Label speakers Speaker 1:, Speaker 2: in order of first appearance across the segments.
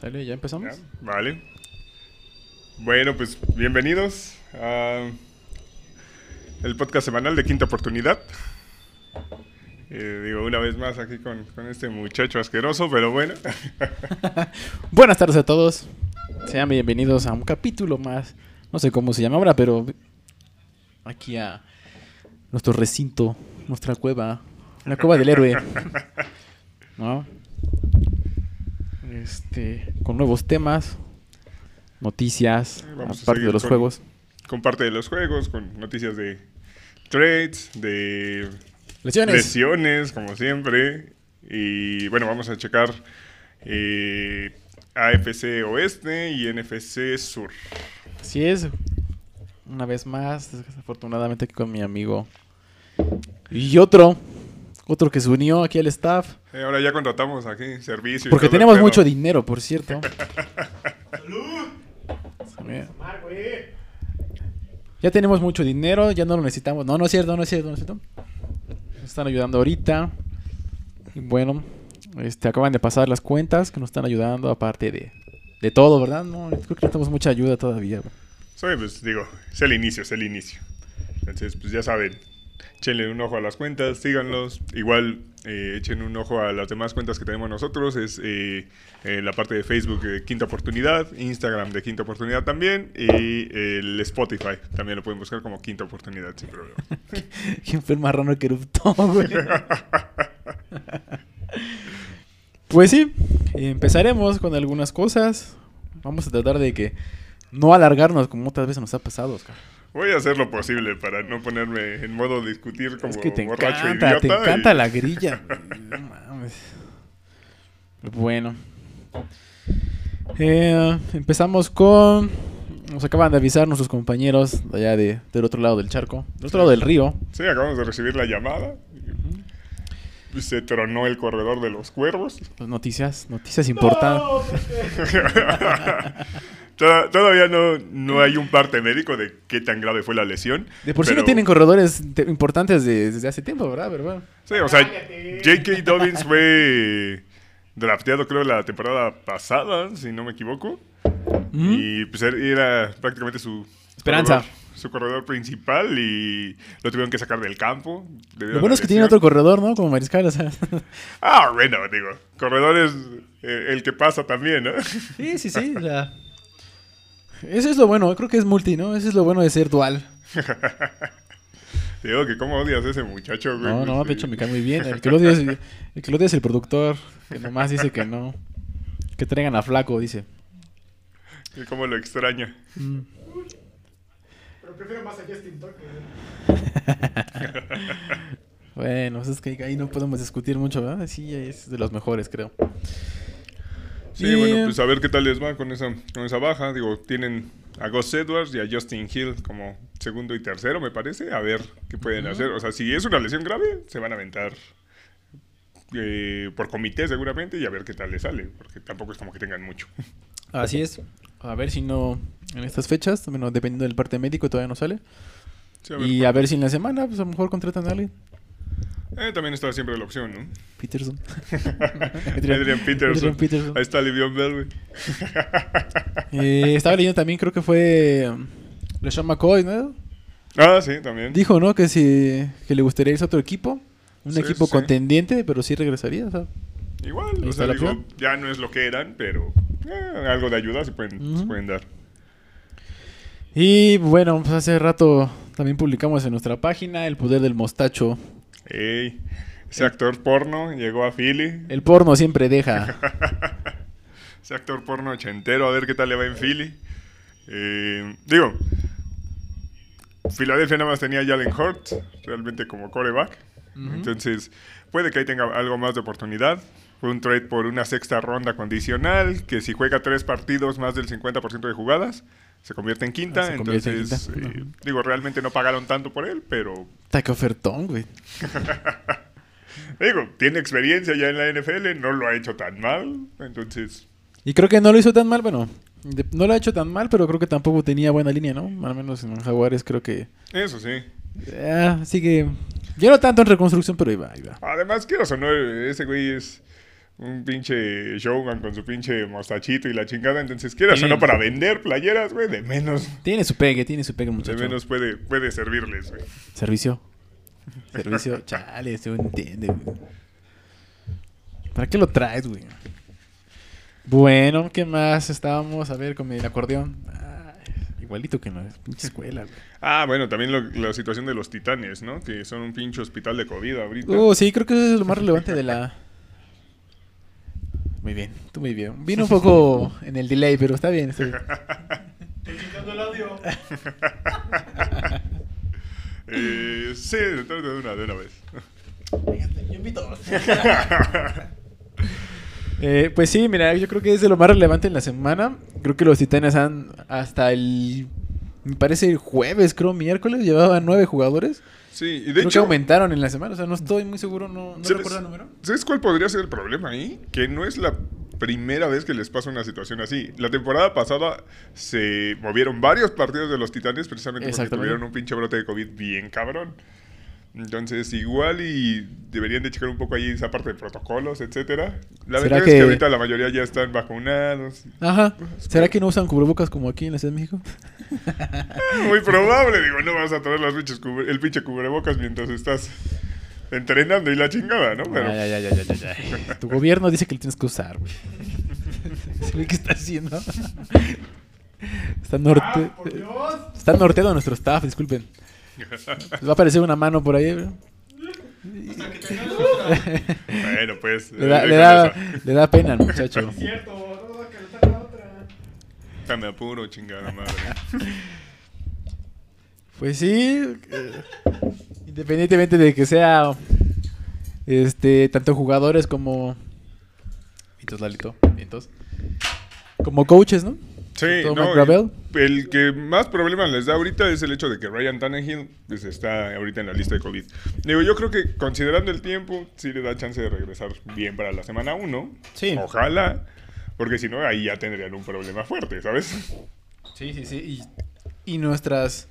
Speaker 1: Sale, ya empezamos.
Speaker 2: Ya, Vale. Bueno, pues bienvenidos a el podcast semanal de Quinta Oportunidad. Eh, digo, una vez más aquí con, con este muchacho asqueroso, pero bueno.
Speaker 1: Buenas tardes a todos. Sean bienvenidos a un capítulo más. No sé cómo se llama ahora, pero aquí a nuestro recinto, nuestra cueva, la cueva del héroe. ¿No? Este, con nuevos temas, noticias,
Speaker 2: Eh, vamos a
Speaker 1: aparte de
Speaker 2: seguir
Speaker 1: los
Speaker 2: con-
Speaker 1: juegos.
Speaker 2: con parte de los juegos, con noticias de trades, de
Speaker 1: Lesiones.
Speaker 2: lesiones, como siempre. Y bueno, vamos a checar eh, AFC Oeste y NFC Sur.
Speaker 1: Así es. Una vez más, desafortunadamente aquí con mi amigo. Y otro, otro que se unió aquí al staff.
Speaker 2: Eh, ahora ya contratamos aquí servicio. y
Speaker 1: Porque
Speaker 2: todo el
Speaker 1: tenemos
Speaker 2: pedo.
Speaker 1: mucho dinero, por cierto. ¡Salud! Ya tenemos mucho dinero, ya no lo necesitamos. No, no es cierto, no es cierto, no es cierto. Nos están ayudando ahorita. Y bueno, este, acaban de pasar las cuentas que nos están ayudando, aparte de, de todo, ¿verdad? No, creo que necesitamos mucha ayuda todavía. güey.
Speaker 2: Sí, pues digo, es el inicio, es el inicio. Entonces, pues ya saben, échenle un ojo a las cuentas, síganlos. Igual, eh, echen un ojo a las demás cuentas que tenemos nosotros. Es eh, eh, la parte de Facebook de Quinta Oportunidad, Instagram de Quinta Oportunidad también, y el Spotify. También lo pueden buscar como Quinta Oportunidad, sin problema.
Speaker 1: ¿Quién fue el marrano que eruptó, güey? pues sí, empezaremos con algunas cosas. Vamos a tratar de que no alargarnos como otras veces nos ha pasado, Oscar.
Speaker 2: Voy a hacer lo posible para no ponerme en modo discutir como
Speaker 1: es que te
Speaker 2: borracho
Speaker 1: encanta, te
Speaker 2: idiota y-
Speaker 1: encanta la grilla. güey. No mames. Bueno. Eh, empezamos con... Nos acaban de avisar nuestros compañeros de allá de- del otro lado del charco, del otro lado del río.
Speaker 2: Sí, acabamos de recibir la llamada. Se tronó el corredor de los cuervos.
Speaker 1: Pues, Noticias, noticias importantes.
Speaker 2: Toda- Todavía no, no hay un parte médico de qué tan grave fue la lesión.
Speaker 1: De por sí no
Speaker 2: pero-
Speaker 1: tienen corredores te- importantes de- desde hace tiempo, ¿verdad? Pero bueno.
Speaker 2: Sí, o sea, J.K. Dobbins fue drafteado creo la temporada pasada, si no me equivoco. Y pues er- era prácticamente su...
Speaker 1: Esperanza.
Speaker 2: corredor- su corredor principal y lo tuvieron que sacar del campo. debido
Speaker 1: Lo
Speaker 2: a
Speaker 1: bueno
Speaker 2: la
Speaker 1: es que tienen
Speaker 2: lesión.
Speaker 1: otro corredor, ¿no? Como Mariscal, o sea.
Speaker 2: Ah, bueno, digo. Corredor es eh, el que pasa también, ¿no?
Speaker 1: sí, sí, sí. o sea. Eso es lo bueno, creo que es multi, ¿no? Eso es lo bueno de ser dual.
Speaker 2: Digo que cómo odias a ese muchacho, güey.
Speaker 1: No, no,
Speaker 2: Pues,
Speaker 1: de
Speaker 2: eh,
Speaker 1: hecho me cae muy bien. El que lo odia es el, que lo odia es el productor, que nomás dice que no. Que traigan a Flaco, dice.
Speaker 2: que Cómo lo extraña.
Speaker 1: Mm.
Speaker 3: Pero prefiero más a Justin ¿eh? Tucker.
Speaker 1: Bueno, pues es que ahí no podemos discutir mucho, ¿verdad? Sí, es de los mejores, creo.
Speaker 2: Sí,
Speaker 1: Y,
Speaker 2: bueno, pues a ver qué tal les va con esa, con esa baja. Digo, tienen a Gus Edwards y a Justin Hill como segundo y tercero, me parece. A ver qué pueden hacer. O sea, si es una lesión grave, se van a aventar eh, por comité seguramente y a ver qué tal les sale. Porque tampoco es como que tengan mucho.
Speaker 1: Así es. A ver si no en estas fechas, bueno, dependiendo del parte médico todavía no sale.
Speaker 2: Sí, a ver.
Speaker 1: Y a ver si en la semana, pues a lo mejor contratan a alguien.
Speaker 2: Eh, también está siempre la opción, ¿no?
Speaker 1: Peterson.
Speaker 2: Adrian Peterson.
Speaker 1: Adrian Peterson.
Speaker 2: Ahí está Livion Bell, güey.
Speaker 1: Eh, estaba leyendo también, creo que fue um, LeSean McCoy, ¿no?
Speaker 2: Ah, sí, también.
Speaker 1: Dijo, ¿no? Que si que le gustaría irse a otro equipo. Un
Speaker 2: Sí,
Speaker 1: equipo
Speaker 2: sí.
Speaker 1: contendiente, pero sí regresaría, o sea.
Speaker 2: Igual,
Speaker 1: Ahí
Speaker 2: o
Speaker 1: está
Speaker 2: sea,
Speaker 1: la
Speaker 2: digo,
Speaker 1: opción.
Speaker 2: ya no es lo que eran, pero eh, algo de ayuda se pueden, se
Speaker 1: Ujú.
Speaker 2: pueden dar.
Speaker 1: Y bueno, pues hace rato también publicamos en nuestra página El Poder del Mostacho.
Speaker 2: Ey, ese actor porno llegó a Philly.
Speaker 1: El porno siempre deja.
Speaker 2: Ese actor porno ochentero, a ver qué tal le va en Philly. Eh, digo, Filadelfia nada más tenía a Jalen Hurts, realmente como coreback. Entonces, puede que ahí tenga algo más de oportunidad. Fue un trade por una sexta ronda condicional, que si juega tres partidos más del 50% de jugadas, se convierte en quinta.
Speaker 1: Ah, se convierte en
Speaker 2: Entonces,
Speaker 1: quinta.
Speaker 2: eh,
Speaker 1: Ajá.
Speaker 2: digo, realmente no pagaron tanto por él, pero
Speaker 1: Está que ofertón, güey.
Speaker 2: digo, tiene experiencia ya en la NFL, no lo ha hecho tan mal. Entonces,
Speaker 1: Y creo que no lo hizo tan mal, bueno, de- no lo ha hecho tan mal, pero creo que tampoco tenía buena línea, ¿no? Al menos en Jaguares creo que...
Speaker 2: eso sí.
Speaker 1: Ah, así que... Yo no tanto en reconstrucción, pero iba, iba.
Speaker 2: Además, quiero o no, ese güey es un pinche showman con su pinche mostachito y la chingada. Entonces, quieras o no, para vender playeras, güey, de menos.
Speaker 1: Tiene su pegue, tiene su pegue,
Speaker 2: De
Speaker 1: muchachos.
Speaker 2: menos puede, puede servirles, güey.
Speaker 1: Servicio. Servicio. Chale, este güey no entiende, güey. ¿Para qué lo traes, güey? Bueno, ¿qué más estábamos? A ver, con el acordeón. Ah, igualito que en la pinche escuela, güey.
Speaker 2: Ah, bueno, también lo- la situación de los titanes, ¿no? Que son un pinche hospital de COVID ahorita.
Speaker 1: Oh, sí, creo que eso es lo más relevante de la... Muy bien, tú muy bien. Vino un poco en el delay, pero está bien. está bien.
Speaker 3: Estoy quitando el audio.
Speaker 2: Eh, sí, se trata de una, de una vez.
Speaker 3: Fíjate, yo invito.
Speaker 1: Eh, pues sí, mira, yo creo que es de lo más relevante en la semana. Creo que los Titanes han hasta el... Me parece el jueves, creo, miércoles, llevaban nueve jugadores.
Speaker 2: Sí, y de
Speaker 1: Creo que
Speaker 2: hecho,
Speaker 1: aumentaron en la semana, o sea, no estoy muy seguro, no, no
Speaker 2: ¿Sabes?
Speaker 1: recuerdo el número.
Speaker 2: ¿sabes cuál podría ser el problema ahí? Que no es la primera vez que les pasa una situación así. La temporada pasada se movieron varios partidos de los Titanes precisamente porque
Speaker 1: Exactamente.
Speaker 2: tuvieron un pinche brote de COVID bien cabrón. Entonces, igual y deberían de checar un poco ahí esa parte de protocolos, etcétera.
Speaker 1: ¿Será
Speaker 2: La verdad es que
Speaker 1: que-
Speaker 2: ahorita la mayoría ya están vacunados.
Speaker 1: Ajá. ¿Será que no usan cubrebocas como aquí en la Ciudad de México?
Speaker 2: Muy probable, digo, no vas a traer las pinches cubre- el pinche cubrebocas mientras estás entrenando y la chingada, ¿no? Pero,
Speaker 1: Ay, ay, ay, ay, ay, ay. Tu gobierno dice que lo tienes que usar, güey. Se ve que está haciendo. Está norte.
Speaker 3: ¡Ah, por Dios!
Speaker 1: Está norteado nuestro staff, disculpen. Les va a aparecer una mano por ahí, güey.
Speaker 3: Hasta que tengas otra.
Speaker 2: bueno, pues.
Speaker 1: Le da,
Speaker 2: eh,
Speaker 1: le da, le da pena al muchacho.
Speaker 3: Es cierto, no, que no tenga otra.
Speaker 2: Puta, Me apuro, chingada madre.
Speaker 1: Pues sí. eh, Independientemente de que sea. Este. Tanto jugadores como. Entonces, Lalito. Entonces. Como coaches, ¿no?
Speaker 2: Sí,
Speaker 1: Todo
Speaker 2: no.
Speaker 1: McGravel.
Speaker 2: El que más problemas les da ahorita es el hecho de que Ryan Tannehill pues, está ahorita en la lista de COVID. Digo, yo creo que considerando el tiempo, sí le da chance de regresar bien para la semana 1.
Speaker 1: Sí.
Speaker 2: Ojalá. Porque si no, ahí ya tendrían un problema fuerte, ¿sabes?
Speaker 1: Sí, sí, sí. Y, y nuestras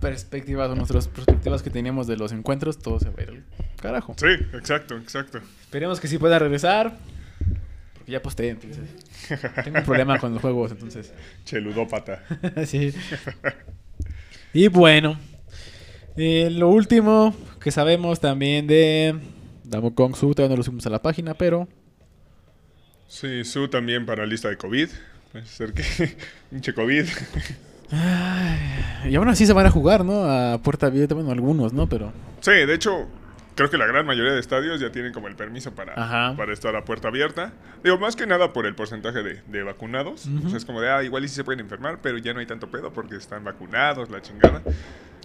Speaker 1: perspectivas o nuestras perspectivas que teníamos de los encuentros, todo se va a ir al carajo.
Speaker 2: Sí, exacto, exacto.
Speaker 1: Esperemos que sí pueda regresar. Porque ya posteé, entonces. Tengo un problema con los juegos, entonces.
Speaker 2: Cheludópata.
Speaker 1: sí. Y bueno, eh, lo último que sabemos también de Damo Kong Su, todavía no lo subimos a la página, pero
Speaker 2: Sí, Su también para lista de COVID. Puede ser que. Pinche COVID.
Speaker 1: Ay, y aún así se van a jugar, ¿no? A puerta abierta, bueno, algunos, ¿no? Pero
Speaker 2: Sí, de hecho, creo que la gran mayoría de estadios ya tienen como el permiso para,
Speaker 1: Ajá.
Speaker 2: para estar a puerta abierta. Digo, más que nada por el porcentaje de, de vacunados. O sea, es como de, ah, igual y sí se pueden enfermar, pero ya no hay tanto pedo porque están vacunados, la chingada.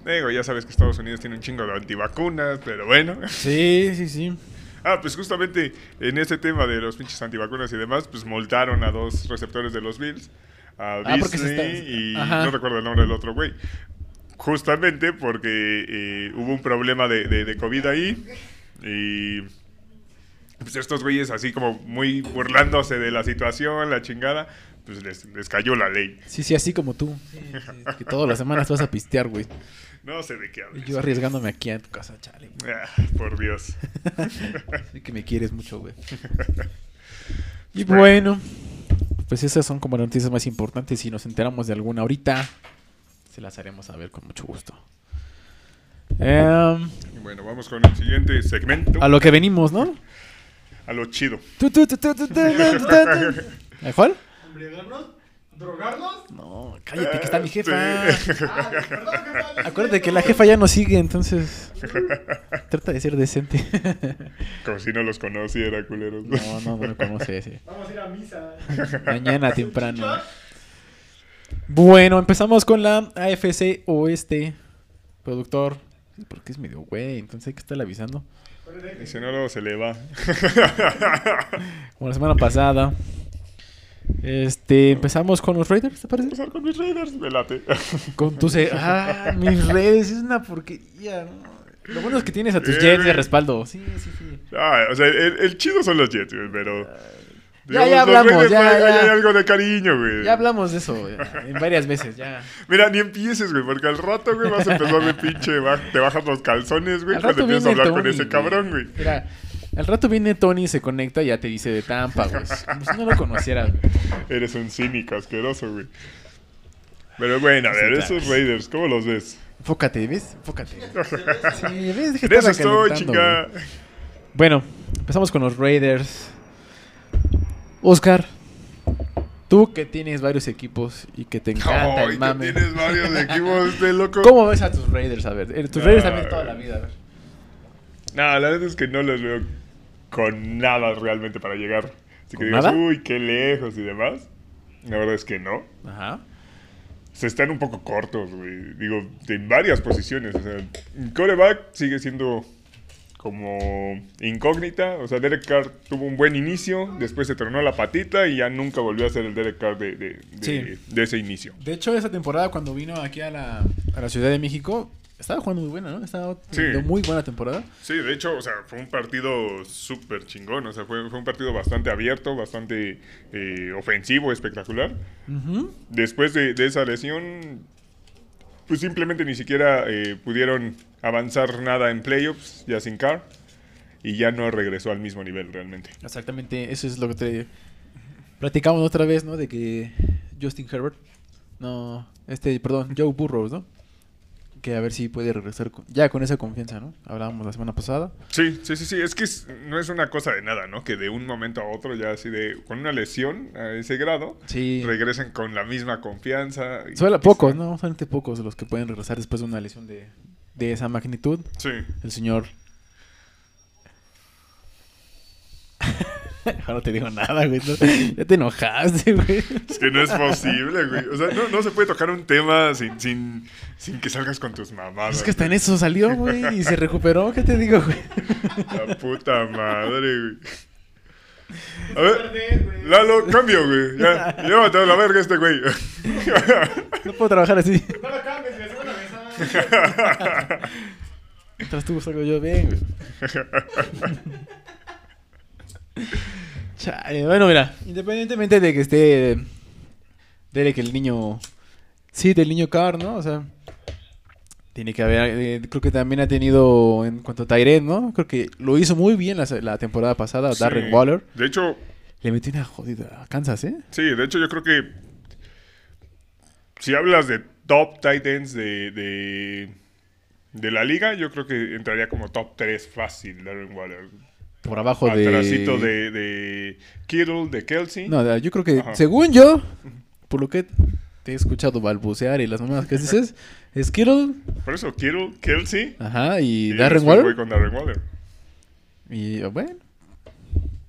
Speaker 2: Digo, ya sabes que Estados Unidos tiene un chingo de antivacunas, pero bueno.
Speaker 1: sí, sí, sí.
Speaker 2: Ah, pues justamente en este tema de los pinches antivacunas y demás, pues multaron a dos receptores de los Bills, a
Speaker 1: Ah, porque se
Speaker 2: Beasley
Speaker 1: está-
Speaker 2: y
Speaker 1: ajá.
Speaker 2: no recuerdo el nombre del otro güey. Justamente porque eh, hubo un problema de, de- de COVID ahí y pues estos güeyes así como muy burlándose de la situación, la chingada, pues les, les cayó la ley.
Speaker 1: Sí, sí, así como tú. Que todas las semanas te vas a pistear, güey.
Speaker 2: No sé de qué hablas.
Speaker 1: Y yo arriesgándome aquí en tu casa, chale. güey.
Speaker 2: Ah, por Dios.
Speaker 1: Así que me quieres mucho, güey. Y bueno, pues esas son como las noticias más importantes. Si nos enteramos de alguna ahorita, se las haremos saber con mucho gusto. Em,
Speaker 2: Bueno, vamos con el siguiente segmento.
Speaker 1: a lo que venimos, ¿no?
Speaker 2: a lo chido.
Speaker 1: Tu, tu, tu, tu, tu, tu, tu, tu, tu. ¿Eh, ¿Cuál?
Speaker 3: ¿Embriagarnos? ¿Drogarnos?
Speaker 1: No, cállate, que está mi jefa.
Speaker 2: Sí.
Speaker 3: Ah, perdón, que estaba
Speaker 1: Acuérdate que la
Speaker 3: diciendo.
Speaker 1: jefa ya nos sigue, entonces trata de ser decente.
Speaker 2: Como si no los conociera, culeros.
Speaker 1: No, no, no me conoce, sí.
Speaker 3: Vamos a ir a misa.
Speaker 1: Mañana temprano. Bueno, empezamos con la AFC Oeste. Productor. Porque es medio güey, entonces hay que estar avisando.
Speaker 2: Y si no, luego se le va.
Speaker 1: Como la semana pasada. Este, empezamos con los Raiders, ¿te parece?
Speaker 2: Empezar con mis Raiders, me late.
Speaker 1: Con tus... Ah, mis redes, es una porquería. ¿no? Lo bueno es que tienes a tus
Speaker 2: Bien,
Speaker 1: Jets de
Speaker 2: bien.
Speaker 1: respaldo. Sí, sí, sí.
Speaker 2: Ah, o sea, el, el chido son los Jets, güey, pero...
Speaker 1: Ya,
Speaker 2: digamos,
Speaker 1: ya
Speaker 2: los
Speaker 1: hablamos,
Speaker 2: Raiders,
Speaker 1: ya,
Speaker 2: hay-
Speaker 1: ya.
Speaker 2: Hay algo de cariño, güey.
Speaker 1: Ya hablamos de eso ya, en varias veces, ya.
Speaker 2: Mira, ni empieces, güey, porque al rato, güey, vas a empezar de pinche... baj- te bajas los calzones, güey,
Speaker 1: Al rato
Speaker 2: cuando empiezas a
Speaker 1: viene
Speaker 2: hablar con
Speaker 1: Tony,
Speaker 2: ese cabrón, güey.
Speaker 1: Mira, Al rato viene Tony, se conecta y ya te dice de Tampa, güey. Como Pues, si no lo conocieras, güey.
Speaker 2: Eres un cínico asqueroso, güey. Pero bueno, a
Speaker 1: Sí,
Speaker 2: ver,
Speaker 1: claro.
Speaker 2: esos Raiders, ¿cómo los ves?
Speaker 1: Enfócate, ¿ves? Enfócate. Sí, ¿ves? Deja
Speaker 2: De
Speaker 1: estarla
Speaker 2: eso estoy,
Speaker 1: calentando,
Speaker 2: chica.
Speaker 1: güey. Bueno, empezamos con los Raiders. Oscar, tú que tienes varios equipos y que te encanta
Speaker 2: Ay,
Speaker 1: el
Speaker 2: tú
Speaker 1: mame.
Speaker 2: tienes varios equipos de loco.
Speaker 1: ¿Cómo ves a tus Raiders? A ver, eh, tus Raiders también
Speaker 2: Ah,
Speaker 1: toda la vida, a ver.
Speaker 2: No, la verdad es que no los veo con nada realmente para llegar. Así que
Speaker 1: ¿Con
Speaker 2: digas,
Speaker 1: nada?
Speaker 2: uy, qué lejos y demás. La verdad es que no.
Speaker 1: Ajá.
Speaker 2: Se están un poco cortos, güey. Digo, en varias posiciones. O sea, el coreback sigue siendo como incógnita. O sea, Derek Carr tuvo un buen inicio, después se tornó la patita y ya nunca volvió a ser el Derek Carr de, de- de-
Speaker 1: Sí.
Speaker 2: de ese inicio.
Speaker 1: De hecho, esa temporada cuando vino aquí a la, a la Ciudad de México, estaba jugando muy buena, ¿no? Estaba teniendo
Speaker 2: Sí.
Speaker 1: muy buena temporada.
Speaker 2: Sí, de hecho, o sea, fue un partido súper chingón. O sea, fue, fue un partido bastante abierto, bastante eh, ofensivo, espectacular.
Speaker 1: Ujú.
Speaker 2: después de, de esa lesión, pues simplemente ni siquiera eh, pudieron avanzar nada en playoffs, ya sin Carr, y ya no regresó al mismo nivel realmente.
Speaker 1: Exactamente, eso es lo que te platicamos otra vez, ¿no? De que Justin Herbert, no, este, perdón, Joe Burrows, ¿no? Que a ver si puede regresar con- ya con esa confianza, ¿no? Hablábamos la semana pasada.
Speaker 2: Sí, sí, sí, sí, es que es- no es una cosa de nada, ¿no? Que de un momento a otro, ya así de, con una lesión a ese grado,
Speaker 1: Sí.
Speaker 2: regresen con la misma confianza. y
Speaker 1: Son
Speaker 2: quizá-
Speaker 1: pocos, ¿no? Solamente pocos los que pueden regresar después de una lesión de, de esa magnitud.
Speaker 2: Sí.
Speaker 1: El señor... Ahora no te digo nada, güey. ¿no? Ya te enojaste, güey.
Speaker 2: Es que no es posible, güey. O sea, no, no se puede tocar un tema sin, sin, sin que salgas con tus mamadas.
Speaker 1: Es que hasta en
Speaker 2: güey.
Speaker 1: eso salió, güey, y se recuperó. ¿Qué te digo, güey?
Speaker 2: La puta madre, güey. A
Speaker 3: Es
Speaker 2: ver,
Speaker 3: perder, güey.
Speaker 2: Lalo, cambio, güey. Ya, llévate a la verga este güey.
Speaker 1: No puedo trabajar así.
Speaker 3: No lo cambies, güey, según la mesa.
Speaker 1: Mientras tú salgo yo bien, güey. Chale, bueno, mira, independientemente de que esté Derek el niño, sí, del niño Carr, ¿no? O sea, tiene que haber, eh, creo que también ha tenido en cuanto a Tyren, ¿no? Creo que lo hizo muy bien la, la temporada pasada, Darren
Speaker 2: Sí.
Speaker 1: Waller.
Speaker 2: De hecho,
Speaker 1: Le metió una jodida a Kansas, ¿eh?
Speaker 2: sí, de hecho yo creo que si hablas de top Titans de, de, de la liga, yo creo que entraría como top 3 fácil Darren Waller.
Speaker 1: Por abajo de...
Speaker 2: Atrasito de, de Kittle, de Kelsey.
Speaker 1: No, de- yo creo que,
Speaker 2: Ajá.
Speaker 1: según yo, por lo que te he escuchado balbucear y las mamadas que dices, es Kittle,
Speaker 2: Por eso Kittle, Kelsey.
Speaker 1: ajá, y,
Speaker 2: después
Speaker 1: Darren Waller.
Speaker 2: voy con Darren Waller.
Speaker 1: Y bueno,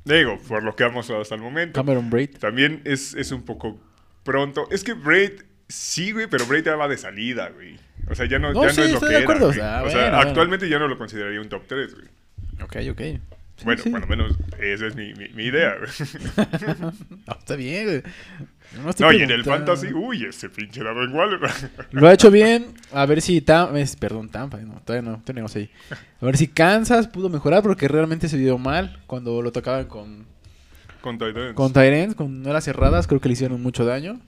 Speaker 2: Digo, por lo que hemos hablado hasta el momento.
Speaker 1: Cameron Braid.
Speaker 2: También es, es un poco pronto. Es que Braid, sí, güey, pero Braid ya va de salida, güey. O sea, ya no,
Speaker 1: No,
Speaker 2: ya
Speaker 1: sí,
Speaker 2: no es lo
Speaker 1: estoy
Speaker 2: que
Speaker 1: de
Speaker 2: era,
Speaker 1: acuerdo.
Speaker 2: güey.
Speaker 1: Ah,
Speaker 2: o sea,
Speaker 1: bueno,
Speaker 2: actualmente ya no lo consideraría un top 3, güey.
Speaker 1: Ok, ok. Sí,
Speaker 2: bueno,
Speaker 1: sí.
Speaker 2: por lo menos esa es mi, mi- mi idea, güey.
Speaker 1: No, está bien, güey. Nomás te
Speaker 2: no, y en el
Speaker 1: preguntaba.
Speaker 2: fantasy, uh, uy, ese pinche Darren Waller.
Speaker 1: Lo ha hecho bien. A ver si Tam... es- perdón, Tampa. No, todavía no tenemos ahí. A ver si Kansas pudo mejorar porque realmente se vio mal cuando lo tocaban con,
Speaker 2: con Titans.
Speaker 1: con Tyrants, con las cerradas. Creo que le hicieron mucho daño.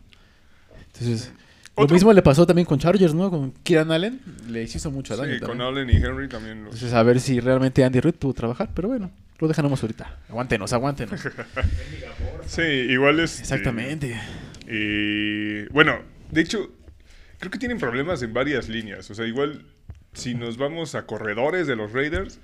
Speaker 1: Entonces, lo
Speaker 2: Otro-
Speaker 1: mismo le pasó también con Chargers, ¿no? Con Kieran Allen. Le hizo mucho daño
Speaker 2: sí, con
Speaker 1: también.
Speaker 2: Allen y Henry también. los-
Speaker 1: Entonces, a ver si realmente Andy Reid pudo trabajar. Pero bueno, lo dejaremos ahorita. Aguántenos, aguántenos.
Speaker 2: Sí, igual es.
Speaker 1: Exactamente.
Speaker 2: Y Eh, bueno, de hecho, creo que tienen problemas en varias líneas. O sea, igual, si nos vamos a corredores de los Raiders,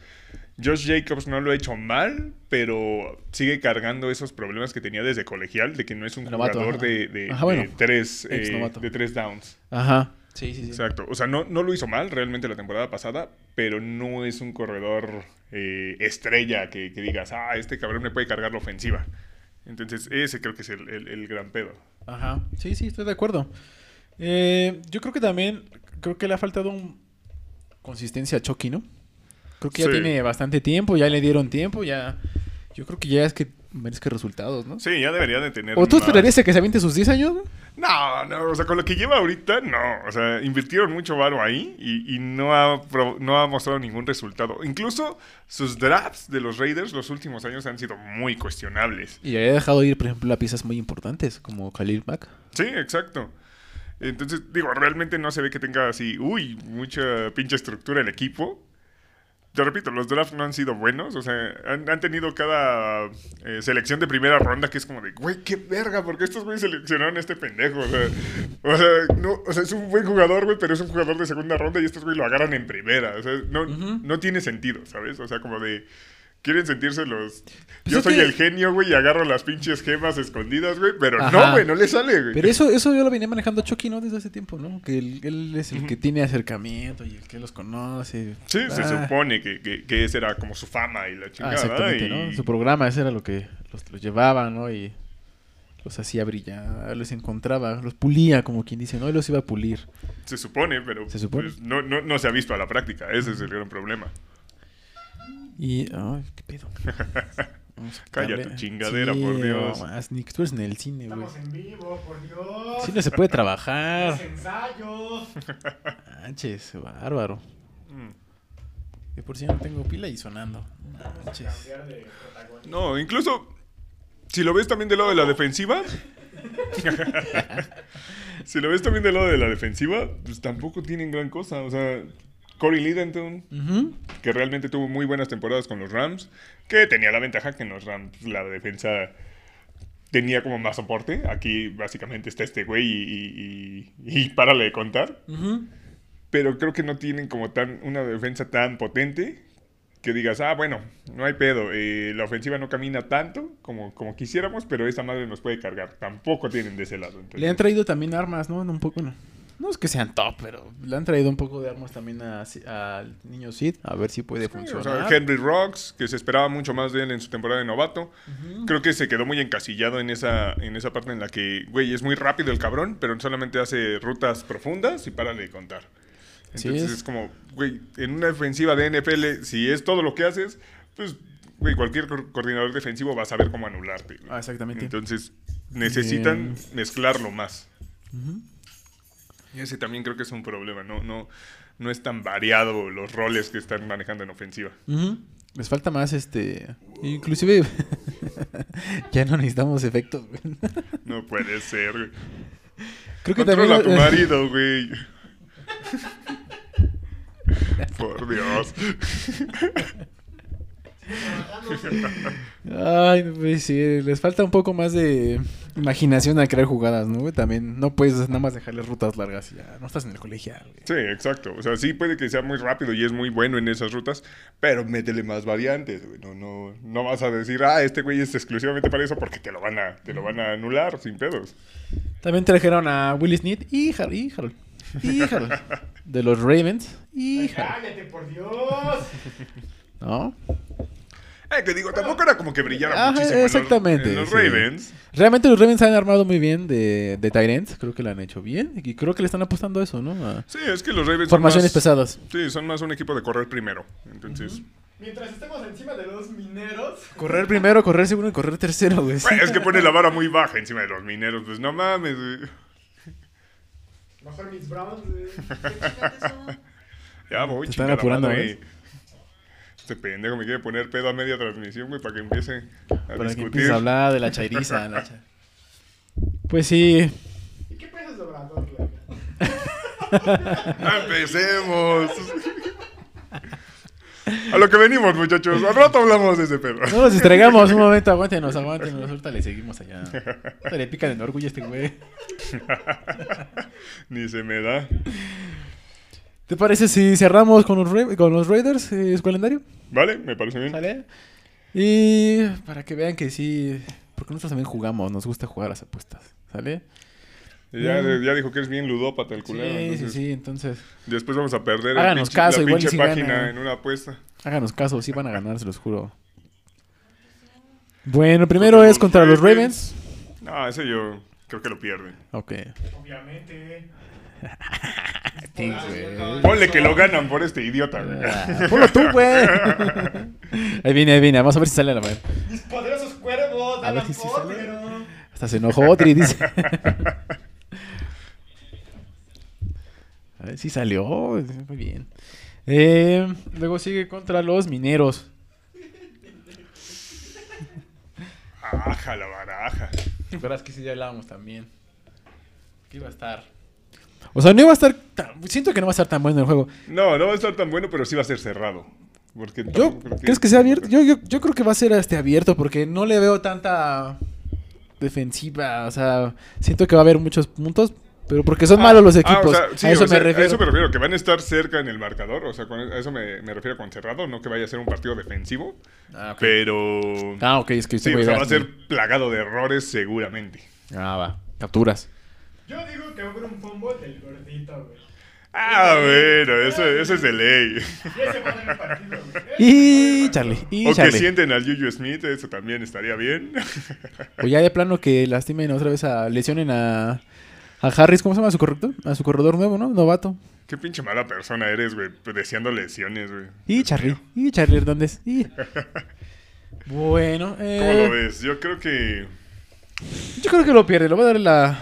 Speaker 2: Josh Jacobs no lo ha hecho mal, pero sigue cargando esos problemas que tenía desde colegial, de que no es un
Speaker 1: Novato,
Speaker 2: jugador
Speaker 1: ajá.
Speaker 2: de, de-
Speaker 1: Ajá, bueno,
Speaker 2: de tres,
Speaker 1: ex
Speaker 2: eh,
Speaker 1: novato.
Speaker 2: de tres downs.
Speaker 1: Ajá. Sí, sí, sí.
Speaker 2: Exacto. O sea, no, no lo hizo mal realmente la temporada pasada, pero no es un corredor eh, estrella que, que digas, ah, este cabrón me puede cargar la ofensiva. Entonces, ese creo que es el- el- el gran pedo.
Speaker 1: Ajá. Sí, sí, estoy de acuerdo. Eh, yo creo que también, creo que le ha faltado un- consistencia a Chucky, ¿no? Creo que ya
Speaker 2: Sí.
Speaker 1: tiene bastante tiempo, ya le dieron tiempo, ya... Yo creo que ya es que merezca resultados, ¿no?
Speaker 2: Sí, ya debería de tener.
Speaker 1: ¿O tú
Speaker 2: más.
Speaker 1: esperarías a que se aviente sus 10 años? no?
Speaker 2: No, no, o sea, con lo que lleva ahorita, no. O sea, invirtieron mucho varo ahí y, y no, ha, pro- no ha mostrado ningún resultado. Incluso sus drafts de los Raiders los últimos años han sido muy cuestionables.
Speaker 1: Y había dejado ir, por ejemplo, a piezas muy importantes, como Khalil Mack.
Speaker 2: Sí, exacto. Entonces, digo, realmente no se ve que tenga así, uy, mucha pinche estructura el equipo. te repito, los drafts no han sido buenos. O sea, han, han tenido cada eh, selección de primera ronda que es como de, güey, qué verga, porque estos güeyes seleccionaron a este pendejo. O sea, o sea, no, o sea, es un buen jugador, güey, pero es un jugador de segunda ronda y estos güeyes lo agarran en primera. O sea, no,
Speaker 1: Ujú.
Speaker 2: no tiene sentido, ¿sabes? O sea, como de. Quieren sentirse los. Yo
Speaker 1: Pues es
Speaker 2: soy
Speaker 1: que-
Speaker 2: el genio, güey, y agarro las pinches gemas escondidas, güey, pero no,
Speaker 1: Ajá.
Speaker 2: güey, no le sale, güey.
Speaker 1: Pero eso, eso yo lo venía manejando Chucky, ¿no? Desde hace tiempo, ¿no? Que él, él es el que tiene acercamiento y el que los conoce.
Speaker 2: Sí, se
Speaker 1: Ah,
Speaker 2: supone que, que, que esa era como su fama y la
Speaker 1: Ah,
Speaker 2: chingada.
Speaker 1: exactamente,
Speaker 2: y-
Speaker 1: ¿no? Su programa, ese era lo que los, los llevaba, ¿no? Y los hacía brillar, los encontraba, los pulía, como quien dice, ¿no? Él los iba a pulir.
Speaker 2: Se supone, pero
Speaker 1: Se supone.
Speaker 2: pues, no, no, no se ha visto a la práctica. Ese es el gran problema.
Speaker 1: Y, ay, qué pedo. Vamos a
Speaker 2: Calla
Speaker 1: quitarle-
Speaker 2: tu chingadera, por
Speaker 1: no
Speaker 2: Dios.
Speaker 1: más, Nick, tú eres en el cine, güey.
Speaker 3: Estamos en vivo, por Dios.
Speaker 1: Sí, no se puede
Speaker 3: Los
Speaker 1: trabajar.
Speaker 3: ensayos.
Speaker 1: Manches, bárbaro.
Speaker 2: Mm.
Speaker 1: Que por si no tengo pila y sonando. Manches.
Speaker 3: Cambiar de protagonista.
Speaker 2: No, incluso si lo ves también del lado de la defensiva. si lo ves también del lado de la defensiva, pues tampoco tienen gran cosa. O sea, Corey Lidenton,
Speaker 1: Ujú.
Speaker 2: que realmente tuvo muy buenas temporadas con los Rams, que tenía la ventaja que en los Rams la defensa tenía como más soporte. Aquí básicamente está este güey y, y, y- y párale de contar.
Speaker 1: Ujú.
Speaker 2: Pero creo que no tienen como tan una defensa tan potente que digas, ah, bueno, no hay pedo, eh, la ofensiva no camina tanto como, como quisiéramos, pero esa madre nos puede cargar. Tampoco tienen de ese lado. entonces.
Speaker 1: Le han traído también armas, ¿no? Un poco, no. No es que sean top, pero le han traído un poco de armas también a- al niño Sid. A ver si puede
Speaker 2: Sí, o
Speaker 1: funcionar.
Speaker 2: sea, Henry Rocks, que se esperaba mucho más de él en su temporada de novato. Creo que se quedó muy encasillado en esa, en esa parte en la que, güey, es muy rápido el cabrón, pero solamente hace rutas profundas y párale de contar.
Speaker 1: Así
Speaker 2: Entonces es.
Speaker 1: es.
Speaker 2: como, güey, en una defensiva de NFL, si es todo lo que haces, pues, güey, cualquier cor- coordinador defensivo va a saber cómo anularte. güey.
Speaker 1: Ah, exactamente.
Speaker 2: Entonces necesitan mezclarlo más. Y ese también creo que es un problema, ¿no? No, no es tan variado los roles que están manejando en ofensiva.
Speaker 1: Ujú. Les falta más, este... Inclusive... ya no necesitamos efectos. güey.
Speaker 2: No puede ser, güey.
Speaker 1: Creo que
Speaker 2: Controla a tu
Speaker 1: también...
Speaker 2: marido, güey. Por Dios.
Speaker 1: Ay, no puede ser. Les falta un poco más de imaginación a crear jugadas, ¿no? güey? También no puedes nada más dejarles rutas largas y ya. No estás en el colegial, güey.
Speaker 2: Sí, exacto. O sea, sí puede que sea muy rápido y es muy bueno en esas rutas, pero métele más variantes, güey. No, no, no vas a decir, ah, este güey es exclusivamente para eso porque te lo van a, te lo van a anular sin pedos.
Speaker 1: También trajeron a Willis Need y Har- y Harold. Y Harold. De los Ravens. Y
Speaker 3: Ay,
Speaker 1: Harold.
Speaker 3: Cállate, por Dios.
Speaker 1: ¿No?
Speaker 2: Eh, que digo, tampoco era como que brillara
Speaker 1: Ah. Ajá,
Speaker 2: muchísimo. en los-
Speaker 1: exactamente,
Speaker 2: En los,
Speaker 1: sí.
Speaker 2: Ravens.
Speaker 1: Realmente los Ravens se han armado muy bien de, de tight ends. Creo que lo han hecho bien. Y creo que le están apostando a eso, ¿no? A
Speaker 2: Sí, es que los Ravens. son
Speaker 1: formaciones
Speaker 2: más-
Speaker 1: pesadas.
Speaker 2: Sí, son más un equipo de correr primero. Entonces.
Speaker 3: Mientras estemos encima de los mineros.
Speaker 1: Correr primero, correr segundo y correr tercero, güey.
Speaker 2: Güey, es que pone la vara muy baja encima de los mineros. Pues no mames, güey.
Speaker 3: Mejor mis Browns. eh.
Speaker 2: Ya voy,
Speaker 1: Te
Speaker 2: chica,
Speaker 1: están
Speaker 2: la
Speaker 1: apurando,
Speaker 2: madre.
Speaker 1: ¿ves?
Speaker 2: Este pendejo me quiere poner pedo a media transmisión, güey, para que empiece a
Speaker 1: Para que
Speaker 2: discutir.
Speaker 1: empieces a hablar de la chairiza. la cha- Pues sí.
Speaker 3: ¿Y qué piensas de Obrador, güey?
Speaker 2: ¡Empecemos! a lo que venimos, muchachos. Al rato hablamos de ese pedo.
Speaker 1: No nos distraigamos un momento. Aguántenos, aguántenos. Ahorita le seguimos allá. Ahorita le pican el orgullo a este güey.
Speaker 2: Ni se me da.
Speaker 1: ¿Te parece si cerramos con los, Ra- con los Raiders, eh, su calendario?
Speaker 2: ¿Vale? Me parece bien.
Speaker 1: ¿Sale? Y para que vean que sí, porque nosotros también jugamos, nos gusta jugar las apuestas, ¿sale?
Speaker 2: Ya, ya dijo que es bien ludópata el culero.
Speaker 1: sí,
Speaker 2: entonces,
Speaker 1: sí, sí, entonces
Speaker 2: Después vamos a perder el
Speaker 1: Háganos
Speaker 2: pinche-
Speaker 1: caso,
Speaker 2: la
Speaker 1: igual y
Speaker 2: pinche
Speaker 1: si
Speaker 2: página
Speaker 1: gana.
Speaker 2: en una apuesta.
Speaker 1: háganos caso, sí van a ganar, se los juro. Bueno, primero es contra los Ravens.
Speaker 2: No, ese yo creo que lo pierden.
Speaker 1: Ok.
Speaker 3: Obviamente.
Speaker 1: Sí, güey.
Speaker 2: Ponle que lo ganan por este idiota, güey.
Speaker 1: Ah, Ponlo tú, güey. Ahí viene, ahí viene. Vamos a ver si sale a la mano.
Speaker 3: Mis poderosos cuervos.
Speaker 1: A ver
Speaker 3: Alan
Speaker 1: si sí
Speaker 3: Potter,
Speaker 1: sale.
Speaker 3: ¿no?
Speaker 1: Hasta se enojó Otri, dice. A ver si salió. Muy bien. Eh, luego sigue contra los mineros.
Speaker 2: Baraja, la baraja.
Speaker 1: Verás que sí ya hablábamos también. Que iba a estar. O sea, no iba a estar. tan- Siento que no va a estar tan bueno el juego.
Speaker 2: No, no va a estar tan bueno, pero sí va a ser cerrado. Porque
Speaker 1: Yo,
Speaker 2: tampoco creo
Speaker 1: ¿Crees que sea abierto? Yo, yo, yo creo que va a ser este abierto porque no le veo tanta defensiva. O sea, siento que va a haber muchos puntos, pero porque son
Speaker 2: Ah,
Speaker 1: malos los
Speaker 2: ah,
Speaker 1: equipos.
Speaker 2: o sea, sí,
Speaker 1: a eso
Speaker 2: o sea,
Speaker 1: me refiero.
Speaker 2: A eso me refiero, que van a estar cerca en el marcador. O sea, con- a eso me, me refiero con cerrado, no que vaya a ser un partido defensivo.
Speaker 1: Ah, ok.
Speaker 2: Pero.
Speaker 1: Ah, ok, es que
Speaker 2: sí,
Speaker 1: este
Speaker 2: o
Speaker 1: güey
Speaker 2: sea, va a
Speaker 1: gasta.
Speaker 2: ser plagado de errores seguramente.
Speaker 1: Ah, va. Capturas.
Speaker 3: Yo digo que hubo un fumble del gordito, güey.
Speaker 2: Ah, bueno, eso, eso es de ley.
Speaker 3: Y ese va a dar el partido, güey. Ese va a dar
Speaker 1: Y
Speaker 3: el partido.
Speaker 1: Charlie, y
Speaker 2: O que
Speaker 1: Charlie.
Speaker 2: sienten al Juju Smith, eso también estaría bien.
Speaker 1: O ya de plano que lastimen otra vez a lesionen a, a Harris, ¿cómo se llama su correcto? A su corredor nuevo, ¿no? Novato.
Speaker 2: Qué pinche mala persona eres, güey, pues, deseando lesiones, güey.
Speaker 1: Y Charlie, y Charlie Hernández. Y... Bueno,
Speaker 2: ¿Cómo
Speaker 1: eh,
Speaker 2: lo ves? Yo creo que.
Speaker 1: yo creo que lo pierde, lo va a dar la,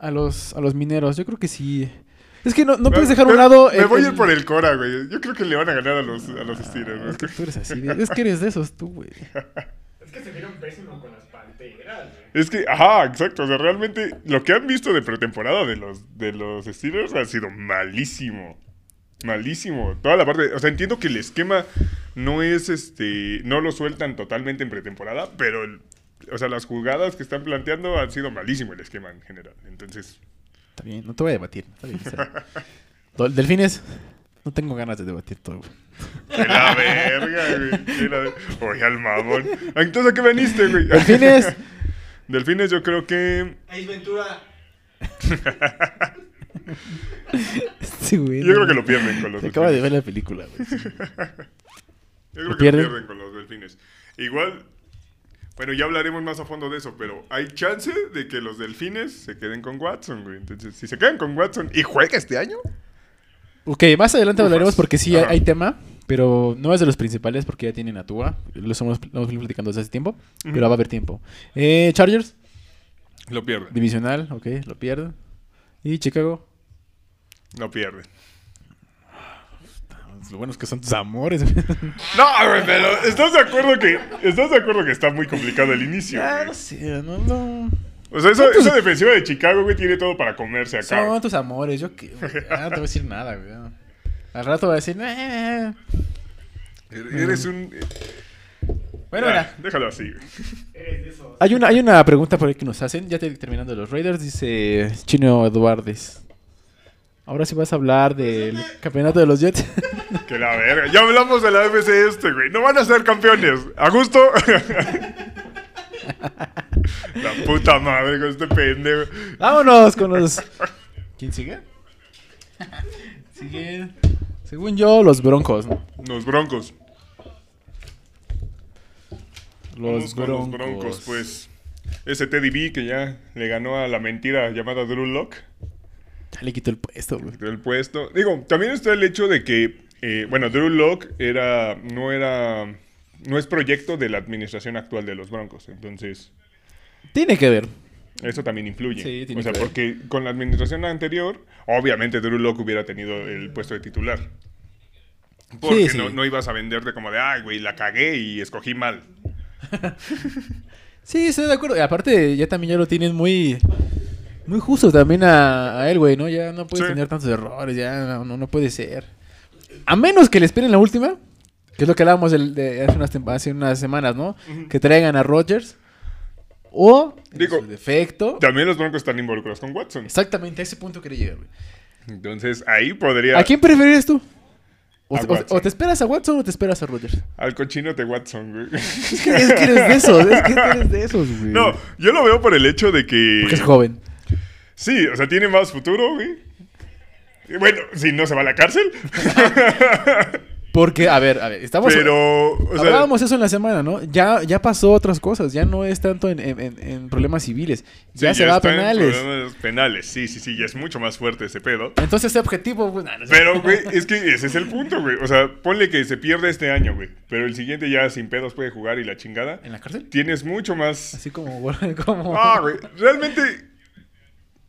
Speaker 1: a, los, a los mineros, yo creo que sí. Es que no, no puedes dejar a un
Speaker 2: Me-
Speaker 1: lado...
Speaker 2: Me
Speaker 1: el-
Speaker 2: voy a
Speaker 1: el-
Speaker 2: ir por el Cora, güey. Yo creo que le van a ganar a los, a los Steelers,
Speaker 1: Ah,
Speaker 2: güey.
Speaker 1: Es que tú eres así, de- es que eres de esos tú, güey.
Speaker 3: Es que se vieron pésimo con las panteras, güey.
Speaker 2: Es que, ajá, exacto. O sea, realmente lo que han visto de pretemporada de los, de los Steelers ha sido malísimo. Malísimo. Toda la parte. O sea, entiendo que el esquema no es este. No lo sueltan totalmente en pretemporada, pero. el- o sea, las jugadas que están planteando han sido malísimo el esquema en general. Entonces,
Speaker 1: Está bien, no te voy a debatir. Está bien, está bien. Do- Delfines, no tengo ganas de debatir todo, güey.
Speaker 2: de la verga, güey. de la ver- Oye, al mamón. Entonces, ¿a qué veniste, güey?
Speaker 1: Delfines.
Speaker 2: Delfines, yo creo que.
Speaker 4: Ace Ventura.
Speaker 1: Sí, güey.
Speaker 2: Yo
Speaker 1: no,
Speaker 2: creo que lo pierden con los
Speaker 1: Se acaba de
Speaker 2: delfines.
Speaker 1: ver la película, güey. sí.
Speaker 2: Yo creo
Speaker 1: ¿Lo
Speaker 2: que pierden?
Speaker 1: pierden?
Speaker 2: pierden con los delfines. Igual, bueno, ya hablaremos más a fondo de eso, pero hay chance de que los delfines se queden con Watson, güey. Entonces, si se quedan con Watson y juega este año,
Speaker 1: Ok, más adelante hablaremos porque sí hay,
Speaker 2: Ajá.
Speaker 1: hay tema, pero no es de los principales porque ya tienen a Tua. Lo hemos, lo hemos venido platicando desde hace tiempo, pero va a haber tiempo. Eh, Chargers,
Speaker 2: lo pierden.
Speaker 1: divisional, ok, lo pierden. Y Chicago,
Speaker 2: No pierden.
Speaker 1: Pues, lo bueno es que son tus amores.
Speaker 2: No, güey, pero ¿estás de acuerdo que estás de acuerdo que está muy complicado el inicio?
Speaker 1: ah,
Speaker 2: güey?
Speaker 1: no sé, no, no.
Speaker 2: O sea, esa, esa defensiva de Chicago, güey, tiene todo para comerse acá.
Speaker 1: Son tus amores, yo qué. güey, ah, no te voy a decir nada, güey. Al rato voy a decir, "Eh".
Speaker 2: güey. Eres un eh,
Speaker 1: Bueno,
Speaker 2: Ah,
Speaker 1: mira.
Speaker 2: déjalo así. güey.
Speaker 3: Eres de esos.
Speaker 1: Hay una, hay una pregunta por ahí que nos hacen, ya te- terminando los Raiders, dice Chino Eduardes. Ahora sí vas a hablar del campeonato de los Jets.
Speaker 2: Que la verga. Ya hablamos de la FC este, güey. No van a ser campeones. A gusto. la puta madre con este pendejo.
Speaker 1: Vámonos con los... ¿Quién sigue? sigue... Según yo, los Broncos. ¿no?
Speaker 2: Los broncos.
Speaker 1: Los,
Speaker 2: Vamos con
Speaker 1: broncos.
Speaker 2: los broncos, pues. Ese Teddy B que ya le ganó a la mentira llamada Drew Locke.
Speaker 1: Ya le quito el puesto, güey.
Speaker 2: del puesto. Digo, también está el hecho de que, eh, bueno, Drew Locke era, no era, no es proyecto de la administración actual de los Broncos. Entonces,
Speaker 1: Tiene que ver.
Speaker 2: Eso también influye.
Speaker 1: Sí, tiene
Speaker 2: o sea,
Speaker 1: que ver.
Speaker 2: porque con la administración anterior, obviamente Drew Locke hubiera tenido el puesto de titular. Porque
Speaker 1: Sí, sí.
Speaker 2: No, no ibas a venderte como de, ay, güey, la cagué y escogí mal.
Speaker 1: Sí, estoy de acuerdo. Y aparte, ya también ya lo tienes muy... Muy justo también a, a él, güey, ¿no? Ya no puedes
Speaker 2: Sí.
Speaker 1: tener tantos errores, ya no, no puede ser. A menos que le esperen la última, que es lo que hablábamos del- de hace, unas, temp- hace unas semanas, ¿no? Que traigan a Rodgers. O, en
Speaker 2: Digo,
Speaker 1: su defecto,
Speaker 2: También los Broncos están involucrados con Watson.
Speaker 1: exactamente a ese punto quería llegar, güey.
Speaker 2: Entonces, ahí podría...
Speaker 1: ¿A quién preferirías tú? O,
Speaker 2: A
Speaker 1: o-
Speaker 2: Watson.
Speaker 1: o te esperas a Watson o te esperas a Rodgers?
Speaker 2: Al cochino de Watson, güey.
Speaker 1: Es que, es que eres de esos, es que eres de esos, güey.
Speaker 2: no, yo lo veo por el hecho de que...
Speaker 1: Porque es joven.
Speaker 2: Sí, o sea, tiene más futuro, güey. Y Bueno, si no se va a la cárcel.
Speaker 1: Porque, a ver, a ver, estamos...
Speaker 2: pero... o sea,
Speaker 1: Hablábamos eso en la semana, ¿no? Ya, ya pasó otras cosas, ya no es tanto en, en- en- en problemas civiles, ya
Speaker 2: sí,
Speaker 1: se va a
Speaker 2: está en
Speaker 1: penales.
Speaker 2: problemas Penales, sí, sí, sí, ya es mucho más fuerte ese pedo.
Speaker 1: Entonces ese objetivo, pues, nah, no sé.
Speaker 2: Pero, güey, es que ese es el punto, güey. O sea, ponle que se pierde este año, güey. Pero el siguiente ya sin pedos puede jugar y la chingada.
Speaker 1: ¿En la cárcel?
Speaker 2: Tienes mucho más.
Speaker 1: Así como... como...
Speaker 2: Ah, güey. Realmente.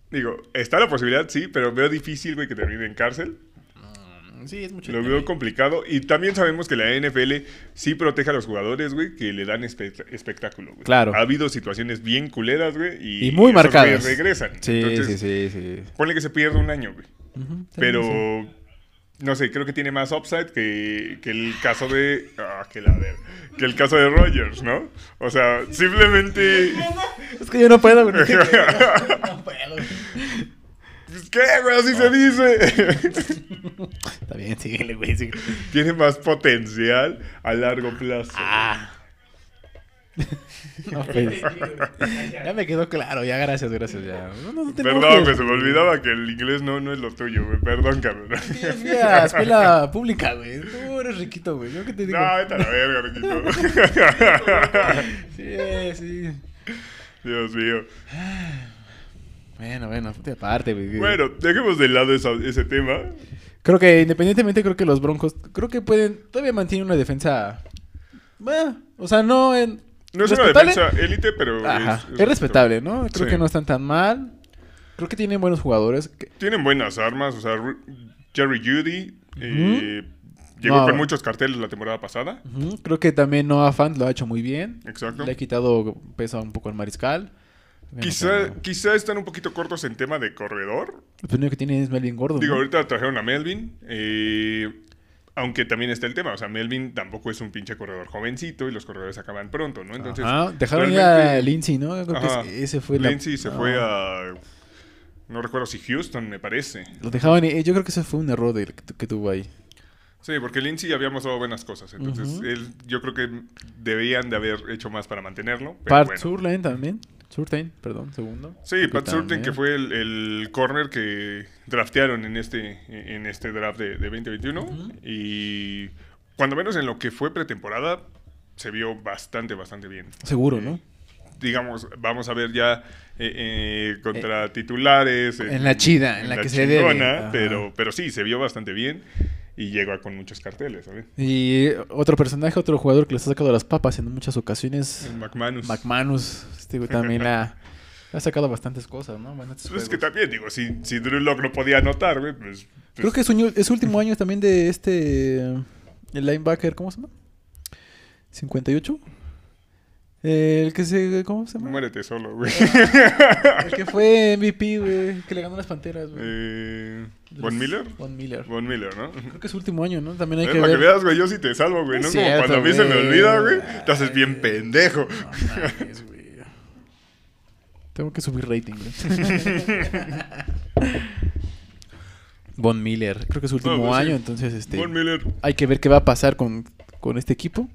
Speaker 2: Digo, está la posibilidad, sí, pero veo difícil, güey, que termine en cárcel.
Speaker 1: Mm, Sí, es mucho.
Speaker 2: Lo veo complicado. Y también sabemos que la NFL sí protege a los jugadores, güey, que le dan espe- espectáculo, güey.
Speaker 1: Claro.
Speaker 2: Ha habido situaciones bien culeras, güey. Y,
Speaker 1: Y muy
Speaker 2: esos
Speaker 1: marcadas.
Speaker 2: güeyes regresan.
Speaker 1: Sí,
Speaker 2: Entonces,
Speaker 1: sí, sí, sí.
Speaker 2: Ponle que se pierde un año, güey.
Speaker 1: Ujú, sí,
Speaker 2: Pero
Speaker 1: sí.
Speaker 2: no sé, creo que tiene más upside que, que el caso de. Ah, que la verga. Que el caso de Rogers, ¿no? O sea, simplemente.
Speaker 1: Es que yo no puedo, güey. No puedo.
Speaker 2: Pues, ¿Qué, güey? Así se dice.
Speaker 1: Está bien, síguele, güey. síguele.
Speaker 2: tiene más potencial a largo plazo.
Speaker 1: Ah. No, pues. Ya me quedó claro, ya gracias, gracias. Ya. No, no, no te
Speaker 2: Perdón,
Speaker 1: enojes.
Speaker 2: güey, se me olvidaba que el inglés no, no es lo tuyo, güey. Perdón, cabrón.
Speaker 1: Yo fui a escuela pública, güey. Tú eres riquito, güey. Yo qué te digo.
Speaker 2: No, vete a la verga, Riquito.
Speaker 1: Sí, sí.
Speaker 2: Dios mío.
Speaker 1: Bueno, bueno, punto y aparte, güey.
Speaker 2: Bueno, dejemos de lado esa- ese tema.
Speaker 1: Creo que independientemente, creo que los Broncos, creo que pueden, todavía mantienen una defensa. Bueno, o sea, no en.
Speaker 2: No es una
Speaker 1: respetable.
Speaker 2: defensa élite, pero
Speaker 1: Ajá, es, respetable, ¿no? Creo
Speaker 2: Sí.
Speaker 1: que no están tan mal. Creo que tienen buenos jugadores. que-
Speaker 2: Tienen buenas armas, o sea, Ru- Jerry Judy eh, llegó
Speaker 1: No.
Speaker 2: con muchos carteles la temporada pasada.
Speaker 1: Ujú, Creo que también Noah Fant lo ha hecho muy bien.
Speaker 2: Exacto.
Speaker 1: Le ha quitado peso un poco al mariscal. Bueno,
Speaker 2: Quizá,
Speaker 1: pero-
Speaker 2: quizá están un poquito cortos en tema de corredor.
Speaker 1: El primero que tiene es Melvin Gordon.
Speaker 2: Digo,
Speaker 1: ¿no?
Speaker 2: ahorita trajeron a Melvin. eh, aunque también está el tema. O sea, Melvin tampoco es un pinche corredor jovencito y los corredores acaban pronto, ¿no? Entonces.
Speaker 1: Ajá, Dejaron ya
Speaker 2: realmente-
Speaker 1: a Lindsay, ¿no? Creo
Speaker 2: Ajá.
Speaker 1: que ese fue la- Ah.
Speaker 2: Lindsay se
Speaker 1: no.
Speaker 2: fue a. No recuerdo si Houston, me parece.
Speaker 1: Lo dejaban. eh, Yo creo que ese fue un error del- que, que tuvo ahí.
Speaker 2: Sí, porque Lindsay había mostrado buenas cosas. Entonces,
Speaker 1: Ujú.
Speaker 2: él, yo creo que debían de haber hecho más para mantenerlo. Pero
Speaker 1: Part
Speaker 2: bueno.
Speaker 1: Surtain también. Surtain, perdón, segundo.
Speaker 2: Sí,
Speaker 1: Creo que
Speaker 2: Pat Surtain,
Speaker 1: también.
Speaker 2: que fue el, el corner que draftearon en este, en este draft de, de 2021. Y cuando menos en lo que fue pretemporada, se vio bastante, bastante bien.
Speaker 1: Seguro, ¿no?
Speaker 2: Digamos, vamos a ver ya eh, eh, contra titulares.
Speaker 1: en la chida, en la que se debe. Ajá.
Speaker 2: Pero, pero sí, se vio bastante bien y llegó con muchos carteles, ¿sabes?
Speaker 1: Y otro personaje, otro jugador que les ha sacado las papas en muchas ocasiones.
Speaker 2: El McManus.
Speaker 1: McManus. Este güey también ha, ha sacado bastantes cosas, ¿no? Bastantes
Speaker 2: Pues es
Speaker 1: juegos.
Speaker 2: que también, digo, si, si Drew Locke no podía anotar, güey, pues... pues,
Speaker 1: Creo que es, un- es último año también de este. eh, El linebacker, ¿cómo se llama? 58. El que se. ¿Cómo se llama?
Speaker 2: Muérete solo, güey.
Speaker 1: El que fue MVP, güey. Que le ganó las panteras, güey.
Speaker 2: Eh,
Speaker 1: De los-
Speaker 2: ¿Von Miller?
Speaker 1: Von Miller.
Speaker 2: Von Miller, ¿no?
Speaker 1: Creo que es su último año, ¿no? También hay
Speaker 2: Eh,
Speaker 1: que
Speaker 2: para que
Speaker 1: ver.
Speaker 2: veas, güey, yo sí te salvo, güey.
Speaker 1: No
Speaker 2: ¿no?
Speaker 1: es
Speaker 2: Como
Speaker 1: cierto,
Speaker 2: cuando a mí se me
Speaker 1: güey.
Speaker 2: olvida, güey, te haces bien pendejo.
Speaker 1: No mames, güey. Tengo que subir rating, güey. Von Miller, creo que es su último
Speaker 2: No, pues sí.
Speaker 1: año, entonces este
Speaker 2: Von Miller.
Speaker 1: hay que ver qué va a pasar con, con este equipo.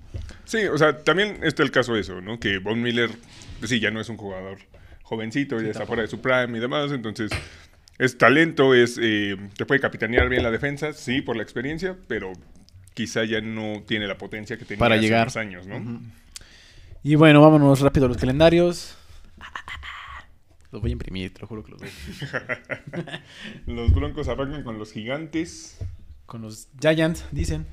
Speaker 2: Sí, o sea, también está el caso de eso, ¿no? Que Von Miller, pues sí, ya no es un jugador jovencito, ya está fuera de su prime y demás, entonces es talento, es eh, te puede capitanear bien la defensa, sí, por la experiencia, pero quizá ya no tiene la potencia que tenía
Speaker 1: Para
Speaker 2: hace
Speaker 1: llegar.
Speaker 2: unos años, ¿no?
Speaker 1: Y bueno, vámonos rápido a los calendarios. Los voy a imprimir, te lo juro que los voy. a imprimir.
Speaker 2: Los Broncos arrancan con los Gigantes.
Speaker 1: Con los Giants, dicen.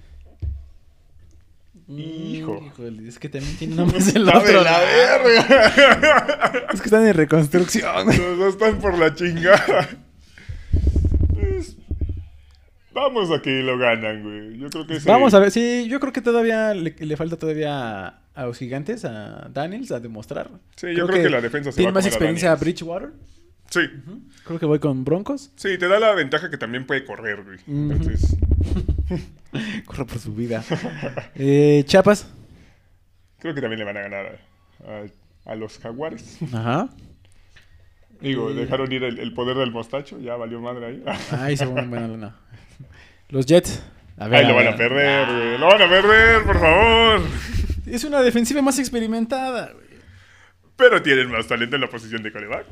Speaker 2: Mm, Hijo.
Speaker 1: Híjole, es que también tienen nombres pues el
Speaker 2: ¡Sabe
Speaker 1: otro.
Speaker 2: la
Speaker 1: lado.
Speaker 2: verga!
Speaker 1: Es que están en reconstrucción.
Speaker 2: Los dos están por la chingada. Pues, vamos a que lo ganan, güey. Yo creo que ese-
Speaker 1: Vamos a ver, sí, yo creo que todavía le, le falta todavía a los gigantes, a Daniels, a demostrar.
Speaker 2: Sí, yo creo que la defensa se
Speaker 1: Tiene
Speaker 2: va
Speaker 1: más
Speaker 2: a comer a
Speaker 1: experiencia a
Speaker 2: Daniels.
Speaker 1: Bridgewater.
Speaker 2: Sí.
Speaker 1: Creo que voy con Broncos.
Speaker 2: Sí, te da la ventaja que también puede correr, güey.
Speaker 1: Ujú.
Speaker 2: Entonces,
Speaker 1: Corre por su vida. Eh, Chiapas.
Speaker 2: creo que también le van a ganar a, a- a los jaguares.
Speaker 1: Ajá.
Speaker 2: Digo,
Speaker 1: Eh.
Speaker 2: dejaron ir el, el poder del mostacho, ya valió madre ahí.
Speaker 1: Ay, se van buena lana. Los Jets. A
Speaker 2: Ahí lo van a perder, güey. Lo van a perder, por favor.
Speaker 1: Es una defensiva más experimentada, güey.
Speaker 2: Pero tienen más talento en la posición de coreback.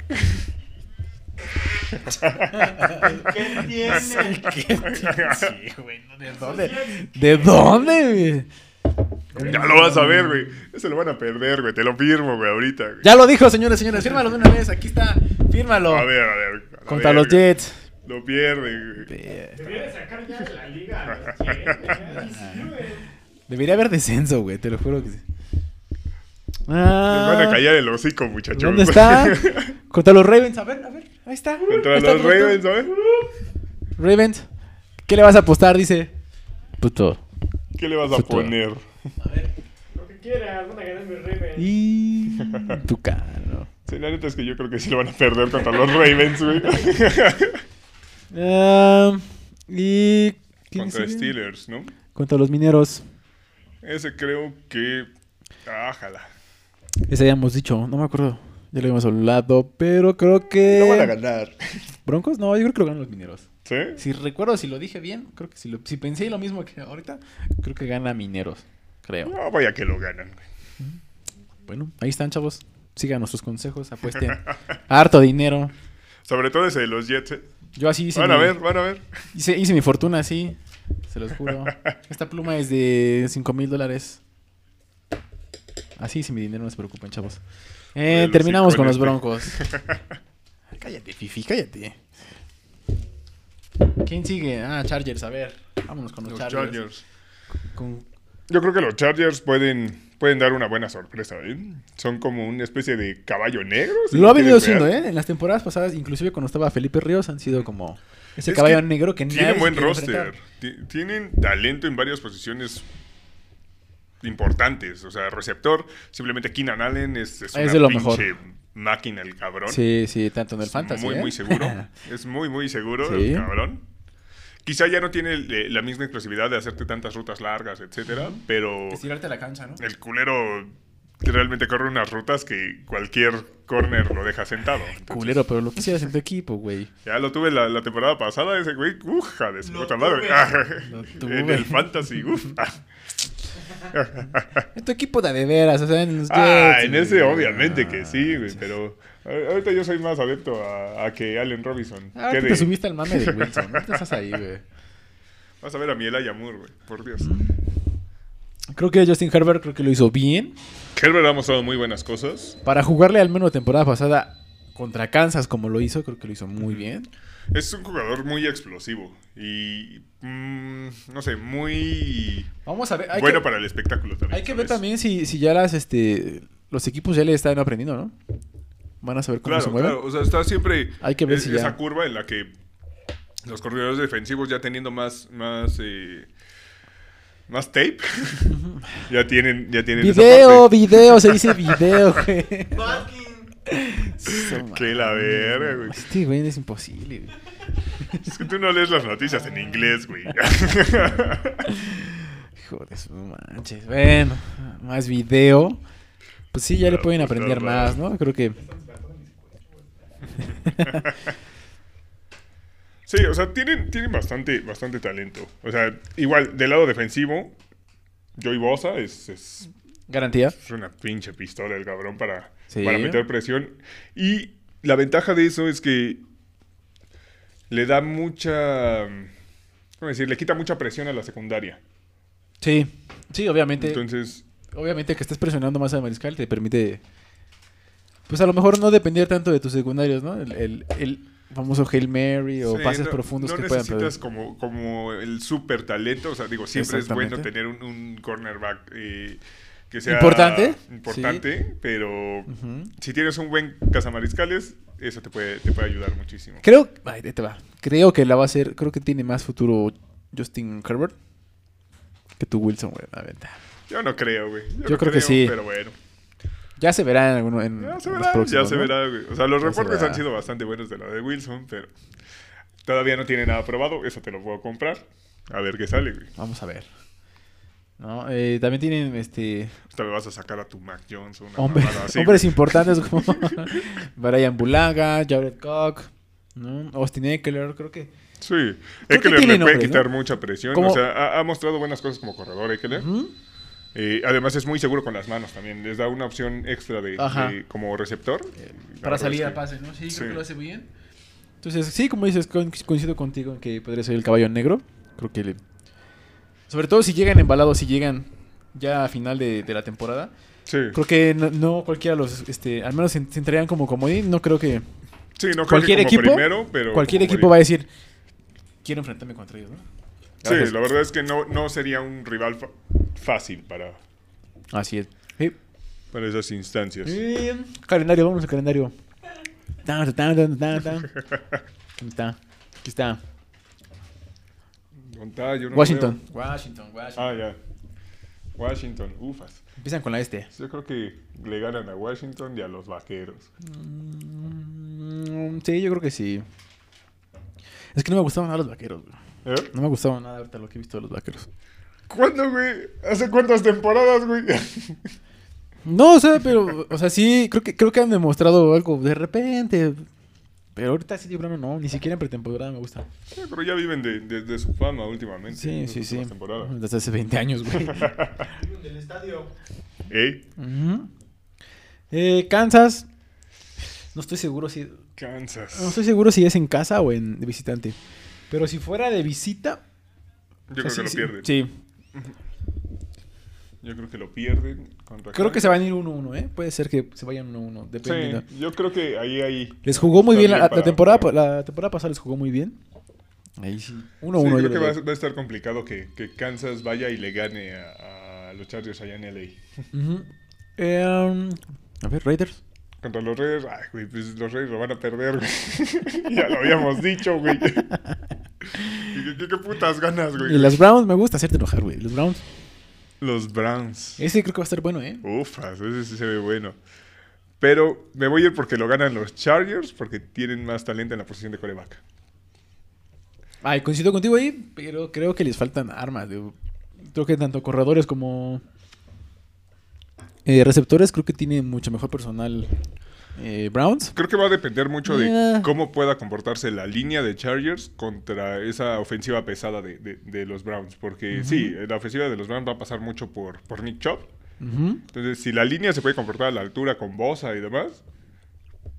Speaker 1: ¿Qué tiene? Sí, güey. no, ¿De
Speaker 3: Pues
Speaker 1: dónde? ¿De dónde, güey?
Speaker 2: Ya lo vas a ver, güey. Ese lo van a perder, güey. Te lo firmo, güey, ahorita, güey.
Speaker 1: Ya lo dijo, señores, señores. Fírmalo de una vez. Aquí está. Fírmalo.
Speaker 2: A ver, a ver. a la
Speaker 1: Contra los
Speaker 2: verga.
Speaker 1: Jets.
Speaker 2: Lo pierde, güey.
Speaker 3: Debería sacar ya de la liga a los Jets, ya, sí, güey.
Speaker 1: Debería haber descenso, güey, te lo juro que sí.
Speaker 2: Les
Speaker 1: Ah,
Speaker 2: van a callar el hocico, muchachos.
Speaker 1: ¿Dónde está? Contra los Ravens, a ver, a ver, ahí está.
Speaker 2: Contra
Speaker 1: ahí está
Speaker 2: los
Speaker 1: tu voto.
Speaker 2: Ravens, ¿sabes?
Speaker 1: Ravens, ¿qué le vas a apostar? Dice. Puto.
Speaker 2: ¿Qué le vas a
Speaker 1: Puta.
Speaker 2: poner?
Speaker 3: Lo que quieras, van a ganar mis Ravens.
Speaker 1: Y. Tu cano.
Speaker 2: Sí, la neta es que yo creo que sí lo van a perder contra los Ravens, güey.
Speaker 1: Ah, y. ¿Quiénes
Speaker 2: contra
Speaker 1: siguen?
Speaker 2: Steelers, ¿no?
Speaker 1: Contra los mineros.
Speaker 2: Ese creo que. ah, Ájala.
Speaker 1: Ese habíamos dicho, no me acuerdo. Ya lo habíamos hablado, pero creo que.
Speaker 2: No van a ganar.
Speaker 1: ¿Broncos? No, yo creo que lo ganan los mineros.
Speaker 2: ¿Sí?
Speaker 1: Si recuerdo, si lo dije bien, creo que si, lo- si pensé lo mismo que ahorita, creo que gana mineros. Creo.
Speaker 2: No, vaya que lo ganan. güey.
Speaker 1: Bueno, ahí están, chavos. Sigan nuestros consejos, apuesten. Harto dinero.
Speaker 2: Sobre todo ese de los Jets. ¿eh?
Speaker 1: Yo así hice.
Speaker 2: Van a
Speaker 1: mi-
Speaker 2: ver, van a ver.
Speaker 1: Hice, hice mi fortuna así. Se los juro. Esta pluma es de 5 mil dólares. Así hice mi dinero, no se preocupen, chavos. Eh,
Speaker 2: Bueno,
Speaker 1: terminamos
Speaker 2: sí,
Speaker 1: con
Speaker 2: con
Speaker 1: los
Speaker 2: este.
Speaker 1: broncos. cállate, Fifi, cállate. ¿Quién sigue? Ah, Chargers, a ver. Vámonos con los,
Speaker 2: Los
Speaker 1: Chargers.
Speaker 2: Chargers.
Speaker 1: Con-
Speaker 2: Yo creo que los Chargers pueden, pueden dar una buena sorpresa, ¿eh? Son como una especie de caballo negro. si
Speaker 1: Lo ha venido
Speaker 2: quieres
Speaker 1: siendo,
Speaker 2: ver.
Speaker 1: ¿eh? En las temporadas pasadas, inclusive cuando estaba Felipe Ríos, han sido como ese
Speaker 2: Es
Speaker 1: caballo
Speaker 2: que
Speaker 1: negro que nadie
Speaker 2: Tienen
Speaker 1: se
Speaker 2: buen
Speaker 1: quiere
Speaker 2: roster.
Speaker 1: enfrentar.
Speaker 2: Ti- Tienen talento en varias posiciones importantes. O sea, receptor, simplemente Keenan Allen es,
Speaker 1: Es
Speaker 2: es una
Speaker 1: de lo
Speaker 2: pinche
Speaker 1: mejor.
Speaker 2: máquina el cabrón.
Speaker 1: Sí, sí, tanto en el
Speaker 2: Es
Speaker 1: fantasy.
Speaker 2: Muy,
Speaker 1: ¿eh?
Speaker 2: muy seguro. es muy, muy seguro
Speaker 1: Sí.
Speaker 2: el cabrón. Quizá ya no tiene eh, la misma explosividad de hacerte tantas rutas largas, etcétera, pero
Speaker 1: Estirarte la cancha, ¿no?
Speaker 2: el culero realmente corre unas rutas que cualquier corner lo deja sentado. Entonces,
Speaker 1: Culero, pero lo quisieras en tu equipo, güey.
Speaker 2: Ya lo tuve la, la temporada pasada, ese güey, uja, de su
Speaker 1: Lo
Speaker 2: puta madre.
Speaker 1: tuve. Lo
Speaker 2: en
Speaker 1: tuve.
Speaker 2: el fantasy, uf.
Speaker 1: En tu equipo de, de veras, o sea, en los
Speaker 2: Ah,
Speaker 1: Jets,
Speaker 2: en
Speaker 1: güey.
Speaker 2: ese obviamente que
Speaker 1: Ah,
Speaker 2: sí, güey, pero a- ahorita yo soy más adepto a, a que Allen Robinson
Speaker 1: Ah, tú
Speaker 2: quede.
Speaker 1: te subiste al mame de Wilson. No te estás ahí, güey.
Speaker 2: Vas a ver a Miel Ayamur, güey, por Dios.
Speaker 1: Creo que Justin Herbert creo que lo hizo bien.
Speaker 2: Herbert ha mostrado muy buenas cosas.
Speaker 1: Para jugarle al menos temporada pasada contra Kansas como lo hizo, creo que lo hizo muy bien.
Speaker 2: Es un jugador muy explosivo y, mm, no sé, muy
Speaker 1: Vamos a ver. Hay
Speaker 2: bueno
Speaker 1: que,
Speaker 2: para el espectáculo también.
Speaker 1: hay que ver
Speaker 2: ¿sabes?
Speaker 1: también si, si ya las, este, los equipos ya le están aprendiendo, ¿no? Van a saber cómo se
Speaker 2: Claro,
Speaker 1: mueven.
Speaker 2: claro. O sea, está siempre
Speaker 1: Hay que ver
Speaker 2: es-
Speaker 1: si ya-
Speaker 2: esa curva en la que los corredores defensivos ya teniendo más, más, eh, más tape, ya tienen, ya tienen esa
Speaker 1: Video,
Speaker 2: parte.
Speaker 1: video, se dice video, güey. Eso,
Speaker 2: Que la
Speaker 1: mames,
Speaker 2: verga,
Speaker 1: no.
Speaker 2: güey.
Speaker 1: Este güey es imposible, güey.
Speaker 2: Es que tú no lees las noticias en inglés, güey.
Speaker 1: Joder, no manches. Bueno, más video. Pues sí, ya le
Speaker 2: Ah,
Speaker 1: pueden
Speaker 2: pues,
Speaker 1: aprender
Speaker 2: claro.
Speaker 1: más, ¿no? Creo que.
Speaker 2: sí, o sea, tienen, tienen bastante, bastante talento. O sea, igual, del lado defensivo, Joey Bosa es- es
Speaker 1: Garantía.
Speaker 2: Es una pinche pistola el cabrón para,
Speaker 1: Sí.
Speaker 2: para meter presión. Y la ventaja de eso es que le da mucha. ¿Cómo decir? Le quita mucha presión a la secundaria.
Speaker 1: Sí, sí, obviamente.
Speaker 2: Entonces,
Speaker 1: Obviamente que estés presionando más al mariscal te permite. Pues a lo mejor no depender tanto de tus secundarios, ¿no? El, el- el famoso Hail Mary o
Speaker 2: sí,
Speaker 1: pases
Speaker 2: no-
Speaker 1: profundos
Speaker 2: no
Speaker 1: que puedan.
Speaker 2: necesitas como, como el super talento. O sea, digo, siempre es bueno
Speaker 1: Exactamente.
Speaker 2: tener un, un cornerback eh, que sea.
Speaker 1: Importante,
Speaker 2: Importante, pero
Speaker 1: Ujú.
Speaker 2: si tienes un buen cazamariscales, eso te puede, te puede ayudar muchísimo.
Speaker 1: Creo. Ay, ahí te va. Creo que la va a hacer. Creo que tiene más futuro Justin Herbert que tu Wilson, güey. La verdad.
Speaker 2: Yo no creo, güey.
Speaker 1: Yo creo que sí.
Speaker 2: Pero bueno.
Speaker 1: Ya se verá en alguno. En,
Speaker 2: Ya se
Speaker 1: en los
Speaker 2: verá, ya
Speaker 1: próximos,
Speaker 2: se
Speaker 1: ¿no?
Speaker 2: verá, güey. O sea, los
Speaker 1: Ya se
Speaker 2: reportes
Speaker 1: verá.
Speaker 2: han sido bastante buenos de la de Wilson, pero todavía no tiene nada aprobado. Eso te lo puedo comprar. A ver qué sale, güey.
Speaker 1: Vamos a ver. ¿No? Eh, también tienen este
Speaker 2: Hasta me vas a sacar a tu Mac Jones una
Speaker 1: hombres,
Speaker 2: mamada así,
Speaker 1: hombres
Speaker 2: güey.
Speaker 1: importantes como Brian Bulaga, Jared Cock, ¿no? Austin Eckler, creo que.
Speaker 2: Sí.
Speaker 1: que tiene
Speaker 2: Eckler le puede
Speaker 1: nombres,
Speaker 2: quitar
Speaker 1: ¿no?
Speaker 2: mucha presión.
Speaker 1: Como-
Speaker 2: O sea, ha, ha mostrado buenas cosas como corredor Eckler. Eh, además es muy seguro con las manos también. Les da una opción extra de,
Speaker 1: Ajá. Eh,
Speaker 2: de- como receptor. Eh, La
Speaker 1: Para
Speaker 2: verdad
Speaker 1: salir
Speaker 2: es
Speaker 1: al
Speaker 2: que-
Speaker 1: pase, ¿no? Sí,
Speaker 2: Sí.
Speaker 1: creo que lo hace muy bien. Entonces, sí, como dices, con- coincido contigo en que podría ser el caballo negro. Creo que le... Sobre todo si llegan embalados, si llegan ya a final de, de la temporada.
Speaker 2: Sí.
Speaker 1: Creo que no, no cualquiera los, este, al menos se, se entrarían como comodín. No creo que
Speaker 2: Sí, no creo que
Speaker 1: cualquier
Speaker 2: como
Speaker 1: equipo,
Speaker 2: primero, pero
Speaker 1: cualquier
Speaker 2: como
Speaker 1: equipo va a decir, quiero enfrentarme contra ellos, ¿no?
Speaker 2: Sí,
Speaker 1: Gracias.
Speaker 2: la verdad es que no, no sería un rival fa- fácil para,
Speaker 1: Así es. Sí.
Speaker 2: para esas instancias.
Speaker 1: Bien. Calendario, vamos al calendario. Tan, tan, tan, tan, tan. Aquí está. Aquí está.
Speaker 2: ¿Dónde está? Yo no lo
Speaker 1: Washington.
Speaker 2: veo.
Speaker 1: Washington, Washington.
Speaker 2: Ah, ya. Washington, ufas.
Speaker 1: Empiezan con la este.
Speaker 2: Yo creo que le ganan a Washington y a los vaqueros.
Speaker 1: Mm, sí, yo creo que sí. Es que no me gustaban nada los vaqueros, güey.
Speaker 2: ¿Eh?
Speaker 1: No me gustaba nada ahorita lo que he visto de los vaqueros.
Speaker 2: ¿Cuándo, güey? ¿Hace cuántas temporadas, güey?
Speaker 1: No, o sea, pero, o sea, sí, creo que, creo que han demostrado algo de repente. Pero ahorita sí, de plano, no, ni siquiera en pretemporada me gusta.
Speaker 2: Sí, Pero ya viven de, de- de su fama últimamente.
Speaker 1: Sí,
Speaker 2: en
Speaker 1: sí,
Speaker 2: sus
Speaker 1: sí.
Speaker 2: últimas temporadas.
Speaker 1: Desde hace 20 años, güey.
Speaker 3: Del estadio.
Speaker 2: Ey,
Speaker 1: Ujú. Eh, Kansas. No estoy seguro si. No
Speaker 2: Kansas.
Speaker 1: estoy seguro si es en casa o en de visitante. Pero si fuera de visita. o
Speaker 2: Yo creo
Speaker 1: sea,
Speaker 2: que lo
Speaker 1: sí,
Speaker 2: pierden.
Speaker 1: sí, sí.
Speaker 2: Yo creo que lo pierden. Contra
Speaker 1: Creo que
Speaker 2: Kansas.
Speaker 1: se van a ir 1-1, ¿eh? Puede ser que se vayan 1-1, dependiendo.
Speaker 2: Sí, yo creo que ahí, ahí.
Speaker 1: Les jugó muy bien la,
Speaker 2: También
Speaker 1: la
Speaker 2: para-
Speaker 1: temporada,
Speaker 2: para-
Speaker 1: la temporada pasada les jugó muy bien. Ahí sí. 1-1
Speaker 2: Sí,
Speaker 1: yo
Speaker 2: creo
Speaker 1: lo
Speaker 2: que va
Speaker 1: veo.
Speaker 2: a, va a estar complicado que, que Kansas vaya y le gane a, a los Chargers allá en LA.
Speaker 1: Ujú. Eh, um, a ver, Raiders.
Speaker 2: Contra los Reyes, ay, güey, pues los Reyes lo van a perder, güey. ya lo habíamos dicho, güey. ¿Qué, qué- qué putas ganas, güey?
Speaker 1: Y las Browns, me gusta hacerte enojar, güey. Los Browns.
Speaker 2: Los Browns.
Speaker 1: Ese creo que va a estar bueno, ¿eh?
Speaker 2: Ufas, ese sí se ve bueno. Pero me voy a ir porque lo ganan los Chargers, porque tienen más talento en la posición de coreback.
Speaker 1: Ay, coincido contigo ahí, pero creo que les faltan armas. digo. Creo que tanto corredores como eh, receptores, creo que tiene mucho mejor personal eh, Browns.
Speaker 2: Creo que va a depender mucho de
Speaker 1: Ah.
Speaker 2: cómo pueda comportarse la línea de Chargers contra esa ofensiva pesada de, de- de los Browns. Porque sí, la ofensiva de los Browns va a pasar mucho por, por Nick Chubb.
Speaker 1: Ujú.
Speaker 2: Entonces, si la línea se puede comportar a la altura con Bosa y demás,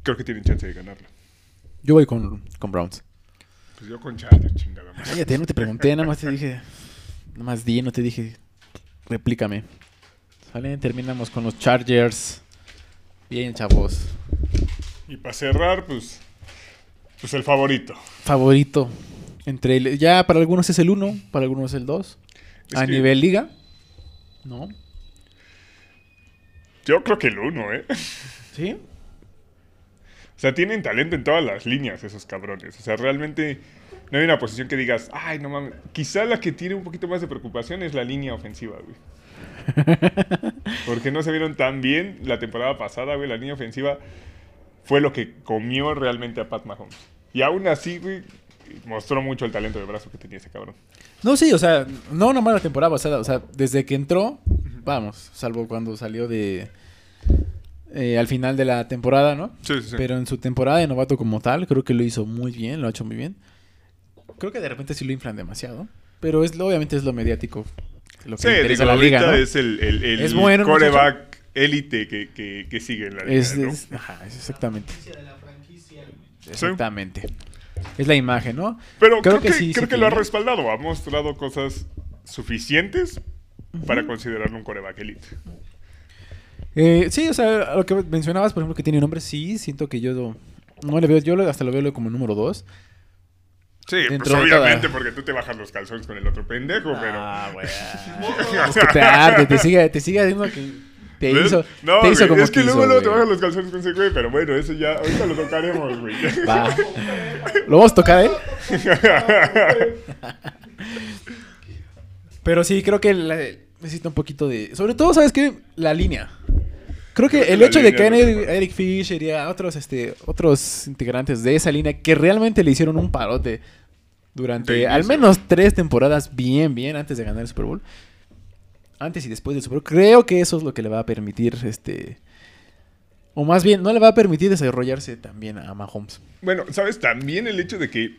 Speaker 2: creo que tienen chance de ganarla.
Speaker 1: Yo voy con, con Browns.
Speaker 2: Pues yo con Chargers, chingada madre.
Speaker 1: Cállate, no te pregunté, nada más te dije. Nada más di, no te dije. Replícame. Vale, terminamos con los Chargers. Bien, chavos.
Speaker 2: Y para cerrar, pues, pues el favorito.
Speaker 1: Favorito. Entre el- ya para algunos es el 1, para algunos el 2.
Speaker 2: Es
Speaker 1: A
Speaker 2: que
Speaker 1: nivel liga. No.
Speaker 2: Yo creo que el uno, ¿eh?
Speaker 1: ¿Sí?
Speaker 2: O sea, tienen talento en todas las líneas esos cabrones. O sea, realmente no hay una posición que digas, ay, no mames. Quizá la que tiene un poquito más de preocupación es la línea ofensiva, güey. Porque no se vieron tan bien la temporada pasada, güey. La línea ofensiva fue lo que comió realmente a Pat Mahomes. Y aún así, güey, mostró mucho el talento de brazo que tenía ese cabrón.
Speaker 1: No, sí, o sea, no nomás la temporada pasada, o sea, desde que entró, vamos, salvo cuando salió de... eh, al final de la temporada, ¿no?
Speaker 2: Sí, sí,
Speaker 1: Pero en su temporada de novato como tal, creo que lo hizo muy bien, lo ha hecho muy bien. Creo que de repente sí lo inflan demasiado, pero es lo- obviamente es lo mediático. Lo que
Speaker 2: Sí,
Speaker 1: interesa
Speaker 2: digo,
Speaker 1: a la liga,
Speaker 2: ahorita
Speaker 1: ¿no?
Speaker 2: es el, el, el
Speaker 1: Es bueno, el
Speaker 2: coreback élite que, que, que sigue en la liga,
Speaker 1: Es-
Speaker 2: ¿no?
Speaker 1: es- ajá, es exactamente,
Speaker 3: La franquicia de la franquicia.
Speaker 1: exactamente. Es la imagen, ¿no?
Speaker 2: Pero creo, que,
Speaker 1: sí,
Speaker 2: creo
Speaker 1: sí
Speaker 2: que lo ha
Speaker 1: tiene.
Speaker 2: respaldado. Ha mostrado cosas suficientes para considerarlo un coreback elite.
Speaker 1: Eh, sí, o sea, lo que mencionabas, por ejemplo, que tiene nombre, sí, siento que yo no- no le veo, yo lo- hasta lo veo como número dos.
Speaker 2: Sí, pues
Speaker 1: Dentro de
Speaker 2: obviamente
Speaker 1: toda-
Speaker 2: porque tú te bajas los calzones con el otro pendejo,
Speaker 1: Ah, güey.
Speaker 2: pero...
Speaker 1: Es que te arde, te sigue, te sigue haciendo que te
Speaker 2: ¿Ves?
Speaker 1: hizo,
Speaker 2: No,
Speaker 1: te hizo
Speaker 2: güey,
Speaker 1: como
Speaker 2: es que
Speaker 1: quiso,
Speaker 2: luego luego te
Speaker 1: güey.
Speaker 2: bajas los calzones con ese güey, pero bueno, eso ya, ahorita lo tocaremos, güey.
Speaker 1: Va. Lo vamos a tocar, ¿eh? Pero sí, creo que la- necesita un poquito de... Sobre todo, ¿sabes qué? La línea. Creo que
Speaker 2: Creo que
Speaker 1: el
Speaker 2: la
Speaker 1: hecho de que
Speaker 2: línea es lo
Speaker 1: Eric,
Speaker 2: mejor.
Speaker 1: Eric Fisher y a otros, este, otros integrantes de esa línea que realmente le hicieron un parote
Speaker 2: De
Speaker 1: durante
Speaker 2: inicio.
Speaker 1: al menos tres temporadas bien, bien antes de ganar el Super Bowl. Antes y después del Super Bowl. Creo que eso es lo que le va a permitir, este... O más bien, no le va a permitir desarrollarse también a Mahomes.
Speaker 2: Bueno, ¿sabes? También el hecho de que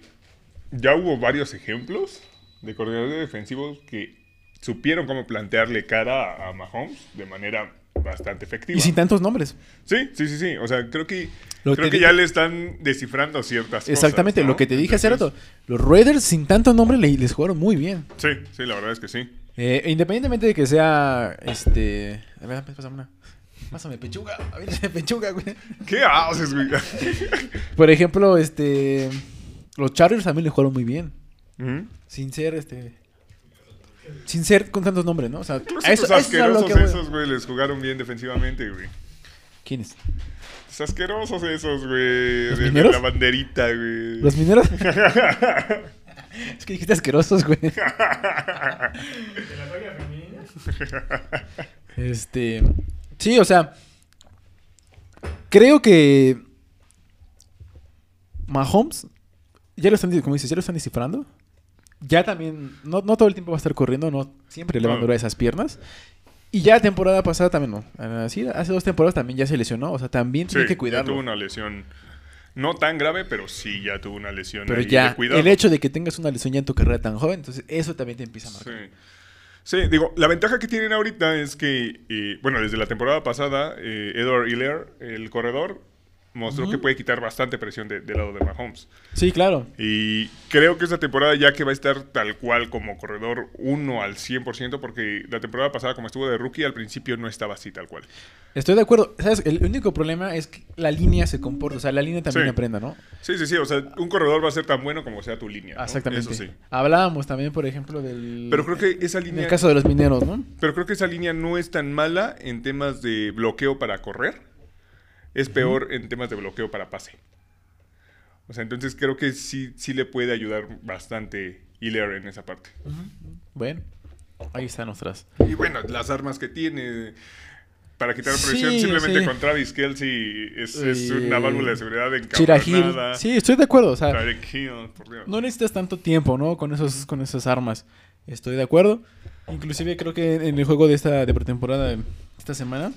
Speaker 2: ya hubo varios ejemplos de coordinadores defensivos que supieron cómo plantearle cara a Mahomes de manera bastante efectiva.
Speaker 1: Y sin tantos nombres.
Speaker 2: Sí, sí, sí, sí. O sea, creo que,
Speaker 1: Lo
Speaker 2: creo
Speaker 1: te
Speaker 2: que
Speaker 1: di-
Speaker 2: ya le están descifrando ciertas cosas.
Speaker 1: Exactamente,
Speaker 2: ¿no?
Speaker 1: lo que te dije hace rato.
Speaker 2: Entonces,
Speaker 1: Los Raiders sin tanto nombre le- les jugaron muy bien.
Speaker 2: Sí, sí, la verdad es que sí.
Speaker 1: Eh, independientemente de que sea, este... A ver, pásame una. Pásame pechuga. A ver, pechuga, güey.
Speaker 2: ¿Qué haces, güey?
Speaker 1: Por ejemplo, este... Los Chargers también le jugaron muy bien.
Speaker 2: Ujú.
Speaker 1: Sin ser, este... Sin ser con tantos nombres, ¿no? O sea,
Speaker 2: Creo
Speaker 1: a
Speaker 2: que esos
Speaker 1: eso, a eso es a lo
Speaker 2: asquerosos
Speaker 1: que voy.
Speaker 2: esos, güey, les jugaron bien defensivamente, güey.
Speaker 1: ¿Quién es?
Speaker 2: Los asquerosos esos, güey.
Speaker 1: ¿Los
Speaker 2: De, de
Speaker 1: mineros?
Speaker 2: la banderita, güey.
Speaker 1: ¿Los mineros? es que dijiste asquerosos, güey.
Speaker 3: ¿De la toalla femenina?
Speaker 1: Este. Sí, o sea. Creo que. Mahomes. Ya lo están, como dices, ya lo están descifrando. ya también, no, no todo el tiempo va a estar corriendo, no siempre le van a
Speaker 2: No.
Speaker 1: durar esas piernas. Y ya la temporada pasada también, no. Ah, sí, hace dos temporadas también ya se lesionó, o sea, también
Speaker 2: Sí,
Speaker 1: tiene que
Speaker 2: ya
Speaker 1: cuidarlo.
Speaker 2: tuvo una lesión. No tan grave, pero sí ya tuvo una lesión.
Speaker 1: Pero
Speaker 2: ahí de
Speaker 1: ya,
Speaker 2: cuidado.
Speaker 1: el hecho de que tengas una lesión ya en tu carrera tan joven, entonces eso también te empieza a marcar.
Speaker 2: Sí. Sí, digo, la ventaja que tienen ahorita es que, eh, bueno, desde la temporada pasada, eh, Edward Hiller, el corredor, mostró que puede quitar bastante presión de- del lado de Mahomes.
Speaker 1: Sí, claro.
Speaker 2: Y creo que esta temporada ya que va a estar tal cual como corredor 1 al 100%, porque la temporada pasada como estuvo de rookie al principio no estaba así tal cual.
Speaker 1: Estoy de acuerdo. ¿Sabes? El único problema es que la línea se comporta. O sea, la línea también
Speaker 2: Sí.
Speaker 1: aprenda, ¿no?
Speaker 2: Sí, sí, sí, o sea, un corredor va a ser tan bueno como sea tu línea. ¿no?
Speaker 1: Ah, Exactamente.
Speaker 2: Eso sí.
Speaker 1: Hablábamos también, por ejemplo, del.
Speaker 2: Pero creo que esa
Speaker 1: En el
Speaker 2: línea...
Speaker 1: caso de los mineros, ¿no?
Speaker 2: Pero creo que esa línea no es tan mala en temas de bloqueo para correr. Es peor en temas de bloqueo para pase. O sea, entonces creo que sí, sí le puede ayudar bastante Hiller en esa parte.
Speaker 1: Bueno, ahí están nuestras.
Speaker 2: Y bueno, las armas que tiene para quitar
Speaker 1: Sí,
Speaker 2: presión simplemente
Speaker 1: sí.
Speaker 2: con Travis Kelsey es, es
Speaker 1: Y-
Speaker 2: una válvula de seguridad
Speaker 1: Chirajil.
Speaker 2: encabronada.
Speaker 1: Sí, estoy de acuerdo. O sea,
Speaker 2: Tyreek Hill, por Dios.
Speaker 1: no necesitas tanto tiempo, ¿no? Con, esos, con esas armas. Estoy de acuerdo. Inclusive creo que en el juego de esta de pretemporada de esta semana,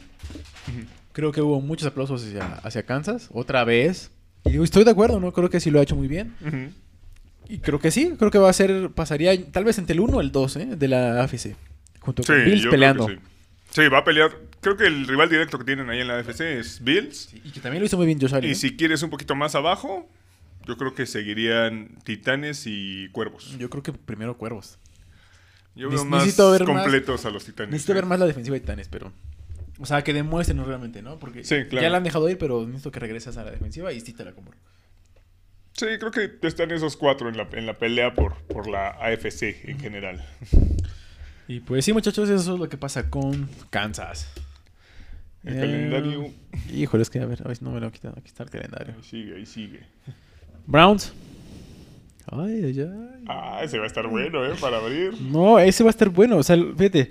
Speaker 1: creo que hubo muchos aplausos hacia, hacia Kansas, otra vez. Y digo, estoy de acuerdo, ¿no? Creo que sí lo ha hecho muy bien.
Speaker 2: Ujú.
Speaker 1: Y creo que sí, creo que va a ser, pasaría tal vez entre el 1 o el 2 ¿eh? de la AFC. Junto
Speaker 2: Sí,
Speaker 1: con Bills
Speaker 2: yo creo que
Speaker 1: peleando.
Speaker 2: sí. Sí, va a pelear. Creo que el rival directo que tienen ahí en la AFC es Bills.
Speaker 1: Sí, Y que también lo hizo muy bien Josh Allen.
Speaker 2: Y
Speaker 1: ¿eh?
Speaker 2: si quieres un poquito más abajo, yo creo que seguirían Titanes y Cuervos.
Speaker 1: Yo creo que primero Cuervos.
Speaker 2: Yo
Speaker 1: Neces-
Speaker 2: veo más
Speaker 1: necesito ver más-
Speaker 2: completos a los Titanes.
Speaker 1: Necesito
Speaker 2: ¿eh?
Speaker 1: ver más la defensiva de Titanes, pero. O sea, que demuestren realmente, ¿no? Porque
Speaker 2: Sí, claro.
Speaker 1: ya la han dejado ir, pero necesito que regreses a la defensiva y sí te la compro.
Speaker 2: Sí, creo que están esos cuatro en la, en la pelea por, por la AFC en general.
Speaker 1: Y pues sí, muchachos, eso es lo que pasa con Kansas. Eh,
Speaker 2: El calendario-
Speaker 1: Híjole, es que a ver, a ver si no me lo quitan. Aquí está el calendario.
Speaker 2: Ahí sigue, ahí sigue.
Speaker 1: Browns. Ay, ay, ay.
Speaker 2: Ah, ese va a estar bueno, ¿eh? Para abrir.
Speaker 1: No, ese va a estar bueno. O sea, fíjate.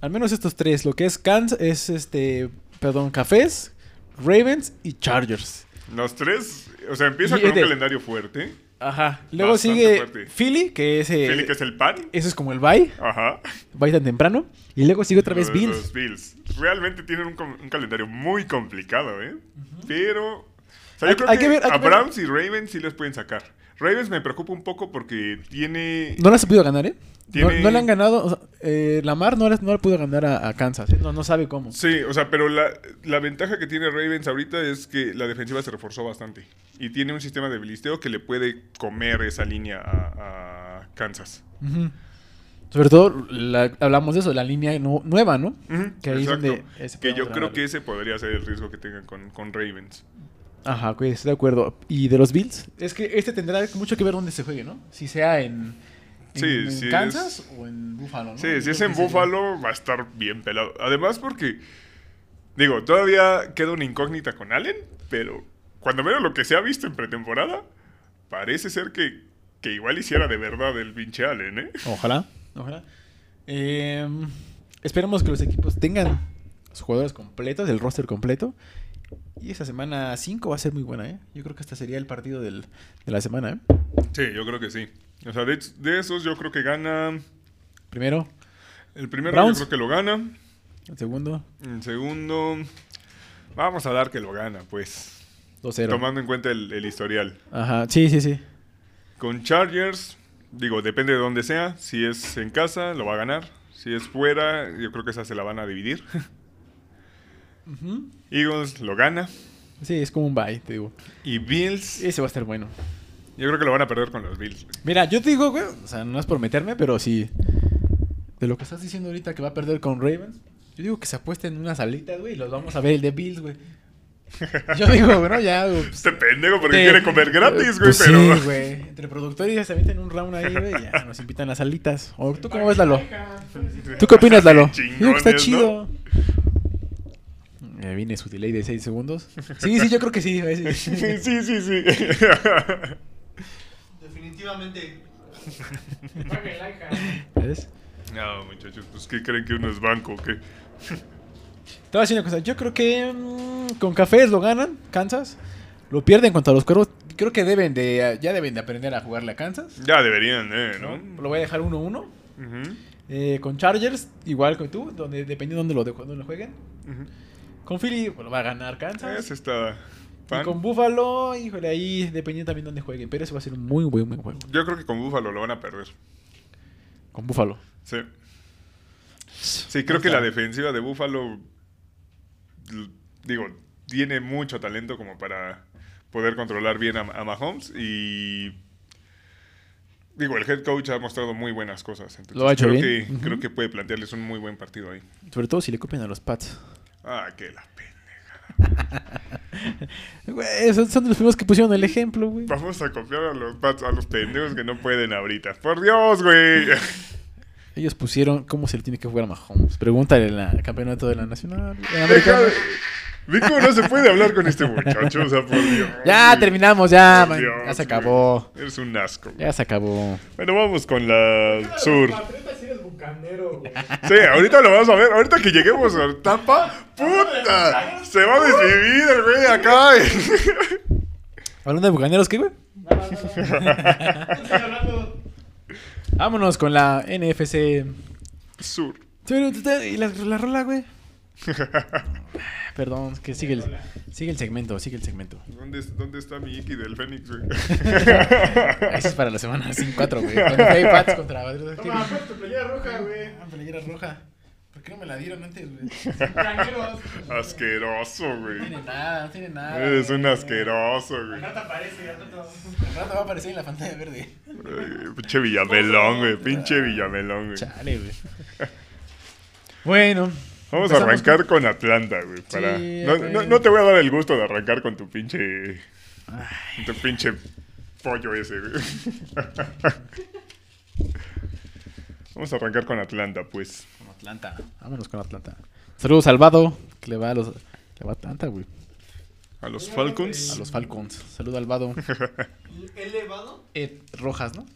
Speaker 1: Al menos estos tres. Lo que es Kansas es este. Perdón, Cafés, Ravens y Chargers.
Speaker 2: Los tres, o sea, empieza
Speaker 1: Y
Speaker 2: con un
Speaker 1: este-
Speaker 2: calendario fuerte.
Speaker 1: Ajá. Luego
Speaker 2: Bastante
Speaker 1: sigue
Speaker 2: fuerte.
Speaker 1: Philly, que es. eh,
Speaker 2: Felipe es el pan.
Speaker 1: Ese es como el bye.
Speaker 2: Ajá.
Speaker 1: Bye tan temprano. Y luego sigue otra vez
Speaker 2: Los-
Speaker 1: Bills.
Speaker 2: Los Bills. Realmente tienen un, com- un calendario muy complicado, ¿eh? Pero. o sea, yo
Speaker 1: Hay-
Speaker 2: creo
Speaker 1: hay
Speaker 2: que,
Speaker 1: que ver, hay
Speaker 2: a
Speaker 1: que ver.
Speaker 2: Browns y Ravens sí les pueden sacar. Ravens me preocupa un poco porque tiene.
Speaker 1: No las ha podido ganar, ¿eh? No,
Speaker 2: Tiene-
Speaker 1: no le han ganado. o sea, eh, Lamar no, las- no le pudo ganar a, a Kansas. ¿eh? No, no sabe cómo.
Speaker 2: Sí, o sea, pero la, la ventaja que tiene Ravens ahorita es que la defensiva se reforzó bastante. Y tiene un sistema de blisteo que le puede comer esa línea a, a Kansas.
Speaker 1: Ujú. Sobre todo, la- hablamos de eso, la línea no- nueva, ¿no?
Speaker 2: Ujú,
Speaker 1: Que ahí es
Speaker 2: exacto.
Speaker 1: donde ese
Speaker 2: Que yo
Speaker 1: podemos
Speaker 2: creo
Speaker 1: ganar.
Speaker 2: que ese podría ser el riesgo que tengan con, con Ravens.
Speaker 1: Ajá, ok, estoy de acuerdo. ¿Y de los Bills? Es que este tendrá mucho que ver dónde se juegue, ¿no? Si sea en, en-
Speaker 2: Sí,
Speaker 1: en
Speaker 2: sí,
Speaker 1: Kansas
Speaker 2: es-
Speaker 1: o en Buffalo, ¿no?
Speaker 2: Sí, si
Speaker 1: Yo
Speaker 2: es
Speaker 1: creo
Speaker 2: en
Speaker 1: que sería-
Speaker 2: Búfalo va a estar bien pelado. Además porque, digo, todavía queda una incógnita con Allen, pero cuando menos lo que se ha visto en pretemporada, parece ser que, que igual hiciera de verdad el pinche Allen, ¿eh?
Speaker 1: Ojalá. Ojalá. Eh, esperemos que los equipos tengan los jugadores completos, el roster completo. Y esta semana 5 va a ser muy buena, ¿eh? Yo creo que este sería el partido del- de la semana, ¿eh?
Speaker 2: Sí, yo creo que sí. O sea, de, de esos yo creo que gana...
Speaker 1: Primero,
Speaker 2: El primero
Speaker 1: Browns.
Speaker 2: yo creo que lo gana.
Speaker 1: el segundo,
Speaker 2: El segundo... Vamos a dar que lo gana, pues.
Speaker 1: 2-0.
Speaker 2: Tomando en cuenta el, el historial.
Speaker 1: Ajá, sí, sí, sí.
Speaker 2: Con Chargers, digo, depende de dónde sea. Si es en casa, lo va a ganar. Si es fuera, yo creo que esa se la van a dividir.
Speaker 1: Ujú.
Speaker 2: Eagles lo gana.
Speaker 1: Sí, es como un bye, te digo.
Speaker 2: Y Bills,
Speaker 1: Ese va a estar bueno.
Speaker 2: yo creo que lo van a perder con los Bills.
Speaker 1: Mira, yo te digo, güey, o sea, no es por meterme, pero sí. De lo que estás diciendo ahorita que va a perder con Ravens, yo digo que se apuesten unas alitas, güey, y los vamos a ver el de Bills, güey. Yo digo, bueno, ya, güey. pues,
Speaker 2: Este pendejo porque
Speaker 1: te-
Speaker 2: quiere comer gratis, güey,
Speaker 1: pues
Speaker 2: pero...
Speaker 1: Sí, güey. Entre productores ya se meten un round ahí, güey, y ya nos invitan las alitas. O, ¿Tú cómo ves, Lalo? ¿Tú qué opinas, Lalo? Yo digo que está
Speaker 2: Chingones, ¿no?
Speaker 1: chido. Me viene su delay de 6 segundos. Sí, sí, yo creo que sí. güey, sí.
Speaker 2: Sí, sí, sí, sí.
Speaker 4: Definitivamente.
Speaker 3: Paga el IHA.
Speaker 1: ¿Ves?
Speaker 2: no, muchachos, pues ¿qué creen que uno es banco? o ¿Qué?
Speaker 1: Te voy a decir una cosa. Yo creo que mm, con cafés lo ganan, Kansas. Lo pierden contra los cuervos. creo que deben de, ya deben de aprender a jugarle a Kansas.
Speaker 2: Ya deberían, eh, ¿no?
Speaker 1: Lo voy a dejar 1-1.
Speaker 2: Ujú,
Speaker 1: Eh, con Chargers, igual que tú, donde, dependiendo de dónde lo, de, dónde lo jueguen.
Speaker 2: ujú.
Speaker 1: Con Philly, pues, lo va a ganar Kansas.
Speaker 2: Ese está
Speaker 1: Y
Speaker 2: fan.
Speaker 1: con Buffalo, híjole, ahí dependiendo también dónde jueguen. Pero eso va a ser un muy buen, buen juego.
Speaker 2: Yo creo que con Búfalo lo van a perder.
Speaker 1: Con Buffalo.
Speaker 2: Sí. Sí, creo que la defensiva de Búfalo, l- digo, tiene mucho talento como para poder controlar bien a, a Mahomes y... Digo, el head coach ha mostrado muy buenas cosas. Entonces,
Speaker 1: Lo ha hecho
Speaker 2: creo,
Speaker 1: bien.
Speaker 2: Que,
Speaker 1: Ujú.
Speaker 2: creo que puede plantearles un muy buen partido ahí.
Speaker 1: Sobre todo si le copian a los Pats.
Speaker 2: Ah, qué la pena.
Speaker 1: Güey, son, son de los primeros que pusieron el ejemplo, güey.
Speaker 2: Vamos a confiar a los, pats- a los pendejos que no pueden ahorita. ¡Por Dios, güey!
Speaker 1: Ellos pusieron cómo se le tiene que jugar a Mahomes. Pregúntale en la campeonato de la nacional. en la
Speaker 2: Deja
Speaker 1: americana.
Speaker 2: de- Ve cómo no se puede hablar con este muchacho, o sea, por Dios.
Speaker 1: Ya
Speaker 2: güey.
Speaker 1: terminamos, ya.
Speaker 2: Por
Speaker 1: man.
Speaker 2: Dios,
Speaker 1: ya se
Speaker 2: güey.
Speaker 1: acabó.
Speaker 2: Eres un asco. güey.
Speaker 1: Ya se acabó.
Speaker 2: Bueno, vamos con la sur.
Speaker 3: Patriotas sí eres bucanero, güey.
Speaker 2: Sí, ahorita lo vamos a ver. Ahorita que lleguemos a Tampa, ¡puta! Se va a desvivir el güey acá.
Speaker 1: Hablando de bucaneros, ¿qué, güey?
Speaker 3: No, no, no, no. Estoy hablando.
Speaker 1: Vámonos con la NFC.
Speaker 2: Sur.
Speaker 1: Y la, la rola, güey. Perdón, es que sigue el, sigue el segmento, sigue el segmento.
Speaker 2: ¿Dónde, es- dónde está mi Iki del Fénix, güey?
Speaker 1: Eso es para la semana 5-4, güey. Cuando hay Pats contra Madrid.
Speaker 3: Toma, pues tu playera roja, güey.
Speaker 1: playera roja. ¿Por qué no me la dieron antes, güey?
Speaker 3: Bucaneros.
Speaker 2: Asqueroso, güey.
Speaker 1: nada, no tiene nada.
Speaker 2: Eres un asqueroso, güey.
Speaker 3: No te aparece, ya no te
Speaker 1: rato va a aparecer en la pantalla verde.
Speaker 2: Ay, Pinche Villamelón, güey. Pinche Villamelón, güey.
Speaker 1: Chale, güey. Bueno.
Speaker 2: Vamos a
Speaker 1: empezamos
Speaker 2: arrancar con Atlanta, güey. Para...
Speaker 1: Sí,
Speaker 2: no,
Speaker 1: güey.
Speaker 2: no- no te voy a dar el gusto de arrancar con tu pinche. Tu pinche pollo ese, güey. Vamos a arrancar con Atlanta, pues.
Speaker 1: con Atlanta. Vámonos con Atlanta. Saludos al Vado, que le va a los. Le va a Atlanta, güey.
Speaker 2: A los
Speaker 1: A
Speaker 2: Falcons.
Speaker 1: los Falcons. Saludos al Vado.
Speaker 3: ¿Elevado?
Speaker 1: Ed Rojas, ¿no?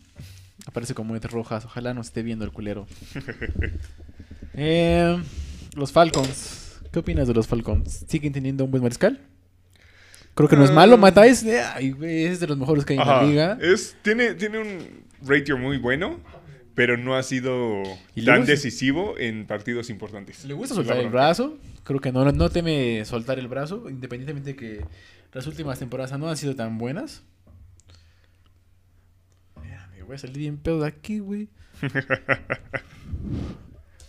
Speaker 1: Aparece como Ed Rojas. Ojalá no esté viendo el culero. Eh, los Falcons. ¿Qué opinas de los Falcons? ¿Siguen teniendo un buen mariscal? Creo que no es malo.
Speaker 2: Mm.
Speaker 1: Matáis eh, ay, güey, es de los mejores que hay en
Speaker 2: Ajá.
Speaker 1: la liga.
Speaker 2: Es, tiene, tiene un ratio muy bueno, pero no ha sido
Speaker 1: Y luego
Speaker 2: tan
Speaker 1: se-
Speaker 2: decisivo en partidos importantes.
Speaker 1: Le gusta
Speaker 2: Es la
Speaker 1: soltar el
Speaker 2: bronca.
Speaker 1: brazo. Creo que no, no teme soltar el brazo, independientemente de que las últimas temporadas no han sido tan buenas. Mira, Me voy a salir bien pedo de aquí, güey.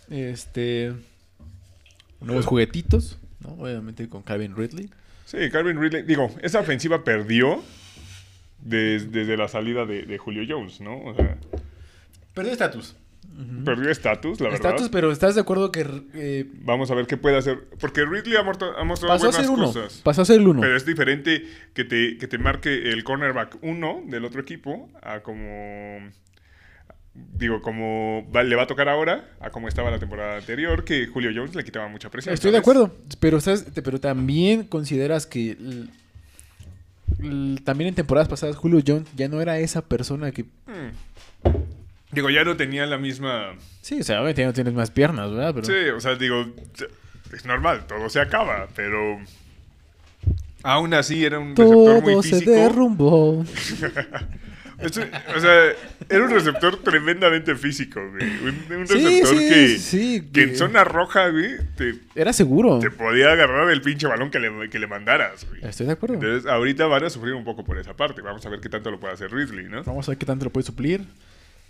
Speaker 1: este. Nuevos juguetitos, ¿no? Obviamente con Calvin Ridley.
Speaker 2: Sí, Calvin Ridley. Digo, esa ofensiva perdió des- desde la salida de, de Julio Jones, ¿no? O sea,
Speaker 1: Perdió estatus.
Speaker 2: perdió estatus, la verdad.
Speaker 1: Estatus, pero ¿estás de acuerdo que eh,
Speaker 2: Vamos a ver qué puede hacer. Porque Ridley ha, muerto- ha mostrado
Speaker 1: pasó a
Speaker 2: buenas
Speaker 1: ser uno?
Speaker 2: cosas.
Speaker 1: Pasó a ser el uno.
Speaker 2: Pero es diferente que te, que te marque el cornerback uno del otro equipo a como. Digo, como va- le va a tocar ahora, a como estaba la temporada anterior, que Julio Jones le quitaba mucha presión.
Speaker 1: Estoy de
Speaker 2: ¿sabes?
Speaker 1: acuerdo, pero, ¿sabes? Te- pero también consideras que l- l- también en temporadas pasadas Julio Jones ya no era esa persona que...
Speaker 2: Mm. Digo, ya no tenía la misma.
Speaker 1: Sí, o sea, obviamente ya no tienes más piernas, ¿verdad? Pero
Speaker 2: Sí, o sea, digo, es normal, todo se acaba, pero. Aún así era un receptor
Speaker 1: todo
Speaker 2: muy
Speaker 1: se
Speaker 2: físico.
Speaker 1: derrumbó.
Speaker 2: Es un- o sea, era un receptor tremendamente físico, güey. Un, un
Speaker 1: Sí,
Speaker 2: receptor
Speaker 1: sí,
Speaker 2: que,
Speaker 1: sí,
Speaker 2: que
Speaker 1: que-
Speaker 2: en zona roja, güey, te,
Speaker 1: Era seguro.
Speaker 2: te podía agarrar el pinche balón que le, que le mandaras, güey.
Speaker 1: Estoy de acuerdo.
Speaker 2: Entonces, ahorita van a sufrir un poco por esa parte. Vamos a ver qué tanto lo puede hacer Ridley, ¿no?
Speaker 1: Vamos a ver qué tanto lo puede suplir.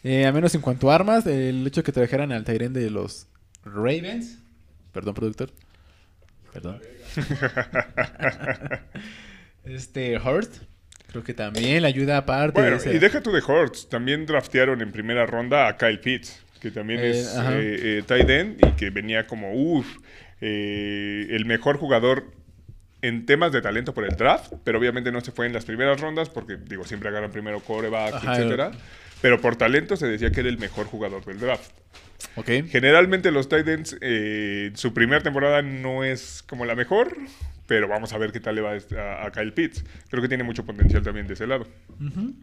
Speaker 1: Eh, a menos en cuanto a armas, el hecho de que trajeran al Tyrén de los Ravens. Perdón, productor. Perdón. este Hurt. Creo que también le ayuda aparte.
Speaker 2: Bueno,
Speaker 1: ese-
Speaker 2: y deja tú de Hortz. También draftearon en primera ronda a Kyle Pitts, que también
Speaker 1: Eh,
Speaker 2: es
Speaker 1: ajá.
Speaker 2: eh, eh, tight end y que venía como, uff, el mejor jugador en temas de talento por el draft, pero obviamente no se fue en las primeras rondas porque, digo, siempre agarran primero coreback,
Speaker 1: Ajá,
Speaker 2: etcétera. Pero por talento se decía que era el mejor jugador del draft.
Speaker 1: Ok.
Speaker 2: Generalmente los tight ends, eh, su primera temporada no es como la mejor, pero vamos a ver qué tal le va a, a Kyle Pitts. Creo que tiene mucho potencial también de ese lado.
Speaker 1: Ujú.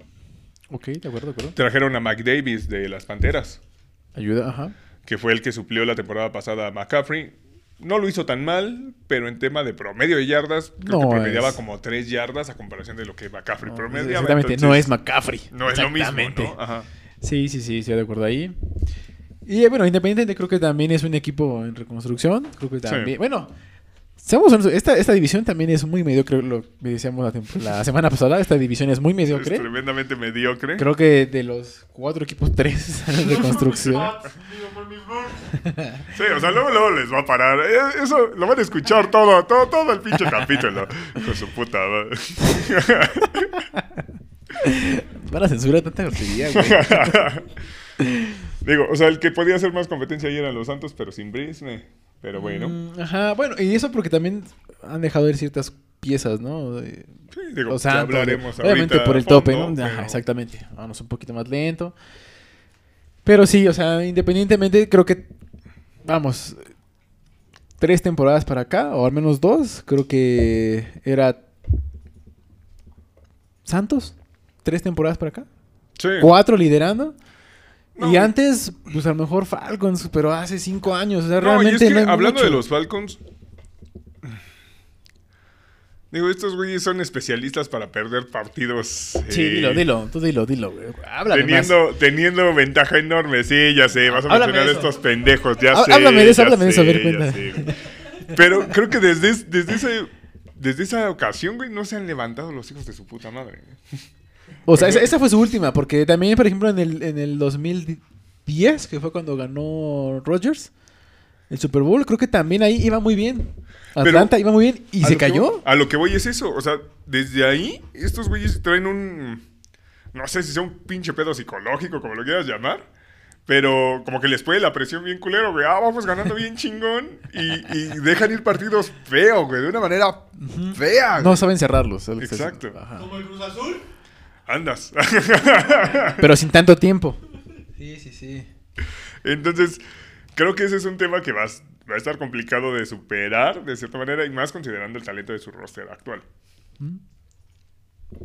Speaker 1: Ok, de acuerdo, de acuerdo.
Speaker 2: Trajeron a Mac Davis de las Panteras,
Speaker 1: Ayuda, ajá.
Speaker 2: que fue el que suplió la temporada pasada a McCaffrey. No lo hizo tan mal, pero en tema de promedio de yardas,
Speaker 1: No
Speaker 2: creo que promediaba
Speaker 1: es-
Speaker 2: como 3 yardas a comparación de lo que McCaffrey
Speaker 1: No,
Speaker 2: promediaba.
Speaker 1: exactamente,
Speaker 2: entonces,
Speaker 1: no es McCaffrey.
Speaker 2: no es lo mismo,
Speaker 1: Exactamente.
Speaker 2: ¿no? Ajá.
Speaker 1: Sí, sí, sí, estoy de acuerdo ahí. Y eh, bueno, Independiente creo que también es un equipo en reconstrucción. Creo que también.
Speaker 2: Sí.
Speaker 1: Bueno, seamos honestos, esta, esta división también es muy mediocre. Lo que decíamos la, temp- la semana pasada, esta división es muy
Speaker 2: Es
Speaker 1: mediocre.
Speaker 2: tremendamente mediocre.
Speaker 1: Creo que de los cuatro equipos, tres están en reconstrucción.
Speaker 3: Ah, Digo, por mis boobs.
Speaker 2: Sí, o sea, luego, luego les va a parar. Eh, Eso lo van a escuchar todo, todo, todo el pinche capítulo. Con su puta madre.
Speaker 1: Van a censurar tanta grosería, güey.
Speaker 2: Digo, o sea, el que podía hacer más competencia ahí eran los Santos, pero sin Brisne. Pero bueno.
Speaker 1: Mm, Ajá, bueno, y eso porque también han dejado de ir ciertas piezas, ¿no? Eh,
Speaker 2: Sí, digo,
Speaker 1: Los
Speaker 2: ya
Speaker 1: Santos,
Speaker 2: hablaremos
Speaker 1: de- obviamente
Speaker 2: ahorita
Speaker 1: por
Speaker 2: a
Speaker 1: el
Speaker 2: fondo,
Speaker 1: tope, ¿no? Ajá,
Speaker 2: pero-
Speaker 1: exactamente. Vamos un poquito más lento. Pero sí, o sea, independientemente, creo que, vamos, tres temporadas para acá, o al menos dos, creo que era Santos, tres temporadas para acá,
Speaker 2: Sí.
Speaker 1: cuatro liderando.
Speaker 2: No,
Speaker 1: Y antes, pues a lo mejor Falcons, pero hace cinco años, o sea,
Speaker 2: No, y
Speaker 1: realmente
Speaker 2: es que
Speaker 1: no hay
Speaker 2: hablando de
Speaker 1: mucho.
Speaker 2: los Falcons. Digo, estos güeyes son especialistas para perder partidos.
Speaker 1: Sí,
Speaker 2: eh,
Speaker 1: dilo, dilo, tú dilo, dilo, güey. Háblame más.
Speaker 2: Teniendo, teniendo ventaja enorme, sí, ya sé, vas a
Speaker 1: Háblame
Speaker 2: mencionar
Speaker 1: de
Speaker 2: a
Speaker 1: eso.
Speaker 2: estos pendejos, ya
Speaker 1: Há-
Speaker 2: sé.
Speaker 1: háblame de eso,
Speaker 2: ya
Speaker 1: háblame de eso, a ver,
Speaker 2: sé,
Speaker 1: cuenta.
Speaker 2: ya sé. Pero creo que desde, es- desde, ese- desde esa ocasión, güey, no se han levantado los hijos de su puta madre.
Speaker 1: O sea, esa, esa fue su última, porque también, por ejemplo, en el, en el 2010, que fue cuando ganó Rodgers el Super Bowl, creo que también ahí iba muy bien.
Speaker 2: Pero-
Speaker 1: Atlanta iba muy bien y
Speaker 2: A
Speaker 1: se
Speaker 2: lo que voy-
Speaker 1: cayó.
Speaker 2: a lo que voy es eso, o sea, desde ahí, estos güeyes traen un. No sé si sea un pinche pedo psicológico, como lo quieras llamar. Pero como que les puede la presión bien culero, güey. Ah, vamos ganando bien chingón. Y, y dejan ir partidos feo, güey. De una manera fea.
Speaker 1: No
Speaker 2: güey.
Speaker 1: saben cerrarlos. es lo que estás
Speaker 2: Exacto.
Speaker 1: diciendo. Ajá.
Speaker 3: Como el Cruz Azul.
Speaker 2: Andas.
Speaker 1: Pero sin tanto tiempo. Sí, sí, sí.
Speaker 2: Entonces, creo que ese es un tema que vas- va a estar complicado de superar, de cierta manera, y más considerando el talento de su roster actual.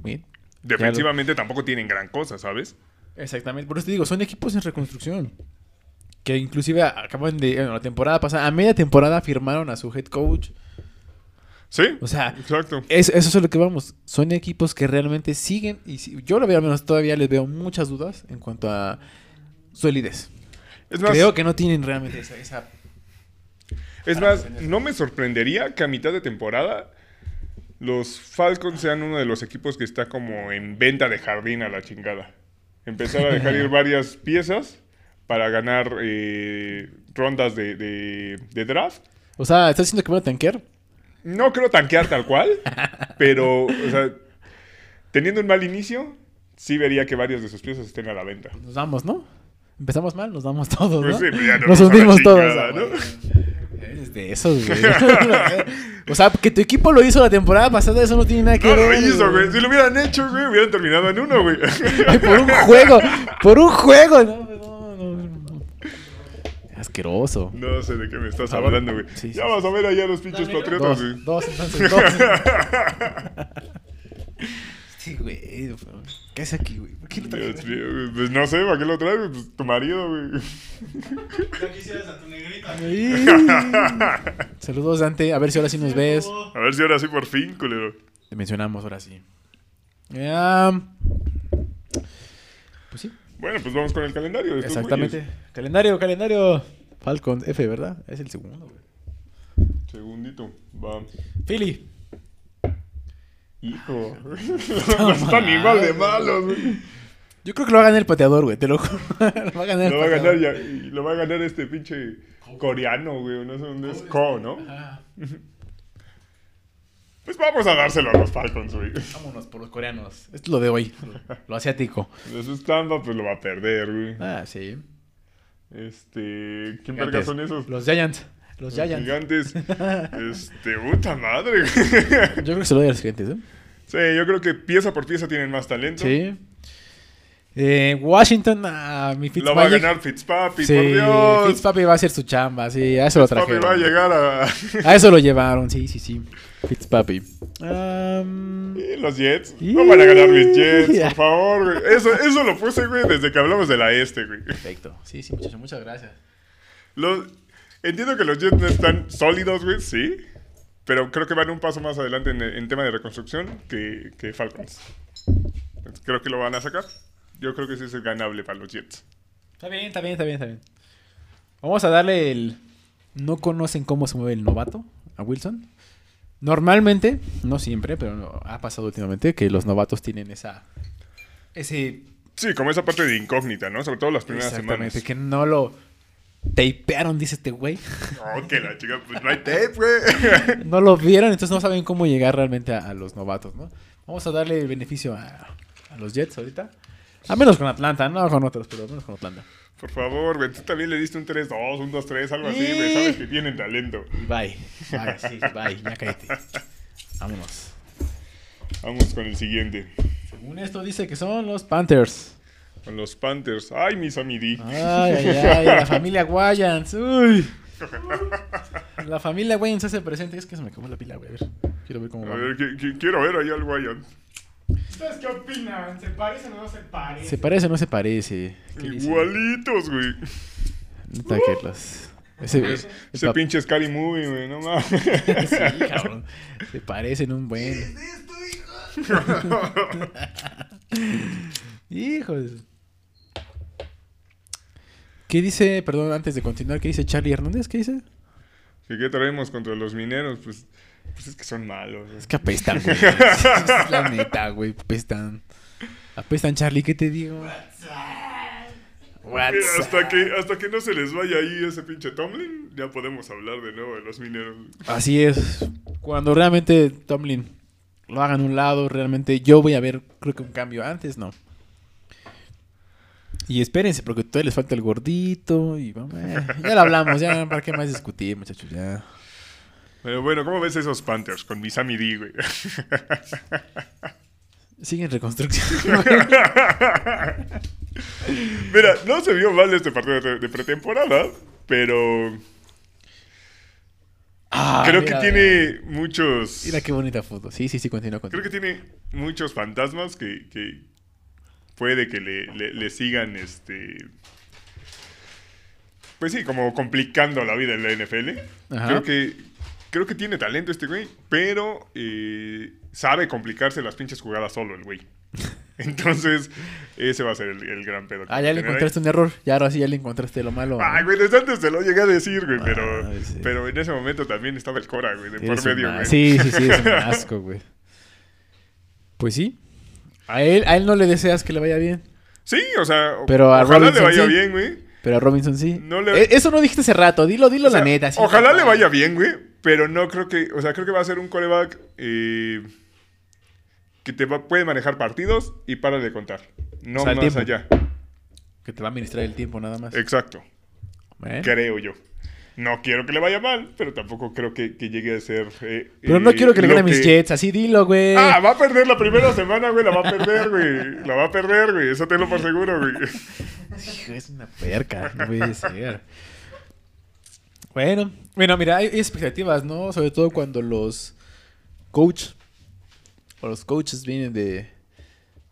Speaker 1: Bien.
Speaker 2: Defensivamente tampoco tienen gran cosa, ¿sabes?
Speaker 1: Exactamente, por eso te digo, son equipos en reconstrucción. Que inclusive acaban de, bueno, la temporada pasada, a media temporada firmaron a su head coach.
Speaker 2: Sí.
Speaker 1: O sea,
Speaker 2: Exacto.
Speaker 1: Es- eso es a lo que vamos. Son equipos que realmente siguen. Y si- yo lo veo al menos todavía les veo muchas dudas en cuanto a solidez.
Speaker 2: Es más,
Speaker 1: Creo que no tienen realmente esa. esa-
Speaker 2: es más, no me sorprendería que a mitad de temporada los Falcons sean uno de los equipos que está como en venta de jardín a la chingada. Empezar a dejar ir varias piezas para ganar eh, rondas de, de- de draft.
Speaker 1: O sea, ¿estás diciendo que van a tanquear?
Speaker 2: No creo tanquear tal cual, pero, o sea, teniendo un mal inicio, sí vería que varias de sus piezas estén a la venta.
Speaker 1: Nos damos, ¿no? Empezamos mal, nos damos todos.
Speaker 2: Pues
Speaker 1: Pues, ¿no?
Speaker 2: sí, pues ya nos
Speaker 1: nos
Speaker 2: vamos a la
Speaker 1: hundimos todos.
Speaker 2: chingada,
Speaker 1: ah,
Speaker 2: ¿no?
Speaker 1: bueno. Es de esos, güey. o sea, que tu equipo lo hizo la temporada pasada, eso no tiene nada que
Speaker 2: No
Speaker 1: ver.
Speaker 2: lo hizo, güey. Si lo hubieran hecho, güey, hubieran terminado en uno, güey.
Speaker 1: Ay, por un juego, por un juego. No, no, no, no. Asqueroso.
Speaker 2: No sé de qué me estás
Speaker 1: Ahora-
Speaker 2: hablando, güey.
Speaker 1: Sí, sí,
Speaker 2: ya vas a ver allá los pinches
Speaker 3: Dale,
Speaker 2: patriotas,
Speaker 1: Dos,
Speaker 2: güey.
Speaker 1: dos, entonces, dos. Sí, güey. no, pero, ¿Qué hace aquí, güey? ¿Por qué lo
Speaker 2: Dios
Speaker 1: trajeron?
Speaker 2: mío, güey. Pues no sé, ¿para qué lo traes? güey? Pues tu marido, güey.
Speaker 3: Ya quisieras a tu negrita.
Speaker 1: Ay. Saludos, Dante. A ver si ahora sí nos ves.
Speaker 3: Oh.
Speaker 2: A ver si ahora sí por fin, culero.
Speaker 1: Te mencionamos ahora sí. Am, pues sí,
Speaker 2: Bueno, pues vamos con el calendario. de estos
Speaker 1: exactamente.
Speaker 2: güeyes.
Speaker 1: Calendario, calendario. Falcon F, ¿verdad? Es el segundo, güey.
Speaker 2: Segundito. Va.
Speaker 1: Philly.
Speaker 2: Hijo. no están igual de malos, güey.
Speaker 1: Yo creo que lo va a ganar el pateador, güey. Te lo juro. lo va a ganar el
Speaker 2: Lo va a ganar
Speaker 1: pateador.
Speaker 2: ya. y Lo va a ganar este pinche coreano, güey. No sé dónde es. Co, ¿no?
Speaker 1: Ah,
Speaker 2: Pues vamos a dárselo a los Falcons, güey.
Speaker 1: vámonos por los coreanos. Esto es lo de hoy. Lo, lo asiático.
Speaker 2: De su estampa, pues lo va a perder, güey.
Speaker 1: Ah, sí.
Speaker 2: Este.
Speaker 1: Gigantes.
Speaker 2: ¿Quién verga son esos?
Speaker 1: Los Giants. Los
Speaker 2: Los
Speaker 1: Giants.
Speaker 2: gigantes. Este, puta madre. güey.
Speaker 1: Yo creo que se lo doy a los gigantes, ¿eh?
Speaker 2: sí, yo creo que pieza por pieza tienen más talento.
Speaker 1: Sí. Eh, Washington, a mi
Speaker 2: Lo va a
Speaker 1: Fitzmagic.
Speaker 2: ganar Fitzpapi,
Speaker 1: sí,
Speaker 2: por Dios.
Speaker 1: Fitzpapi va a hacer su chamba, sí, a eso lo
Speaker 2: Papi
Speaker 1: trajeron.
Speaker 2: va a llegar a.
Speaker 1: A eso lo llevaron, sí, sí, sí. Fitzpapi. Am,
Speaker 2: Y Eh, los Jets.
Speaker 1: Y-
Speaker 2: No van a ganar mis Jets,
Speaker 1: Ya.
Speaker 2: por favor, güey. Eso, eso lo puse, güey, desde que hablamos de la este, güey.
Speaker 1: perfecto. Sí, sí, muchachos, muchas gracias.
Speaker 2: Los- Entiendo que los Jets no están sólidos, güey, sí. Pero creo que van un paso más adelante en, en tema de reconstrucción que, que Falcons. Entonces, creo que lo van a sacar. Yo creo que sí es ganable para los Jets.
Speaker 1: Está bien, está bien, está bien, está bien. Vamos a darle el... No conocen cómo se mueve el novato a Wilson. Normalmente, no siempre, pero no- ha pasado últimamente que los novatos tienen esa... Ese...
Speaker 2: Sí, como esa parte de incógnita, ¿no? Sobre todo las primeras
Speaker 1: Exactamente,
Speaker 2: semanas.
Speaker 1: que no lo tapearon, dice este güey.
Speaker 2: No, que la chica, pues no hay tape, güey.
Speaker 1: No lo vieron, entonces no saben cómo llegar realmente a, a los novatos, ¿no? Vamos a darle el beneficio a, a los Jets ahorita. A menos con Atlanta, no con otros, pero al menos con Atlanta.
Speaker 2: Por favor, güey. Tú también le diste un 3-2, un 2-3, algo así,
Speaker 1: Y-
Speaker 2: güey. Sabes que tienen talento.
Speaker 1: Y bye. Bye, sí, bye, ya cállate. Vámonos.
Speaker 2: Vamos con el siguiente.
Speaker 1: Según esto dice que son los Panthers.
Speaker 2: Con los Panthers. Ay, mis amigos.
Speaker 1: Ay, ay, ay, la familia Guayans. Uy. La familia Guayans se hace presente. Es que se me acabó la pila, güey. A ver, quiero ver cómo
Speaker 2: A
Speaker 1: va.
Speaker 2: ver, qui- qui- quiero ver ahí al Guayan.
Speaker 3: ¿Ustedes qué opinan? ¿Se parecen o no se parecen?
Speaker 1: ¿Se parece o no se parece? ¿Qué dice?
Speaker 2: Igualitos, güey.
Speaker 1: Neta que los- Ese, ese
Speaker 2: Ese
Speaker 1: pap-
Speaker 2: pinche Scary Movie, güey. No mames.
Speaker 1: Sí, cabrón. Se parecen un buen. Hijos. ¿Qué dice, perdón, antes de continuar, qué dice Charlie Hernández? ¿Qué dice?
Speaker 2: ¿Qué, ¿Qué traemos contra los mineros? Pues, pues es que son malos. güey.
Speaker 1: Es que apestan, güey. Es la neta, güey. Apestan. Apestan, Charlie, ¿qué te digo?
Speaker 2: Mira,
Speaker 1: What's
Speaker 2: hasta,
Speaker 1: up?
Speaker 2: que, hasta que no se les vaya ahí ese pinche Tomlin, ya podemos hablar de nuevo de los mineros.
Speaker 1: Así es. Cuando realmente Tomlin lo hagan a un lado, realmente yo voy a ver, creo que un cambio antes, no. Y espérense, porque todavía les falta el gordito y vamos. eh, ya lo hablamos, ya, ¿para qué más discutir, muchachos? Ya.
Speaker 2: Pero bueno, ¿cómo ves esos Panthers con mi Sammy D, güey?
Speaker 1: Sigue en reconstrucción. güey.
Speaker 2: Mira, no se vio mal este partido de, de pretemporada, pero
Speaker 1: Ah,
Speaker 2: creo
Speaker 1: mira,
Speaker 2: que tiene muchos...
Speaker 1: Mira qué bonita foto. Sí, sí, sí, continúa, continúa.
Speaker 2: Creo que tiene muchos fantasmas que, que puede que le, le- le sigan, este... Pues sí, como complicando la vida en la NFL.
Speaker 1: Ajá.
Speaker 2: Creo que creo que tiene talento este güey, pero eh, sabe complicarse las pinches jugadas solo el güey. Entonces, ese va a ser el, el gran pedo. que
Speaker 1: Ah,
Speaker 2: va
Speaker 1: ya
Speaker 2: a
Speaker 1: le
Speaker 2: tener ahí.
Speaker 1: encontraste un error. Ya ahora sí, ya le encontraste lo malo.
Speaker 2: Ay,
Speaker 1: ¿no?
Speaker 2: güey, desde antes te lo llegué a decir, güey,
Speaker 1: Ah,
Speaker 2: pero,
Speaker 1: sí.
Speaker 2: pero en ese momento también estaba el Cora, güey, de
Speaker 1: Eres
Speaker 2: por
Speaker 1: un
Speaker 2: medio,
Speaker 1: as-
Speaker 2: güey.
Speaker 1: Sí, sí, sí, es un asco, güey. Pues sí. A él, a él no le deseas que le vaya bien,
Speaker 2: Sí, o sea, o-
Speaker 1: Pero a
Speaker 2: ojalá
Speaker 1: Robinson
Speaker 2: le vaya
Speaker 1: sí.
Speaker 2: bien, güey.
Speaker 1: pero a Robinson sí.
Speaker 2: No le-
Speaker 1: Eh, Eso no dijiste hace rato, dilo, dilo
Speaker 2: O sea,
Speaker 1: la neta. sí,
Speaker 2: ojalá
Speaker 1: papá.
Speaker 2: le vaya bien, güey, pero no creo que, o sea, creo que va a ser un coreback eh, que te va- puede manejar partidos y para de contar. No
Speaker 1: O sea, el
Speaker 2: más
Speaker 1: tiempo.
Speaker 2: allá.
Speaker 1: Que te va a administrar el tiempo nada más.
Speaker 2: Exacto.
Speaker 1: Bueno.
Speaker 2: creo yo. No quiero que le vaya mal, pero tampoco creo que, que llegue a ser. eh,
Speaker 1: Pero no
Speaker 2: eh,
Speaker 1: quiero que le
Speaker 2: lo
Speaker 1: gane a mis Jets, así dilo, güey.
Speaker 2: Ah, va a perder la primera semana, güey. La va a perder, güey. La va a perder, güey. Eso tenlo por seguro, güey.
Speaker 1: Hijo, es una perca, no voy a ser. Bueno, bueno, mira, hay hay expectativas, ¿no? Sobre todo cuando los coach o los coaches vienen de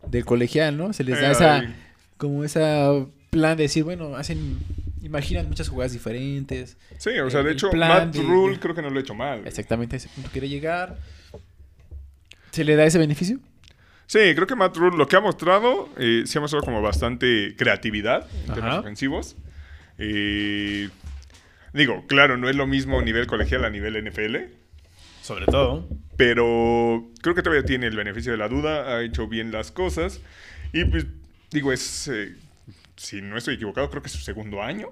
Speaker 1: del colegial, ¿no? Se les da
Speaker 2: Ay.
Speaker 1: esa como esa plan de decir, bueno, hacen imaginan muchas jugadas diferentes.
Speaker 2: Sí, o sea, de
Speaker 1: El
Speaker 2: hecho,
Speaker 1: plan
Speaker 2: Matt
Speaker 1: de-
Speaker 2: Rule creo que no lo ha hecho mal. güey.
Speaker 1: Exactamente a ese punto quiere llegar. ¿Se le da ese beneficio?
Speaker 2: Sí, creo que Matt Rule lo que ha mostrado, eh, sí ha mostrado como bastante creatividad en temas
Speaker 1: Ajá.
Speaker 2: ofensivos. Eh, digo, claro, no es lo mismo nivel colegial a nivel NFL.
Speaker 1: Sobre todo.
Speaker 2: pero creo que todavía tiene el beneficio de la duda, ha hecho bien las cosas y pues digo, es, eh, si no estoy equivocado, creo que es su segundo año.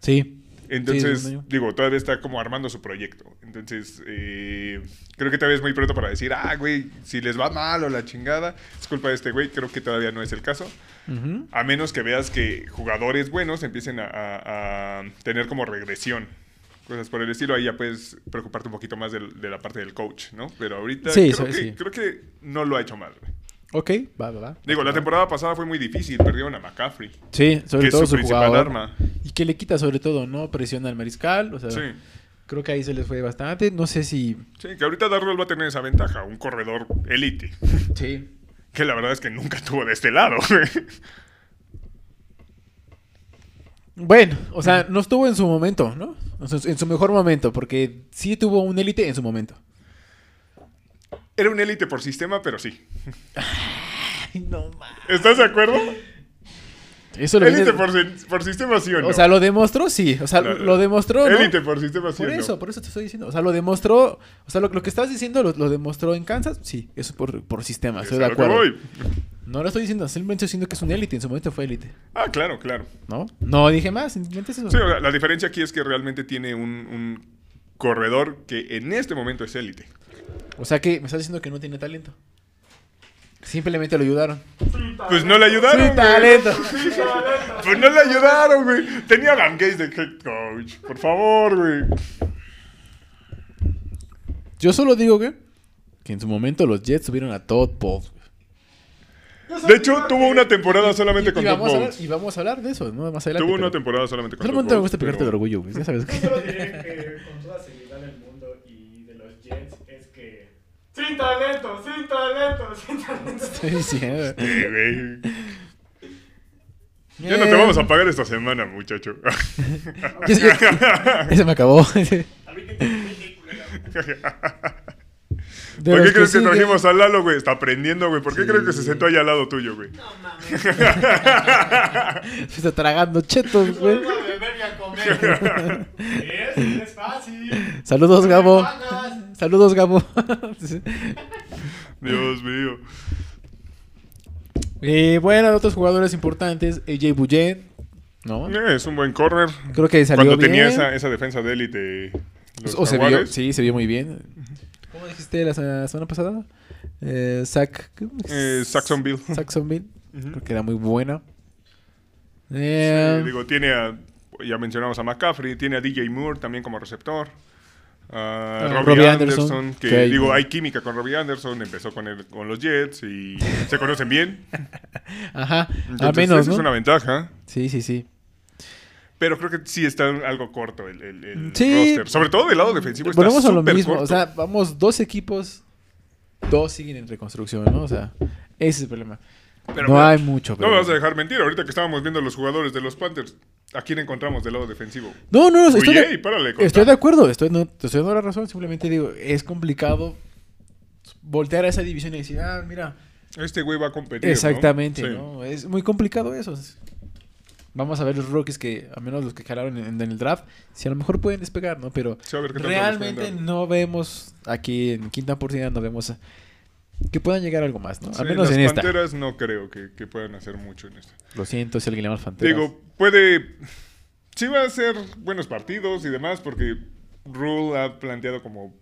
Speaker 1: Sí.
Speaker 2: Entonces,
Speaker 1: segundo año.
Speaker 2: digo, todavía está como armando su proyecto. Entonces, eh, creo que todavía es muy pronto para decir, ah, güey, si les va mal o la chingada, es culpa de este güey, creo que todavía no es el caso.
Speaker 1: Ujú.
Speaker 2: A menos que veas que jugadores buenos empiecen a, a- a tener como regresión. Cosas por el estilo, ahí ya puedes preocuparte un poquito más del- de, la parte del coach, ¿no? Pero ahorita
Speaker 1: Sí, sí,
Speaker 2: creo, que,
Speaker 1: sí.
Speaker 2: creo que no lo ha hecho mal. güey.
Speaker 1: Ok, va, va, va.
Speaker 2: Digo, la temporada pasada fue muy difícil, perdieron a McCaffrey,
Speaker 1: Sí, sobre
Speaker 2: que es
Speaker 1: todo
Speaker 2: su,
Speaker 1: su,
Speaker 2: principal
Speaker 1: jugador.
Speaker 2: arma.
Speaker 1: Y que le quita sobre todo, ¿no? Presión al mariscal. O sea,
Speaker 2: Sí.
Speaker 1: creo que ahí se les fue bastante. No sé si...
Speaker 2: Sí, que ahorita Darnold va a tener esa ventaja, un corredor élite,
Speaker 1: Sí.
Speaker 2: que la verdad es que nunca tuvo de este lado. güey.
Speaker 1: Bueno, o sea, no estuvo en su momento, ¿no? O sea, en su mejor momento, porque sí tuvo un élite en su momento.
Speaker 2: Era un élite por sistema, pero sí.
Speaker 1: Ay, no mames.
Speaker 2: ¿Estás de acuerdo?
Speaker 5: Eso lo
Speaker 2: Élite
Speaker 5: viene-
Speaker 2: por, si- por sistema, sí o no.
Speaker 1: O sea, lo demostró, sí. O sea,
Speaker 2: No, no.
Speaker 1: lo demostró. ¿no?
Speaker 2: Élite por sistema, sí
Speaker 1: Por
Speaker 2: o no.
Speaker 1: eso, por eso te estoy diciendo. O sea, lo demostró. O sea, lo, lo que estás diciendo lo, lo demostró en Kansas. Sí, eso por, por sistema,
Speaker 2: Es
Speaker 1: estoy
Speaker 2: a
Speaker 1: de
Speaker 2: lo que
Speaker 1: acuerdo.
Speaker 2: voy.
Speaker 1: No lo estoy diciendo, simplemente estoy diciendo que es un élite. En su momento fue élite,
Speaker 2: Ah, claro, claro.
Speaker 1: ¿no? No dije más, simplemente es eso.
Speaker 2: Sí, o sea, la diferencia aquí es que realmente tiene un, un corredor que en este momento es élite.
Speaker 1: O sea que me estás diciendo que no tiene talento. Simplemente lo ayudaron.
Speaker 2: Pues no le
Speaker 1: Sí,
Speaker 2: ayudaron. güey.
Speaker 1: talento.
Speaker 2: Pues no le ayudaron, güey. Tenía a Adam Gates de head coach. Por favor, güey.
Speaker 1: Yo solo digo que, que en su momento los Jets subieron a Todd Bowles.
Speaker 2: De hecho, tuvo una temporada solamente con
Speaker 1: Y
Speaker 2: Todd
Speaker 1: vamos, a hablar,
Speaker 2: Bowles.
Speaker 1: y vamos a hablar de eso, ¿no? Más adelante.
Speaker 2: Tuvo una
Speaker 1: pero-
Speaker 2: temporada solamente con
Speaker 1: Solamente me
Speaker 2: Todd Bowles,
Speaker 1: gusta pegarte
Speaker 2: pero-
Speaker 1: el orgullo, güey. Ya sabes
Speaker 3: Yo
Speaker 1: que.
Speaker 3: solo diré que con toda seguridad del mundo y de los Jets es que. Sin talento, sin talento, sin talento.
Speaker 1: Estoy diciendo.
Speaker 2: Sí, Eh, güey. Ya no
Speaker 1: Eh,
Speaker 2: te vamos a pagar esta semana, muchacho.
Speaker 1: Ya se- ya se me acabó. De
Speaker 3: A mí que me ridículo.
Speaker 2: ¿Por
Speaker 1: los
Speaker 2: qué crees que
Speaker 1: siguen-
Speaker 2: trajimos a Lalo, güey? Está aprendiendo, güey. ¿Por qué crees que se sentó allá al lado tuyo, güey?
Speaker 3: No mames,
Speaker 1: Se está tragando chetos, güey.
Speaker 3: vuelvo a beber y a comer. Es, es fácil.
Speaker 1: Saludos, Gabo.
Speaker 3: Pagas.
Speaker 1: Saludos, Gabo.
Speaker 2: Dios mío.
Speaker 1: Eh, bueno, otros jugadores importantes. AJ Buyen, ¿no?
Speaker 2: Eh, Es un buen corner.
Speaker 1: Creo que salió
Speaker 2: Cuando
Speaker 1: bien.
Speaker 2: tenía esa, esa defensa de élite. los
Speaker 1: o se vio,
Speaker 2: Jaguares.
Speaker 1: sí, se vio muy bien. ¿Cómo dijiste la se- semana pasada? Eh, Sac... ¿cómo es?
Speaker 2: Eh, Saxonville.
Speaker 1: Saxonville.
Speaker 2: Ujú.
Speaker 1: Creo que era muy buena.
Speaker 2: Eh,
Speaker 1: Eh,
Speaker 2: digo, tiene a. Ya mencionamos a McCaffrey, tiene a DJ Moore también como receptor. A
Speaker 1: Ah,
Speaker 2: Robbie,
Speaker 1: Robbie
Speaker 2: Anderson,
Speaker 1: Anderson,
Speaker 2: que
Speaker 1: que hay-
Speaker 2: digo, hay química con Robbie Anderson, empezó con, él- con los Jets y se conocen bien.
Speaker 1: Ajá, a
Speaker 2: Entonces,
Speaker 1: menos,
Speaker 2: esa
Speaker 1: ¿no?
Speaker 2: es una ventaja.
Speaker 1: Sí, sí, sí.
Speaker 2: Pero creo que sí está algo corto el, el- el
Speaker 1: Sí.
Speaker 2: roster. Sobre todo del lado defensivo. Está
Speaker 1: Volvemos a lo
Speaker 2: súper
Speaker 1: mismo.
Speaker 2: corto.
Speaker 1: O sea, vamos, dos equipos, dos siguen en reconstrucción, ¿no? O sea, ese es el problema.
Speaker 2: Pero
Speaker 1: no
Speaker 2: mira,
Speaker 1: hay mucho.
Speaker 2: no
Speaker 1: pero-
Speaker 2: me vas a dejar mentir. Ahorita que estábamos viendo los jugadores de los Panthers, ¿a quién encontramos del lado defensivo?
Speaker 1: No, no, no, Pues estoy,
Speaker 2: Oye,
Speaker 1: de,
Speaker 2: y párale de contar.
Speaker 1: estoy de acuerdo. Estoy, no, te estoy dando la razón. Simplemente digo, es complicado voltear a esa división y decir, ah, mira,
Speaker 2: Este güey va a competir. ¿no?
Speaker 1: exactamente,
Speaker 2: Sí.
Speaker 1: ¿no? Es muy complicado eso. Es- Vamos a ver los rookies que, a menos los que jalaron en, en el draft, si a lo mejor pueden despegar, ¿no? Pero
Speaker 2: Sí, a ver qué tanto les
Speaker 1: realmente
Speaker 2: pueden dar.
Speaker 1: no vemos aquí en quinta oportunidad, no vemos a- que puedan llegar a algo más, ¿no?
Speaker 2: Sí,
Speaker 1: Al menos
Speaker 2: las
Speaker 1: en esta.
Speaker 2: Panteras no creo que, que puedan hacer mucho en esta.
Speaker 1: Lo siento si alguien le llama Fanteras.
Speaker 2: Digo, puede. Sí va a hacer buenos partidos y demás, porque Rule ha planteado como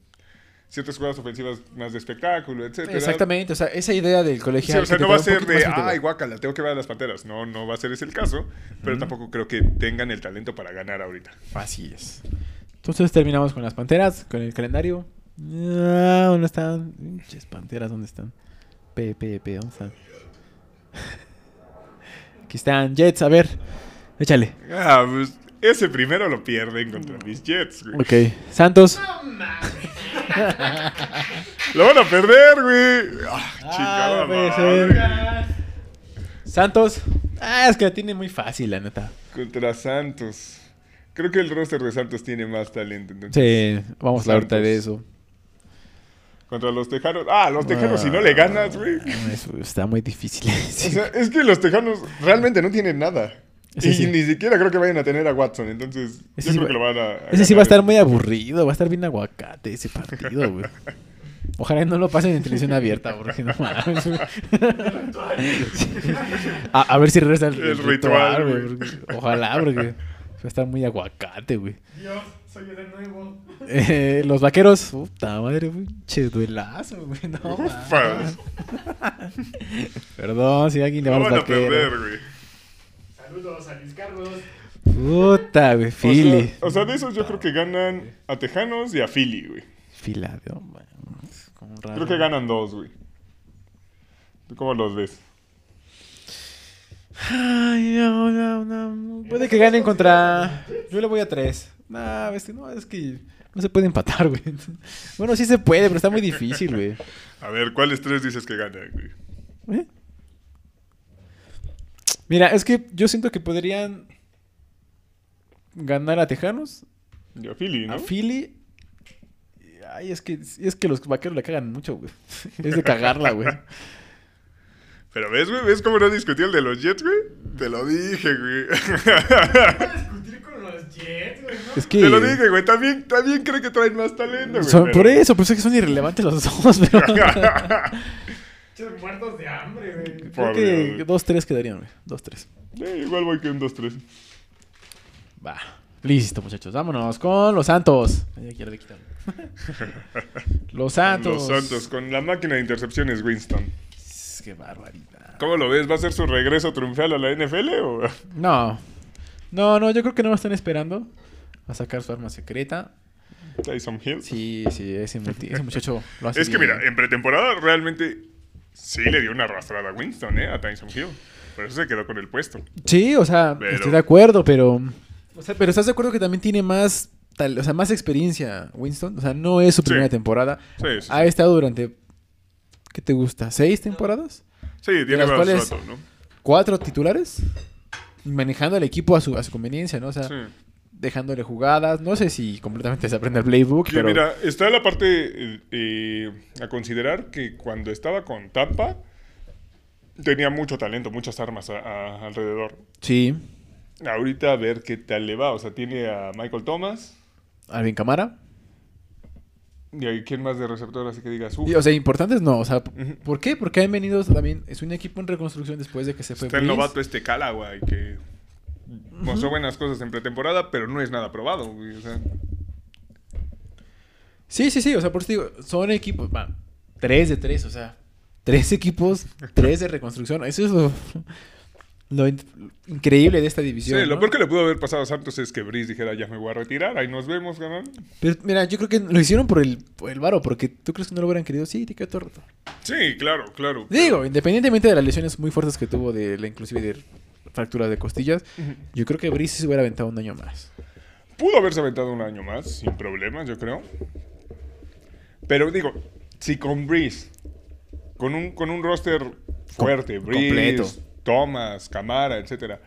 Speaker 2: ciertas jugadas ofensivas más de espectáculo, etcétera.
Speaker 1: Exactamente, o sea, esa idea del
Speaker 2: Sí,
Speaker 1: colegio.
Speaker 2: o sea, no va a ser de, "Ah, ay, guácala, tengo que ver a las panteras. No, no va a ser ese el caso, pero tampoco creo que tengan el talento para ganar ahorita.
Speaker 1: Así es. Entonces terminamos con las panteras, con el calendario. Ah, ¿Dónde están? Pinches panteras, ¿dónde están? P, P, P, ¿dónde están? Aquí están Jets, a ver. Échale.
Speaker 2: Ah, pues ese primero lo pierden contra mis Jets, güey.
Speaker 1: Mm. Ok. Santos.
Speaker 3: No mames.
Speaker 2: Lo van a perder, güey. Ah, chingada
Speaker 1: no puede
Speaker 2: madre.
Speaker 1: ser. Santos. Ah, es que la tiene muy fácil, la neta.
Speaker 2: Contra Santos. Creo que el roster de Santos tiene más talento. entonces.
Speaker 1: Sí, vamos a hablar ahorita de eso.
Speaker 2: Santos. Contra los Tejanos. Ah, los Tejanos, si no le ganas, güey.
Speaker 1: Ah, eso está muy difícil. eh,
Speaker 2: O sea, es que los Tejanos realmente no tienen nada.
Speaker 1: Sí,
Speaker 2: y
Speaker 1: sí.
Speaker 2: ni siquiera creo que vayan a tener a Watson. Entonces,
Speaker 1: Ese
Speaker 2: yo
Speaker 1: sí
Speaker 2: creo
Speaker 1: va-
Speaker 2: que lo van a.
Speaker 1: Ese sí
Speaker 2: ganar.
Speaker 1: va a estar muy aburrido, va a estar bien aguacate ese partido, güey. Ojalá no lo pasen en televisión abierta, porque no mames. güey. a, a ver si regresa el,
Speaker 2: El
Speaker 1: el
Speaker 2: ritual,
Speaker 1: ritual, güey.
Speaker 2: güey.
Speaker 1: porque- Ojalá, porque va a estar muy aguacate, güey.
Speaker 3: Dios, soy yo de nuevo.
Speaker 1: Eh, los vaqueros, puta madre, güey. Che, duelazo, güey. No,
Speaker 2: Ufa.
Speaker 1: mames. Perdón si alguien le va
Speaker 2: No
Speaker 1: a los
Speaker 2: van a perder,
Speaker 1: vaqueros.
Speaker 2: güey.
Speaker 3: Saludos a Luis Carlos.
Speaker 1: Puta, güey.
Speaker 2: O sea-
Speaker 1: Philly.
Speaker 2: O sea, de esos yo creo que ganan a Tejanos y a Philly, güey.
Speaker 1: Fila, no mames. Como raro.
Speaker 2: Creo que ganan dos, güey. ¿Tú cómo los ves?
Speaker 1: Ay, no, no, no. Puede que ganen contra. Yo le voy a tres. No, es que no, es que no se puede empatar, güey. Bueno, sí se puede, pero está muy difícil, güey.
Speaker 2: A ver, ¿cuáles tres dices que ganan, güey?
Speaker 1: ¿Eh? Mira, es que yo siento que podrían ganar a Tejanos,
Speaker 2: Yo, Philly, ¿no?
Speaker 1: a Philly. y- Ay, es que, es que los vaqueros la cagan mucho, güey. Es de cagarla, güey.
Speaker 2: Pero ves, güey, ¿ves cómo no discutió el de los Jets, güey? Te lo dije, güey.
Speaker 3: Voy a discutir con los Jets, güey, ¿no?
Speaker 1: Es que.
Speaker 2: Te lo dije, güey. También, también cree que traen más talento, güey.
Speaker 1: son-
Speaker 2: pero-
Speaker 1: por eso, por eso es que son irrelevantes los dos, pero.
Speaker 3: Chos muertos de hambre, güey.
Speaker 1: creo
Speaker 2: Pobre,
Speaker 1: que
Speaker 2: güey.
Speaker 1: dos, tres quedarían, güey. Dos, tres.
Speaker 2: Eh, igual voy que un 2-3.
Speaker 1: Va. Listo, muchachos. Vámonos con los Santos. Ay, aquí ya le quitaron. los
Speaker 2: Los
Speaker 1: Santos.
Speaker 2: Santos, con la máquina de intercepciones, Winston.
Speaker 1: Sss, Qué barbaridad.
Speaker 2: ¿Cómo lo ves? ¿Va a ser su regreso triunfal a la NFL o...?
Speaker 1: No. No, no, yo creo que no me están esperando a sacar su arma secreta.
Speaker 2: Tyson Hill?
Speaker 1: Sí, sí, ese, multi- ese muchacho lo hace
Speaker 2: es que
Speaker 1: bien.
Speaker 2: mira, em- en pretemporada realmente sí le dio una arrastrada a Winston, ¿eh? A Tyson Hill. Por eso se quedó con el puesto.
Speaker 1: Sí, o sea,
Speaker 2: Pero-
Speaker 1: estoy de acuerdo, pero... O sea, pero estás de acuerdo que también tiene más... tal- o sea, más experiencia, Winston. O sea, no es su
Speaker 2: Sí.
Speaker 1: primera temporada.
Speaker 2: Sí, sí, sí.
Speaker 1: Ha estado durante... ¿Qué te gusta? ¿Seis temporadas?
Speaker 2: Sí, tiene
Speaker 1: las
Speaker 2: más
Speaker 1: cuales-
Speaker 2: rato, ¿no?
Speaker 1: ¿Cuatro titulares? Y Manejando al equipo a su, a su conveniencia, ¿no? O sea,
Speaker 2: Sí.
Speaker 1: dejándole jugadas. No sé si completamente se aprende el playbook,
Speaker 2: Que
Speaker 1: pero...
Speaker 2: mira, está la parte eh, eh, a considerar que cuando estaba con Tampa tenía mucho talento, muchas armas a- a- alrededor.
Speaker 1: Sí.
Speaker 2: Ahorita a ver qué tal le va. O sea, tiene a Michael Thomas.
Speaker 1: Alvin Camara.
Speaker 2: ¿Y ahí quién más de receptor así que digas? "Uf,
Speaker 1: Y, o sea, importantes no. O sea,
Speaker 2: Ujú.
Speaker 1: ¿por qué? Porque han venido también. Es un equipo en reconstrucción después de que se fue.
Speaker 2: Está el
Speaker 1: Breeze.
Speaker 2: novato este Calagua que mostró buenas cosas en pretemporada, pero no es nada probado. güey, O sea,
Speaker 1: Sí, sí, sí. O sea, por eso te digo, son equipos. va, tres de tres, o sea. Tres equipos, tres de reconstrucción. Eso es lo, lo in- increíble de esta
Speaker 2: sí,
Speaker 1: división.
Speaker 2: lo
Speaker 1: ¿no?
Speaker 2: peor que le pudo haber pasado a Santos es que Brice dijera, ya me voy a retirar, ahí nos vemos, ganón.
Speaker 1: Pero mira, yo creo que lo hicieron por el, por el varo, porque tú crees que no lo hubieran querido. Sí, te quedó todo roto.
Speaker 2: Sí, claro, claro.
Speaker 1: Digo, independientemente de las lesiones muy fuertes que tuvo, de la inclusive de fracturas de costillas, yo creo que Brice se hubiera aventado un año más.
Speaker 2: Pudo haberse aventado un año más, sin problemas, yo creo. Pero digo, si con Breeze, con un, con un roster fuerte, Breeze,
Speaker 1: completo.
Speaker 2: Thomas, Camara, etcétera,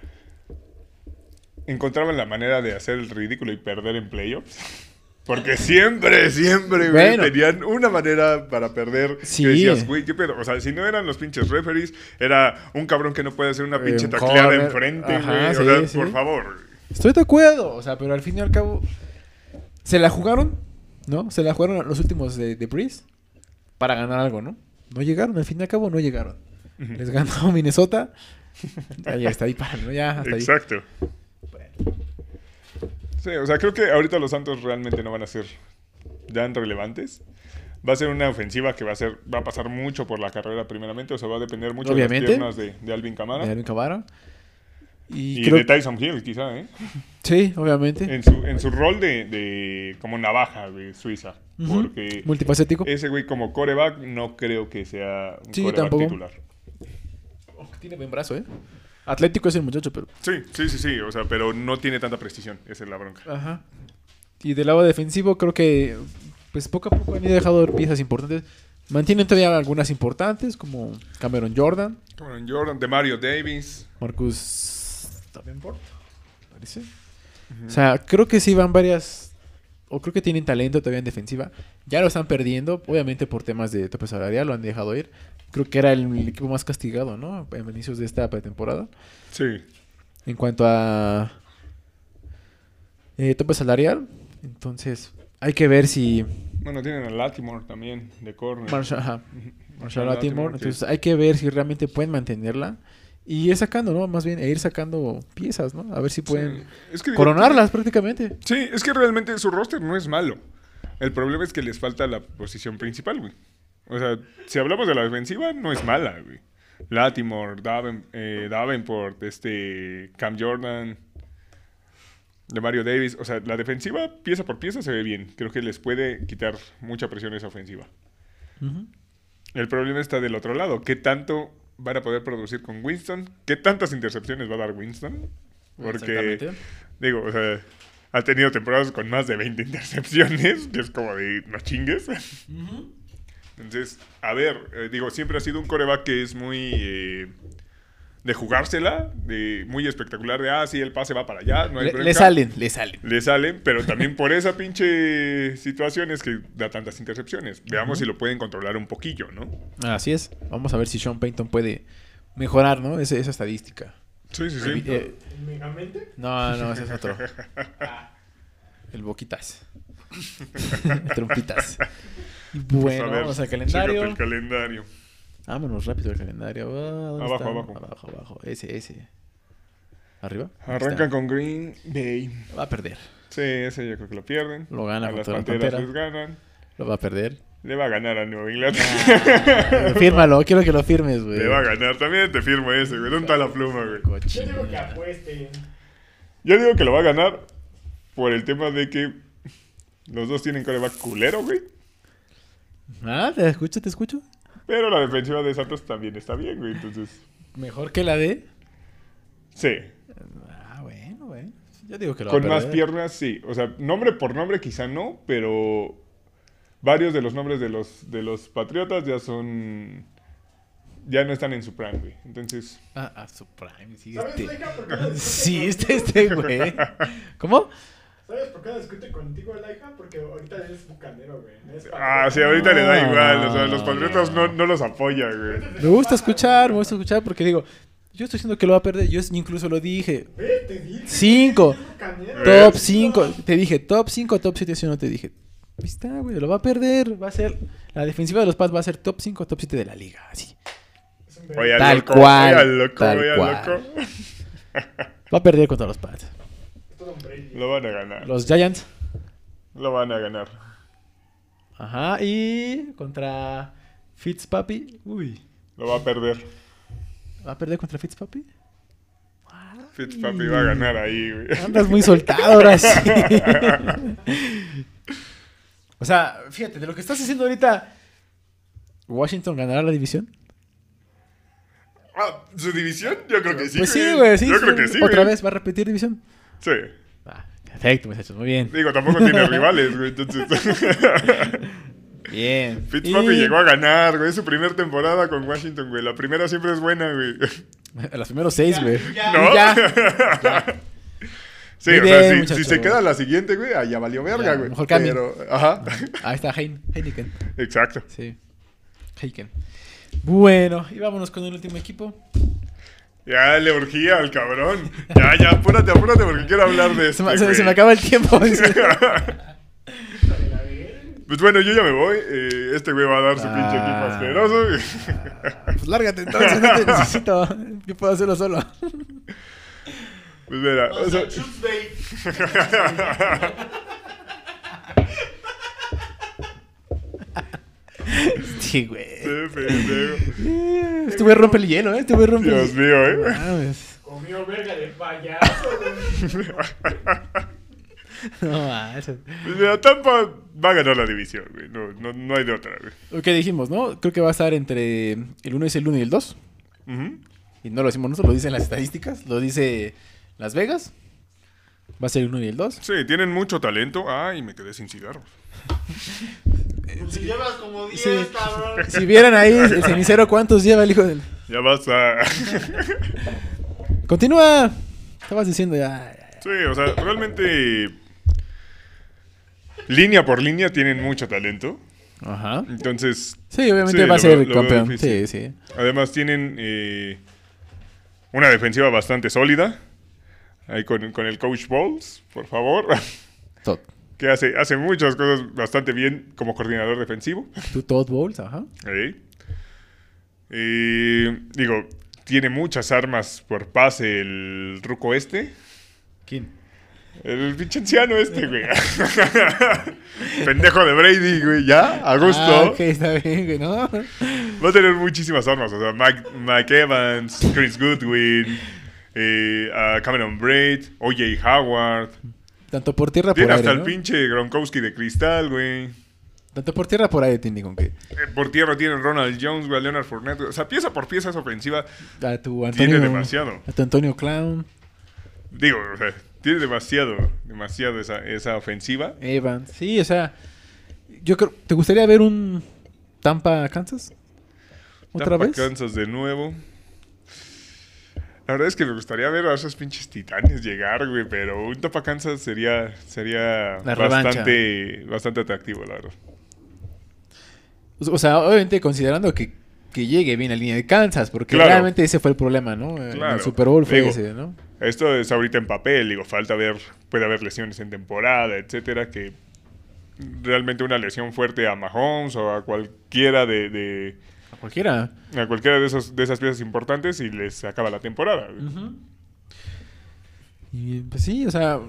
Speaker 2: encontraban la manera de hacer el ridículo y perder en playoffs. Porque siempre, siempre, güey,
Speaker 1: Bueno.
Speaker 2: tenían una manera para perder.
Speaker 1: Sí.
Speaker 2: Que decías, güey, qué pedo. O sea, si no eran los pinches referees, era un cabrón que no puede hacer una
Speaker 1: Eh,
Speaker 2: pinche
Speaker 1: un
Speaker 2: tacleada
Speaker 1: corner.
Speaker 2: enfrente,
Speaker 1: Ajá,
Speaker 2: güey. O
Speaker 1: sí,
Speaker 2: sea,
Speaker 1: sí.
Speaker 2: por favor.
Speaker 1: Estoy de acuerdo, o sea, pero al fin y al cabo se la jugaron, ¿no? Se la jugaron los últimos de, de Breeze para ganar algo, ¿no? No llegaron, al fin y al cabo no llegaron.
Speaker 2: Ujú.
Speaker 1: Les ganó Minnesota. Ahí hasta ahí para, ¿no? Ya hasta ahí.
Speaker 2: Exacto. Sí, o sea, creo que ahorita los Santos realmente no van a ser tan relevantes. Va a ser una ofensiva que va a ser, va a pasar mucho por la carrera primeramente, o sea, va a depender mucho
Speaker 1: Obviamente.
Speaker 2: de las piernas de, de Alvin Kamara
Speaker 1: De Alvin Kamara. Y,
Speaker 2: y
Speaker 1: creo
Speaker 2: de Eh, Tyson Hill, quizá, ¿eh?
Speaker 1: Sí, obviamente.
Speaker 2: En su, en su rol de, de como navaja de Suiza,
Speaker 1: Ujú.
Speaker 2: porque
Speaker 1: Multifacético.
Speaker 2: ese güey como coreback no creo que sea un
Speaker 1: Sí,
Speaker 2: coreback
Speaker 1: tampoco.
Speaker 2: titular.
Speaker 1: Oh, tiene buen brazo, ¿eh? Atlético es el muchacho, pero.
Speaker 2: Sí, sí, sí, sí, o sea, pero no tiene tanta precisión, esa es la bronca.
Speaker 1: Ajá. Y del lado defensivo creo que pues poco a poco han ido dejando piezas importantes. Mantienen todavía algunas importantes como Cameron Jordan,
Speaker 2: Cameron Jordan, de Mario Davis,
Speaker 1: Marcus Davenport, parece. O sea, creo que sí van varias o creo que tienen talento todavía en defensiva. Ya lo están perdiendo, obviamente por temas de tope salarial lo han dejado ir. Creo que era el, el equipo más castigado, ¿no? En inicios de esta pretemporada.
Speaker 2: sí,
Speaker 1: En cuanto a eh, tope salarial, entonces hay que ver si
Speaker 2: Bueno, tienen a Latimore también, de corner.
Speaker 1: Marshall, ajá, Marshall
Speaker 2: Latimore,
Speaker 1: Latimore,
Speaker 2: que-
Speaker 1: entonces hay que ver si realmente pueden mantenerla y ir sacando, ¿no? Más bien, e ir sacando piezas, ¿no? A ver si
Speaker 2: Sí,
Speaker 1: pueden
Speaker 2: es que digo,
Speaker 1: coronarlas prácticamente.
Speaker 2: Sí, es que realmente su roster no es malo. El problema es que les falta la posición principal, güey. O sea, si hablamos de la defensiva, no es mala, güey. Latimore, Daven, eh, Davenport, este, Cam Jordan, de Mario Davis. O sea, la defensiva, pieza por pieza, se ve bien. Creo que les puede quitar mucha presión esa ofensiva.
Speaker 1: Ujú.
Speaker 2: El problema está del otro lado. ¿Qué tanto van a poder producir con Winston? ¿Qué tantas intercepciones va a dar Winston? Porque,
Speaker 1: Exactamente.
Speaker 2: digo, o sea, ha tenido temporadas con más de 20 intercepciones, que es como de no chingues. Entonces, a ver, eh, digo, siempre ha sido un coreback que es muy. eh, de jugársela, de muy espectacular, de, ah, sí, el pase va para allá, no hay
Speaker 1: Le,
Speaker 2: bronca.
Speaker 1: le salen, le salen.
Speaker 2: Le salen, pero también por esa pinche situación es que da tantas intercepciones. Veamos si lo pueden controlar un poquillo, ¿no?
Speaker 1: Así es. Vamos a ver si Sean Payton puede mejorar, ¿no? Ese- esa estadística.
Speaker 2: Sí, sí, sí.
Speaker 1: Eh,
Speaker 3: ¿Megamente? Ah,
Speaker 1: no, no, ese es otro. Ah, El Boquitas. Trompitas. Y
Speaker 2: Pues,
Speaker 1: Bueno,
Speaker 2: ver,
Speaker 1: vamos al
Speaker 2: chécate
Speaker 1: calendario.
Speaker 2: el calendario.
Speaker 1: Vámonos rápido al calendario. Ah, ¿dónde
Speaker 2: Abajo,
Speaker 1: está?
Speaker 2: abajo.
Speaker 1: Abajo, abajo. Ese, ese. ¿Arriba? Aquí
Speaker 2: Arrancan
Speaker 1: está.
Speaker 2: con Green Bay.
Speaker 1: Va a perder.
Speaker 2: Sí, ese yo creo que lo pierden.
Speaker 1: Lo gana
Speaker 2: A las
Speaker 1: contra la
Speaker 2: panteras
Speaker 1: Pantera.
Speaker 2: les ganan.
Speaker 1: Lo va a perder.
Speaker 2: Le va a ganar a Nueva Inglaterra.
Speaker 1: Ah, Fírmalo. Quiero que lo firmes, güey.
Speaker 2: Le va a ganar. También te firmo ese, güey. ¿Dónde está la pluma, güey?
Speaker 3: Yo digo que
Speaker 1: Cochina.
Speaker 3: apuesten.
Speaker 2: Yo digo que lo va a ganar por el tema de que los dos tienen coreback culero, güey.
Speaker 1: Ah, te escucho, te escucho.
Speaker 2: Pero la defensiva de Santos también está bien, güey. Entonces,
Speaker 1: Mejor que la de.
Speaker 2: sí.
Speaker 1: Ah, bueno, bueno. Yo digo que lo
Speaker 2: Con
Speaker 1: va a
Speaker 2: más
Speaker 1: perder.
Speaker 2: piernas, sí. O sea, nombre por nombre quizá no, pero varios de los nombres de los, de los Patriotas ya son... Ya no están en su prime, güey. Entonces,
Speaker 1: Ah, ah, su prime. Sí,
Speaker 3: ¿Sabes,
Speaker 1: este.
Speaker 3: Laika, por qué lo discute
Speaker 1: Sí, este,
Speaker 3: contigo?
Speaker 1: este, güey. ¿Cómo?
Speaker 3: ¿Sabes por qué lo discute contigo, Laika? Porque ahorita eres bucanero, güey. Eres
Speaker 2: Ah, sí, ahorita le da igual. O sea,
Speaker 1: Ah.
Speaker 2: los patriotas no, no los apoya, güey.
Speaker 1: Me gusta escuchar, me gusta escuchar porque digo, yo estoy diciendo que lo va a perder. Yo incluso lo dije.
Speaker 3: Ve, te dije,
Speaker 1: Cinco.
Speaker 3: eres bucanero.
Speaker 2: Eh.
Speaker 1: Top 5. Te dije, top 5, top 7, si no te dije. Ahí está, güey, lo va a perder. Va a ser. La defensiva de los Pats va a ser top 5, top 7 de la liga. Así.
Speaker 3: Es un verbo.
Speaker 2: Oye,
Speaker 1: Tal
Speaker 2: loco,
Speaker 1: cual,
Speaker 2: oye, loco,
Speaker 1: tal
Speaker 2: oye,
Speaker 1: cual.
Speaker 2: loco.
Speaker 1: Va a perder contra los Pats.
Speaker 3: Es todo un Brady.
Speaker 2: Lo van a ganar.
Speaker 1: Los Giants.
Speaker 2: Lo van a ganar.
Speaker 1: Ajá. Y contra Fitzpapi. Uy.
Speaker 2: Lo va a perder.
Speaker 1: ¿Va a perder contra Fitzpapi?
Speaker 2: Fitzpapi va a ganar ahí, güey.
Speaker 1: Andas muy soltado ahora sí. o sea, fíjate, de lo que estás haciendo ahorita. ¿Washington ganará la división?
Speaker 2: Ah, ¿Su división? Yo creo que sí.
Speaker 1: pues sí, güey, sí.
Speaker 2: Yo
Speaker 1: sí.
Speaker 2: creo que sí.
Speaker 1: Otra
Speaker 2: güey.
Speaker 1: vez, ¿va a repetir división?
Speaker 2: Sí.
Speaker 1: Ah, perfecto, muchachos, muy bien.
Speaker 2: Digo, tampoco tiene rivales, güey. Entonces.
Speaker 1: Bien.
Speaker 2: Fitzpapi
Speaker 1: Y-
Speaker 2: llegó a ganar, güey. Es su primera temporada con Washington, güey. La primera siempre es buena, güey.
Speaker 1: A los primeros seis, güey.
Speaker 3: Ya,
Speaker 2: ¿No?
Speaker 1: Ya.
Speaker 2: Sí,
Speaker 1: Muy
Speaker 2: o sea,
Speaker 1: bien,
Speaker 2: si- si,
Speaker 1: muchacho.
Speaker 2: se queda la siguiente, güey, allá valió verga,
Speaker 1: Ya,
Speaker 2: güey.
Speaker 1: mejor cambien.
Speaker 2: Pero, ajá.
Speaker 1: Ahí está Hein, Heineken.
Speaker 2: Exacto.
Speaker 1: Sí. Heineken. Bueno, y vámonos con el último equipo.
Speaker 2: Ya le urgía al cabrón. Ya, ya, apúrate, apúrate porque quiero hablar de este,
Speaker 1: Se
Speaker 2: esto.
Speaker 1: me, se- se me acaba el tiempo.
Speaker 3: hija de la verga.
Speaker 2: Pues bueno, yo ya me voy. Eh, este güey va a dar su
Speaker 1: Ah.
Speaker 2: pinche equipo asqueroso.
Speaker 1: Pues lárgate, entonces no te necesito. Yo puedo hacerlo solo.
Speaker 2: Pues mira, o
Speaker 3: O sea,
Speaker 2: sea,
Speaker 3: Tuesday.
Speaker 1: Sí, güey.
Speaker 2: qué pendejo.
Speaker 1: Eh, Este güey rompe el hielo, ¿eh? Este güey rompe
Speaker 2: Dios
Speaker 1: el
Speaker 2: mío, eh.
Speaker 1: Mames.
Speaker 3: Comió verga de payaso, güey.
Speaker 1: No mames.
Speaker 2: Pues mira, Tampa va a ganar la división, güey. No, no, no hay de otra, güey.
Speaker 1: Lo que dijimos, ¿no? Creo que va a estar entre el 1 es el 1 y el 2.
Speaker 2: Ujú.
Speaker 1: Y no lo decimos nosotros, lo dicen las estadísticas, lo dice Las Vegas. Va a ser el 1 y el 2.
Speaker 2: Sí, tienen mucho talento. Ay, me quedé sin cigarros.
Speaker 3: Si llevas como 10,
Speaker 1: Sí.
Speaker 3: cabrón.
Speaker 1: Si vieran ahí el cenicero, ¿cuántos lleva el hijo del.?
Speaker 2: Ya basta.
Speaker 1: Continúa. Estabas diciendo ya. ya, ya.
Speaker 2: Sí, o sea, realmente. Línea por línea tienen mucho talento.
Speaker 1: Ajá.
Speaker 2: Entonces,
Speaker 1: Sí, obviamente
Speaker 2: Sí,
Speaker 1: va a
Speaker 2: lo
Speaker 1: ser
Speaker 2: veo- lo veo
Speaker 1: campeón. Sí,
Speaker 2: difícil.
Speaker 1: sí.
Speaker 2: Además tienen eh, una defensiva bastante sólida. Ahí con, con el coach Bowles, por favor.
Speaker 1: Todd.
Speaker 2: Que hace, hace muchas cosas bastante bien como coordinador defensivo.
Speaker 1: Tú, Todd Bowles, ajá.
Speaker 2: Ahí. Eh, digo, tiene muchas armas por pase el ruco este.
Speaker 1: ¿Quién?
Speaker 2: El pinche anciano este, güey. Pendejo de Brady, güey. Ya, a gusto.
Speaker 1: Ah, ok, está bien, güey, ¿no?
Speaker 2: Va a tener muchísimas armas. O sea, Mike, Mike Evans, Chris Goodwin, eh, a Cameron Braid, O.J. Howard.
Speaker 1: Tanto por tierra por
Speaker 2: Tiene
Speaker 1: aire.
Speaker 2: hasta el
Speaker 1: ¿no?
Speaker 2: pinche Gronkowski de cristal, güey.
Speaker 1: Tanto por tierra por aire tiene con que.
Speaker 2: Eh, Por tierra tiene Ronald Jones, güey, a Leonard Fournette. güey. O sea, pieza por pieza es ofensiva.
Speaker 1: A tu Antonio.
Speaker 2: Tiene demasiado.
Speaker 1: A tu Antonio Clown,
Speaker 2: Digo, o sea, tiene demasiado, demasiado esa, esa ofensiva.
Speaker 1: Evans. Sí, o sea. Yo creo. ¿Te gustaría ver un Tampa Kansas? ¿Otra
Speaker 2: Tampa,
Speaker 1: vez?
Speaker 2: Kansas de nuevo. La verdad es que me gustaría ver a esos pinches titanes llegar, güey, pero un tapacanzas sería, sería
Speaker 1: La revancha.
Speaker 2: bastante, bastante atractivo, la verdad.
Speaker 1: O sea, obviamente considerando que, que llegue bien la línea de Kansas, porque
Speaker 2: Claro.
Speaker 1: realmente ese fue el problema, ¿no? En
Speaker 2: Claro.
Speaker 1: El Super Bowl fue
Speaker 2: Digo,
Speaker 1: ese, ¿no?
Speaker 2: Esto es ahorita en papel, digo, falta ver, puede haber lesiones en temporada, etcétera, que realmente una lesión fuerte a Mahomes o a cualquiera de, de-
Speaker 1: A cualquiera.
Speaker 2: a cualquiera de esos de esas piezas importantes y les acaba la temporada.
Speaker 1: Y pues sí, o sea,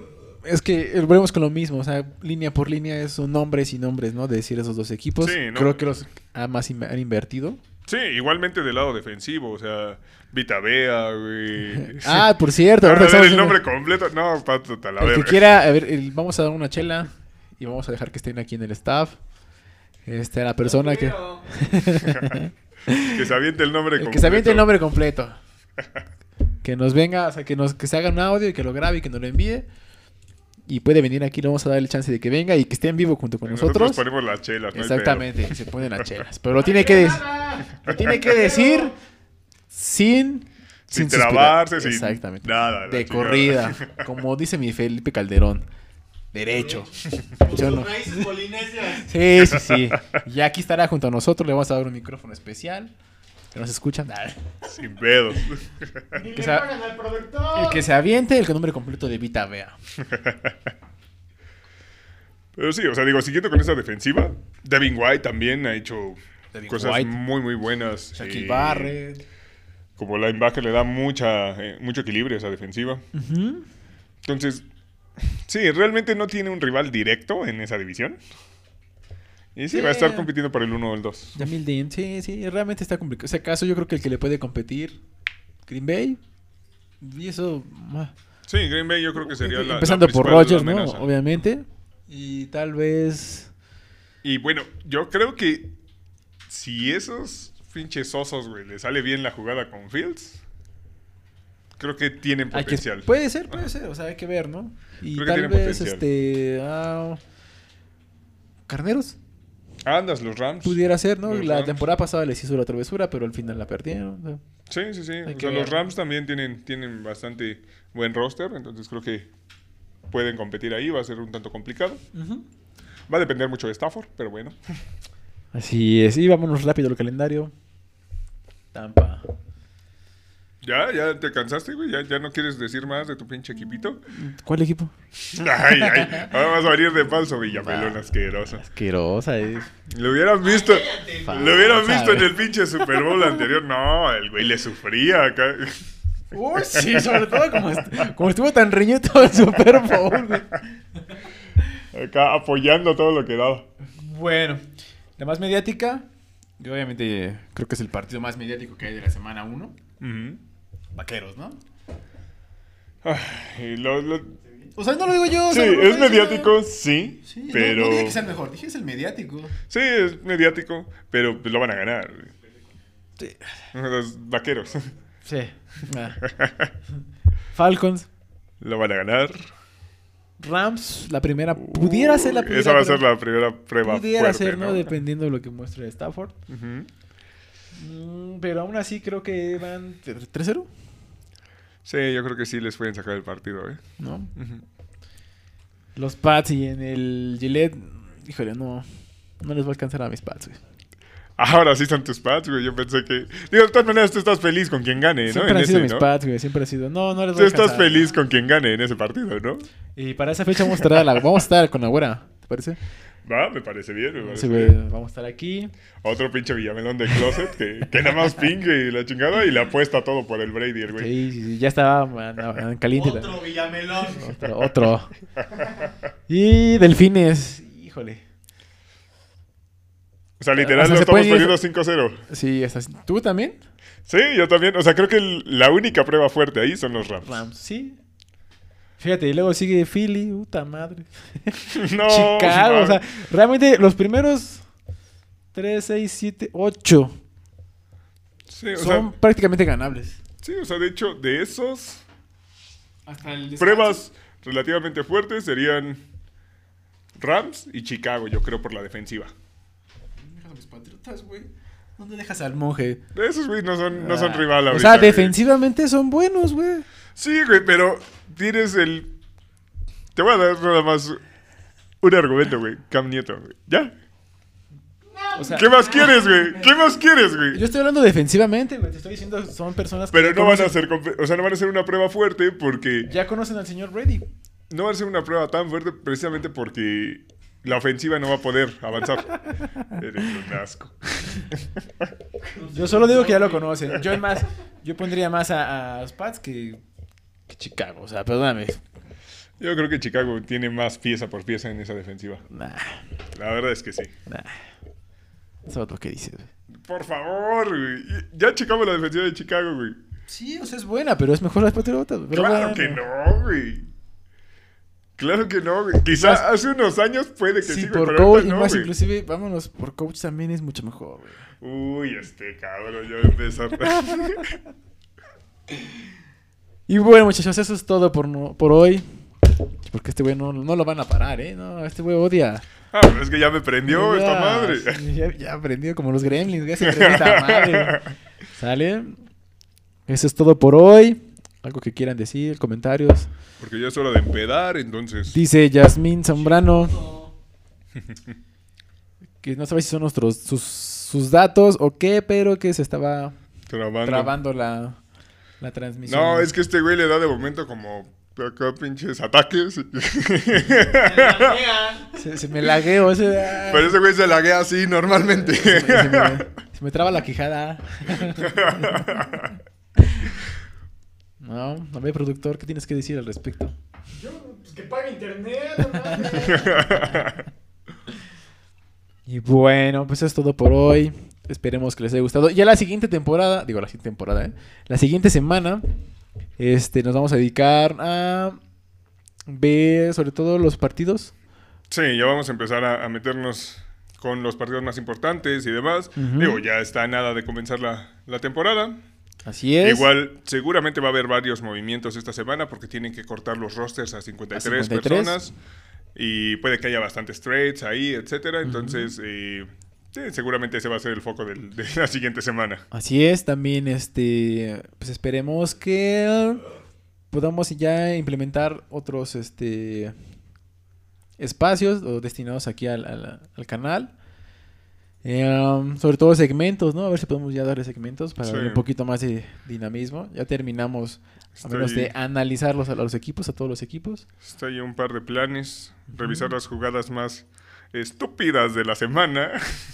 Speaker 1: es que eh, volvemos con lo mismo, o sea, línea por línea son nombres y nombres, ¿no? De decir esos dos equipos.
Speaker 2: Sí, ¿no?
Speaker 1: Creo que los ah, más in- han invertido.
Speaker 2: Sí, igualmente del lado defensivo, o sea, Vita Bea, güey.
Speaker 1: Ah, por cierto,
Speaker 2: Ahora
Speaker 1: ahorita estamos
Speaker 2: ver el
Speaker 1: en-
Speaker 2: nombre completo, no, pato, tal, a
Speaker 1: el que
Speaker 2: ver.
Speaker 1: quiera, a ver, el- vamos a dar una chela y vamos a dejar que estén aquí en el staff. Este, la persona que
Speaker 3: Pero,
Speaker 2: Que se aviente el nombre
Speaker 1: el que se aviente el nombre completo. Que nos venga, o sea, que nos que se haga un audio y que lo grabe y que nos lo envíe. Y puede venir aquí, le vamos a dar el chance de que venga y que esté en vivo junto con nosotros.
Speaker 2: ponemos las chelas, no hay pedo.
Speaker 1: Exactamente, y se ponen las chelas. Pero lo tiene que, des- lo tiene que decir sin...
Speaker 2: Sin,
Speaker 1: suspirar.
Speaker 2: trabarse, sin
Speaker 1: Exactamente.
Speaker 2: nada. la
Speaker 1: de
Speaker 2: chingada.
Speaker 1: corrida. Como dice mi Felipe Calderón. Derecho.
Speaker 3: con
Speaker 1: Yo
Speaker 3: sus
Speaker 1: no.
Speaker 3: raíces polinesias.
Speaker 1: Sí, sí, sí. Y aquí estará junto a nosotros. Le vamos a dar un micrófono especial. Que nos escuchan. Nah.
Speaker 2: Sin pedos.
Speaker 3: Ni
Speaker 1: que
Speaker 3: le
Speaker 1: sea-
Speaker 3: pagan al productor.
Speaker 1: El que se aviente, el nombre completo de Vita Vea.
Speaker 2: Pero sí, o sea, digo, siguiendo con esta defensiva, Devin White también ha hecho
Speaker 1: Devin
Speaker 2: cosas
Speaker 1: White.
Speaker 2: muy, muy buenas.
Speaker 1: Shaquille
Speaker 2: Eh,
Speaker 1: Barrett.
Speaker 2: Como linebacker le da mucha, eh, mucho equilibrio a esa defensiva. Entonces, sí, realmente no tiene un rival directo en esa división. Y sí, va a estar
Speaker 1: Sí.
Speaker 2: compitiendo por el 1 o el 2.
Speaker 1: Jamil Dean. Sí, sí, realmente está complicado. Si acaso yo creo que el que le puede competir, Green Bay. Y eso. ah.
Speaker 2: Sí, Green Bay yo creo que sería la- la
Speaker 1: Empezando por
Speaker 2: principal
Speaker 1: Rogers, ¿no?
Speaker 2: amenaza.
Speaker 1: Obviamente. Y tal vez.
Speaker 2: Y bueno, yo creo que si esos pinches osos, güey, le sale bien la jugada con Fields, creo que tienen
Speaker 1: hay que- pues
Speaker 2: potencial.
Speaker 1: puede ser, puede ser. O sea, hay que ver, ¿no? Y
Speaker 2: Creo que
Speaker 1: tal
Speaker 2: tiene
Speaker 1: vez,
Speaker 2: potencial.
Speaker 1: este. ah, Carneros.
Speaker 2: Andas los Rams.
Speaker 1: Pudiera ser, ¿no?
Speaker 2: Los
Speaker 1: La
Speaker 2: Rams.
Speaker 1: temporada pasada les hizo la travesura, pero al final la perdieron. ¿no?
Speaker 2: Sí, sí, sí. O
Speaker 1: que
Speaker 2: sea,
Speaker 1: ver.
Speaker 2: los Rams también tienen, tienen bastante buen roster, entonces creo que pueden competir ahí, va a ser un tanto complicado. Va a depender mucho de Stafford, pero bueno.
Speaker 1: Así es. Y vámonos rápido al calendario. Tampa.
Speaker 2: Ya, ya te cansaste, güey. ¿Ya, ya no quieres decir más de tu pinche equipito.
Speaker 1: ¿Cuál equipo?
Speaker 2: Ay, ay. Ahora vas a venir de falso, Villamelón asqueroso.
Speaker 1: Asquerosa eh. es.
Speaker 2: Lo hubieran visto.
Speaker 3: Cállate,
Speaker 1: Fa-
Speaker 2: Lo hubieran
Speaker 1: ¿sabes?
Speaker 2: visto en el pinche Super Bowl anterior. No, el güey le sufría acá.
Speaker 1: Uy, sí, sobre todo como, est- como estuvo tan reñido todo el Super Bowl. güey.
Speaker 2: Acá apoyando todo lo que daba.
Speaker 1: Bueno, la más mediática. Yo obviamente eh, creo que es el partido más mediático que hay de la semana 1. Vaqueros, ¿no?
Speaker 2: Y lo- lo-
Speaker 1: O sea, no lo digo yo. o
Speaker 2: Sí,
Speaker 1: sea, no lo
Speaker 2: es
Speaker 1: estoy diciendo-
Speaker 2: mediático, sí.
Speaker 1: Sí, no-
Speaker 2: pero.
Speaker 1: no, dije que es el mejor, dije es el mediático.
Speaker 2: Sí, es mediático, pero pues, lo van a ganar. güey. Los vaqueros.
Speaker 1: Sí. Ah. Falcons,
Speaker 2: lo van a ganar.
Speaker 1: Rams, la primera. Pudiera ser la
Speaker 2: Uy,
Speaker 1: primera.
Speaker 2: Uh, Esa va
Speaker 1: pero
Speaker 2: a ser la primera prueba.
Speaker 1: Pudiera
Speaker 2: fuerte,
Speaker 1: ser, ¿no?
Speaker 2: ¿no?
Speaker 1: Dependiendo de lo que muestre Stafford.
Speaker 2: Ujú.
Speaker 1: Mm, pero aún así creo que van 3-0.
Speaker 2: Sí, yo creo que sí les pueden sacar el partido, ¿eh?
Speaker 1: ¿No?
Speaker 2: Ujú.
Speaker 1: Los Pats y en el Gillette, híjole, no. No les va a alcanzar a mis Pats, güey.
Speaker 2: Ahora sí son tus pads, güey. Yo pensé que. Digo, de todas maneras, tú estás feliz con quien gane, ¿no?
Speaker 1: Siempre han
Speaker 2: En
Speaker 1: sido
Speaker 2: ese,
Speaker 1: mis
Speaker 2: ¿no?
Speaker 1: Pats, güey. Siempre han sido. No, no les
Speaker 2: Tú
Speaker 1: va a
Speaker 2: estás
Speaker 1: alcanzar.
Speaker 2: feliz con quien gane en ese partido, ¿no?
Speaker 1: Y para esa fecha vamos a estar, a la- vamos a estar con la güera, ¿te parece?
Speaker 2: Va, me parece bien, me parece
Speaker 1: Sí, güey,
Speaker 2: bien.
Speaker 1: vamos a estar aquí.
Speaker 2: Otro pinche villamelón de closet que, que nada más pingue y la chingada y le apuesta todo por el Brady, el güey.
Speaker 1: Sí, sí, sí, ya estaba man, man, caliente. la-
Speaker 3: Otro Villamelón.
Speaker 1: Otro, otro. Y delfines. Híjole.
Speaker 2: O sea, literal,
Speaker 1: O sea,
Speaker 2: lo
Speaker 1: se
Speaker 2: estamos
Speaker 1: pueden ir-
Speaker 2: perdiendo 5-0.
Speaker 1: Sí, estás. ¿Tú también?
Speaker 2: Sí, yo también. O sea, creo que el- la única prueba fuerte ahí son los Rams.
Speaker 1: Rams, sí. Fíjate, y luego sigue Philly, puta madre.
Speaker 2: no,
Speaker 1: Chicago,
Speaker 2: mames.
Speaker 1: o sea, realmente los primeros 3, 6, 7, 8
Speaker 2: Sí, o sea,
Speaker 1: son prácticamente ganables.
Speaker 2: sí, o sea, de hecho, de esos
Speaker 1: Hasta el
Speaker 2: pruebas relativamente fuertes serían Rams y Chicago, yo creo, por la defensiva.
Speaker 1: ¿Dónde dejas al monje?
Speaker 2: Esos güeyes no son, no son rival
Speaker 1: Ah, O
Speaker 2: ahorita.
Speaker 1: sea,
Speaker 2: güey.
Speaker 1: defensivamente son buenos, güey.
Speaker 2: Sí, güey, pero tienes el. Te voy a dar nada más un argumento, güey. Cam Nieto, güey. ¿Ya?
Speaker 1: O sea,
Speaker 2: ¿Qué más quieres, güey? ¿Qué más quieres,
Speaker 1: yo
Speaker 2: güey?
Speaker 1: estoy hablando defensivamente, güey. Te estoy diciendo, son personas que.
Speaker 2: Pero no van a
Speaker 1: conocen-
Speaker 2: ser, compe- o sea, no van a ser una prueba fuerte porque
Speaker 1: Ya conocen al señor Brady.
Speaker 2: no va a ser una prueba tan fuerte precisamente porque la ofensiva no va a poder avanzar. Eres un asco.
Speaker 1: Yo solo digo que ya lo conocen. Yo es más, yo pondría más a, a los Pats que, que Chicago. O sea, perdóname.
Speaker 2: Yo creo que Chicago tiene más pieza por pieza en esa defensiva.
Speaker 1: Nah,
Speaker 2: La verdad es que sí.
Speaker 1: nah. Eso es lo que dices, güey.
Speaker 2: Por favor, güey. Ya checamos la defensiva de Chicago, güey.
Speaker 1: Sí, o sea, es buena, pero es mejor las Patriotas. güey. Pero
Speaker 2: claro
Speaker 1: bueno.
Speaker 2: que no, güey. Claro que no, güey. Quizás hace unos años puede que sí,
Speaker 1: Sí,
Speaker 2: güey,
Speaker 1: por
Speaker 2: pero ahorita
Speaker 1: coach y
Speaker 2: no,
Speaker 1: más
Speaker 2: güey.
Speaker 1: inclusive, vámonos, por coach también es mucho mejor, güey.
Speaker 2: Uy, este cabrón ya va a empezar.
Speaker 1: Y bueno, muchachos, eso es todo por, no- por hoy. Porque este güey no, no lo van a parar, ¿eh? No, este güey odia.
Speaker 2: ah, pero es que ya me prendió
Speaker 1: Odia.
Speaker 2: esta madre.
Speaker 1: Sí, Ya, ya aprendió como los gremlins, ya se aprendió esta madre. güey. ¿Sale? Eso es todo por hoy. Algo que quieran decir, comentarios.
Speaker 2: Porque ya es hora de empedar, entonces.
Speaker 1: Dice Yasmín Zambrano. Que no sabe si son nuestros sus, sus datos o qué, pero que se estaba
Speaker 2: Trabando.
Speaker 1: trabando la, la transmisión.
Speaker 2: No, es que este güey le da de momento como acá pinches ataques.
Speaker 1: Se, se me lagueó ese.
Speaker 2: pero ese güey se laguea así normalmente.
Speaker 1: se, me, se me- se me traba la quijada. no, a ver, productor, ¿qué tienes que decir al respecto?
Speaker 3: Yo, pues que pague internet, no mames.
Speaker 1: Y bueno, pues eso es todo por hoy. Esperemos que les haya gustado. Ya la siguiente temporada, digo la siguiente temporada, ¿eh? la siguiente semana, este, nos vamos a dedicar a ver sobre todo los partidos.
Speaker 2: Sí, ya vamos a empezar a, a meternos con los partidos más importantes y demás.
Speaker 1: Ujú.
Speaker 2: Digo, ya está nada de comenzar la, la temporada.
Speaker 1: Así es.
Speaker 2: Igual, seguramente va a haber varios movimientos esta semana porque tienen que cortar los rosters a 53,
Speaker 1: A 53.
Speaker 2: personas. Y puede que haya bastantes trades ahí, etcétera. Entonces, eh, sí, seguramente ese va a ser el foco del- de la siguiente semana.
Speaker 1: Así es, también este, pues esperemos que podamos ya implementar otros este espacios o destinados aquí al, al- al canal. Eh, um, sobre todo segmentos, ¿no? A ver si podemos ya darle segmentos para
Speaker 2: Sí.
Speaker 1: darle un poquito más de dinamismo. Ya terminamos, a
Speaker 2: Estoy-
Speaker 1: menos de analizarlos a, a los equipos, a todos los equipos.
Speaker 2: Está ahí un par de planes. Revisar las jugadas más estúpidas de la semana.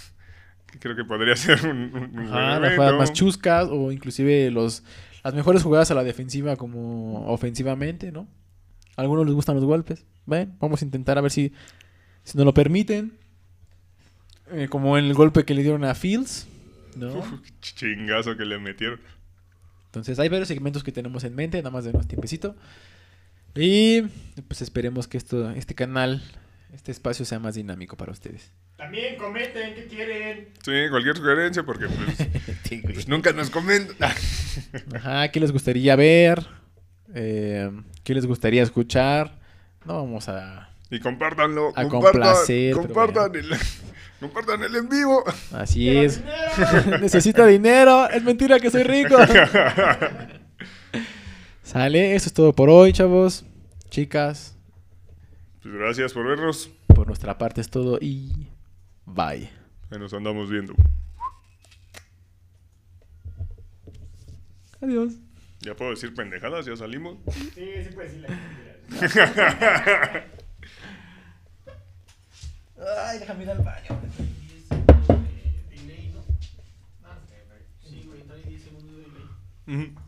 Speaker 2: que Creo que podría ser un, un- un buen
Speaker 1: Ajá, las
Speaker 2: evento.
Speaker 1: jugadas más chuscas o inclusive los, las mejores jugadas a la defensiva como ofensivamente, ¿no? A algunos les gustan los golpes. Bueno, vamos a intentar a ver si, si nos lo permiten. Eh, como el golpe que le dieron a Fields, ¿no?
Speaker 2: Uf, qué chingazo que le metieron.
Speaker 1: Entonces hay varios segmentos que tenemos en mente, nada más de unos tiempecito. Y pues esperemos que esto, este canal, este espacio sea más dinámico para ustedes.
Speaker 3: También comenten qué quieren.
Speaker 2: Sí, cualquier sugerencia porque pues, pues, nunca nos comentan.
Speaker 1: Ajá, ¿qué les gustaría ver? Eh, ¿Qué les gustaría escuchar? No vamos a...
Speaker 2: Y compártanlo.
Speaker 1: A
Speaker 2: compartan,
Speaker 1: complacer, pero
Speaker 2: compartan, el, compartan el en vivo.
Speaker 1: Así
Speaker 3: Quiero
Speaker 1: es.
Speaker 3: dinero.
Speaker 1: Necesito dinero. Es mentira que soy rico.
Speaker 2: Pues
Speaker 1: Sale, eso es todo por hoy, chavos. Chicas,
Speaker 2: Pues gracias por vernos.
Speaker 1: por nuestra parte es todo y... Bye.
Speaker 2: Ahí Nos andamos viendo.
Speaker 1: Adiós.
Speaker 2: Ya puedo decir pendejadas, ya salimos.
Speaker 3: Sí, sí puedes decirle.
Speaker 1: Ay, déjame ir al baño.
Speaker 2: Ujú.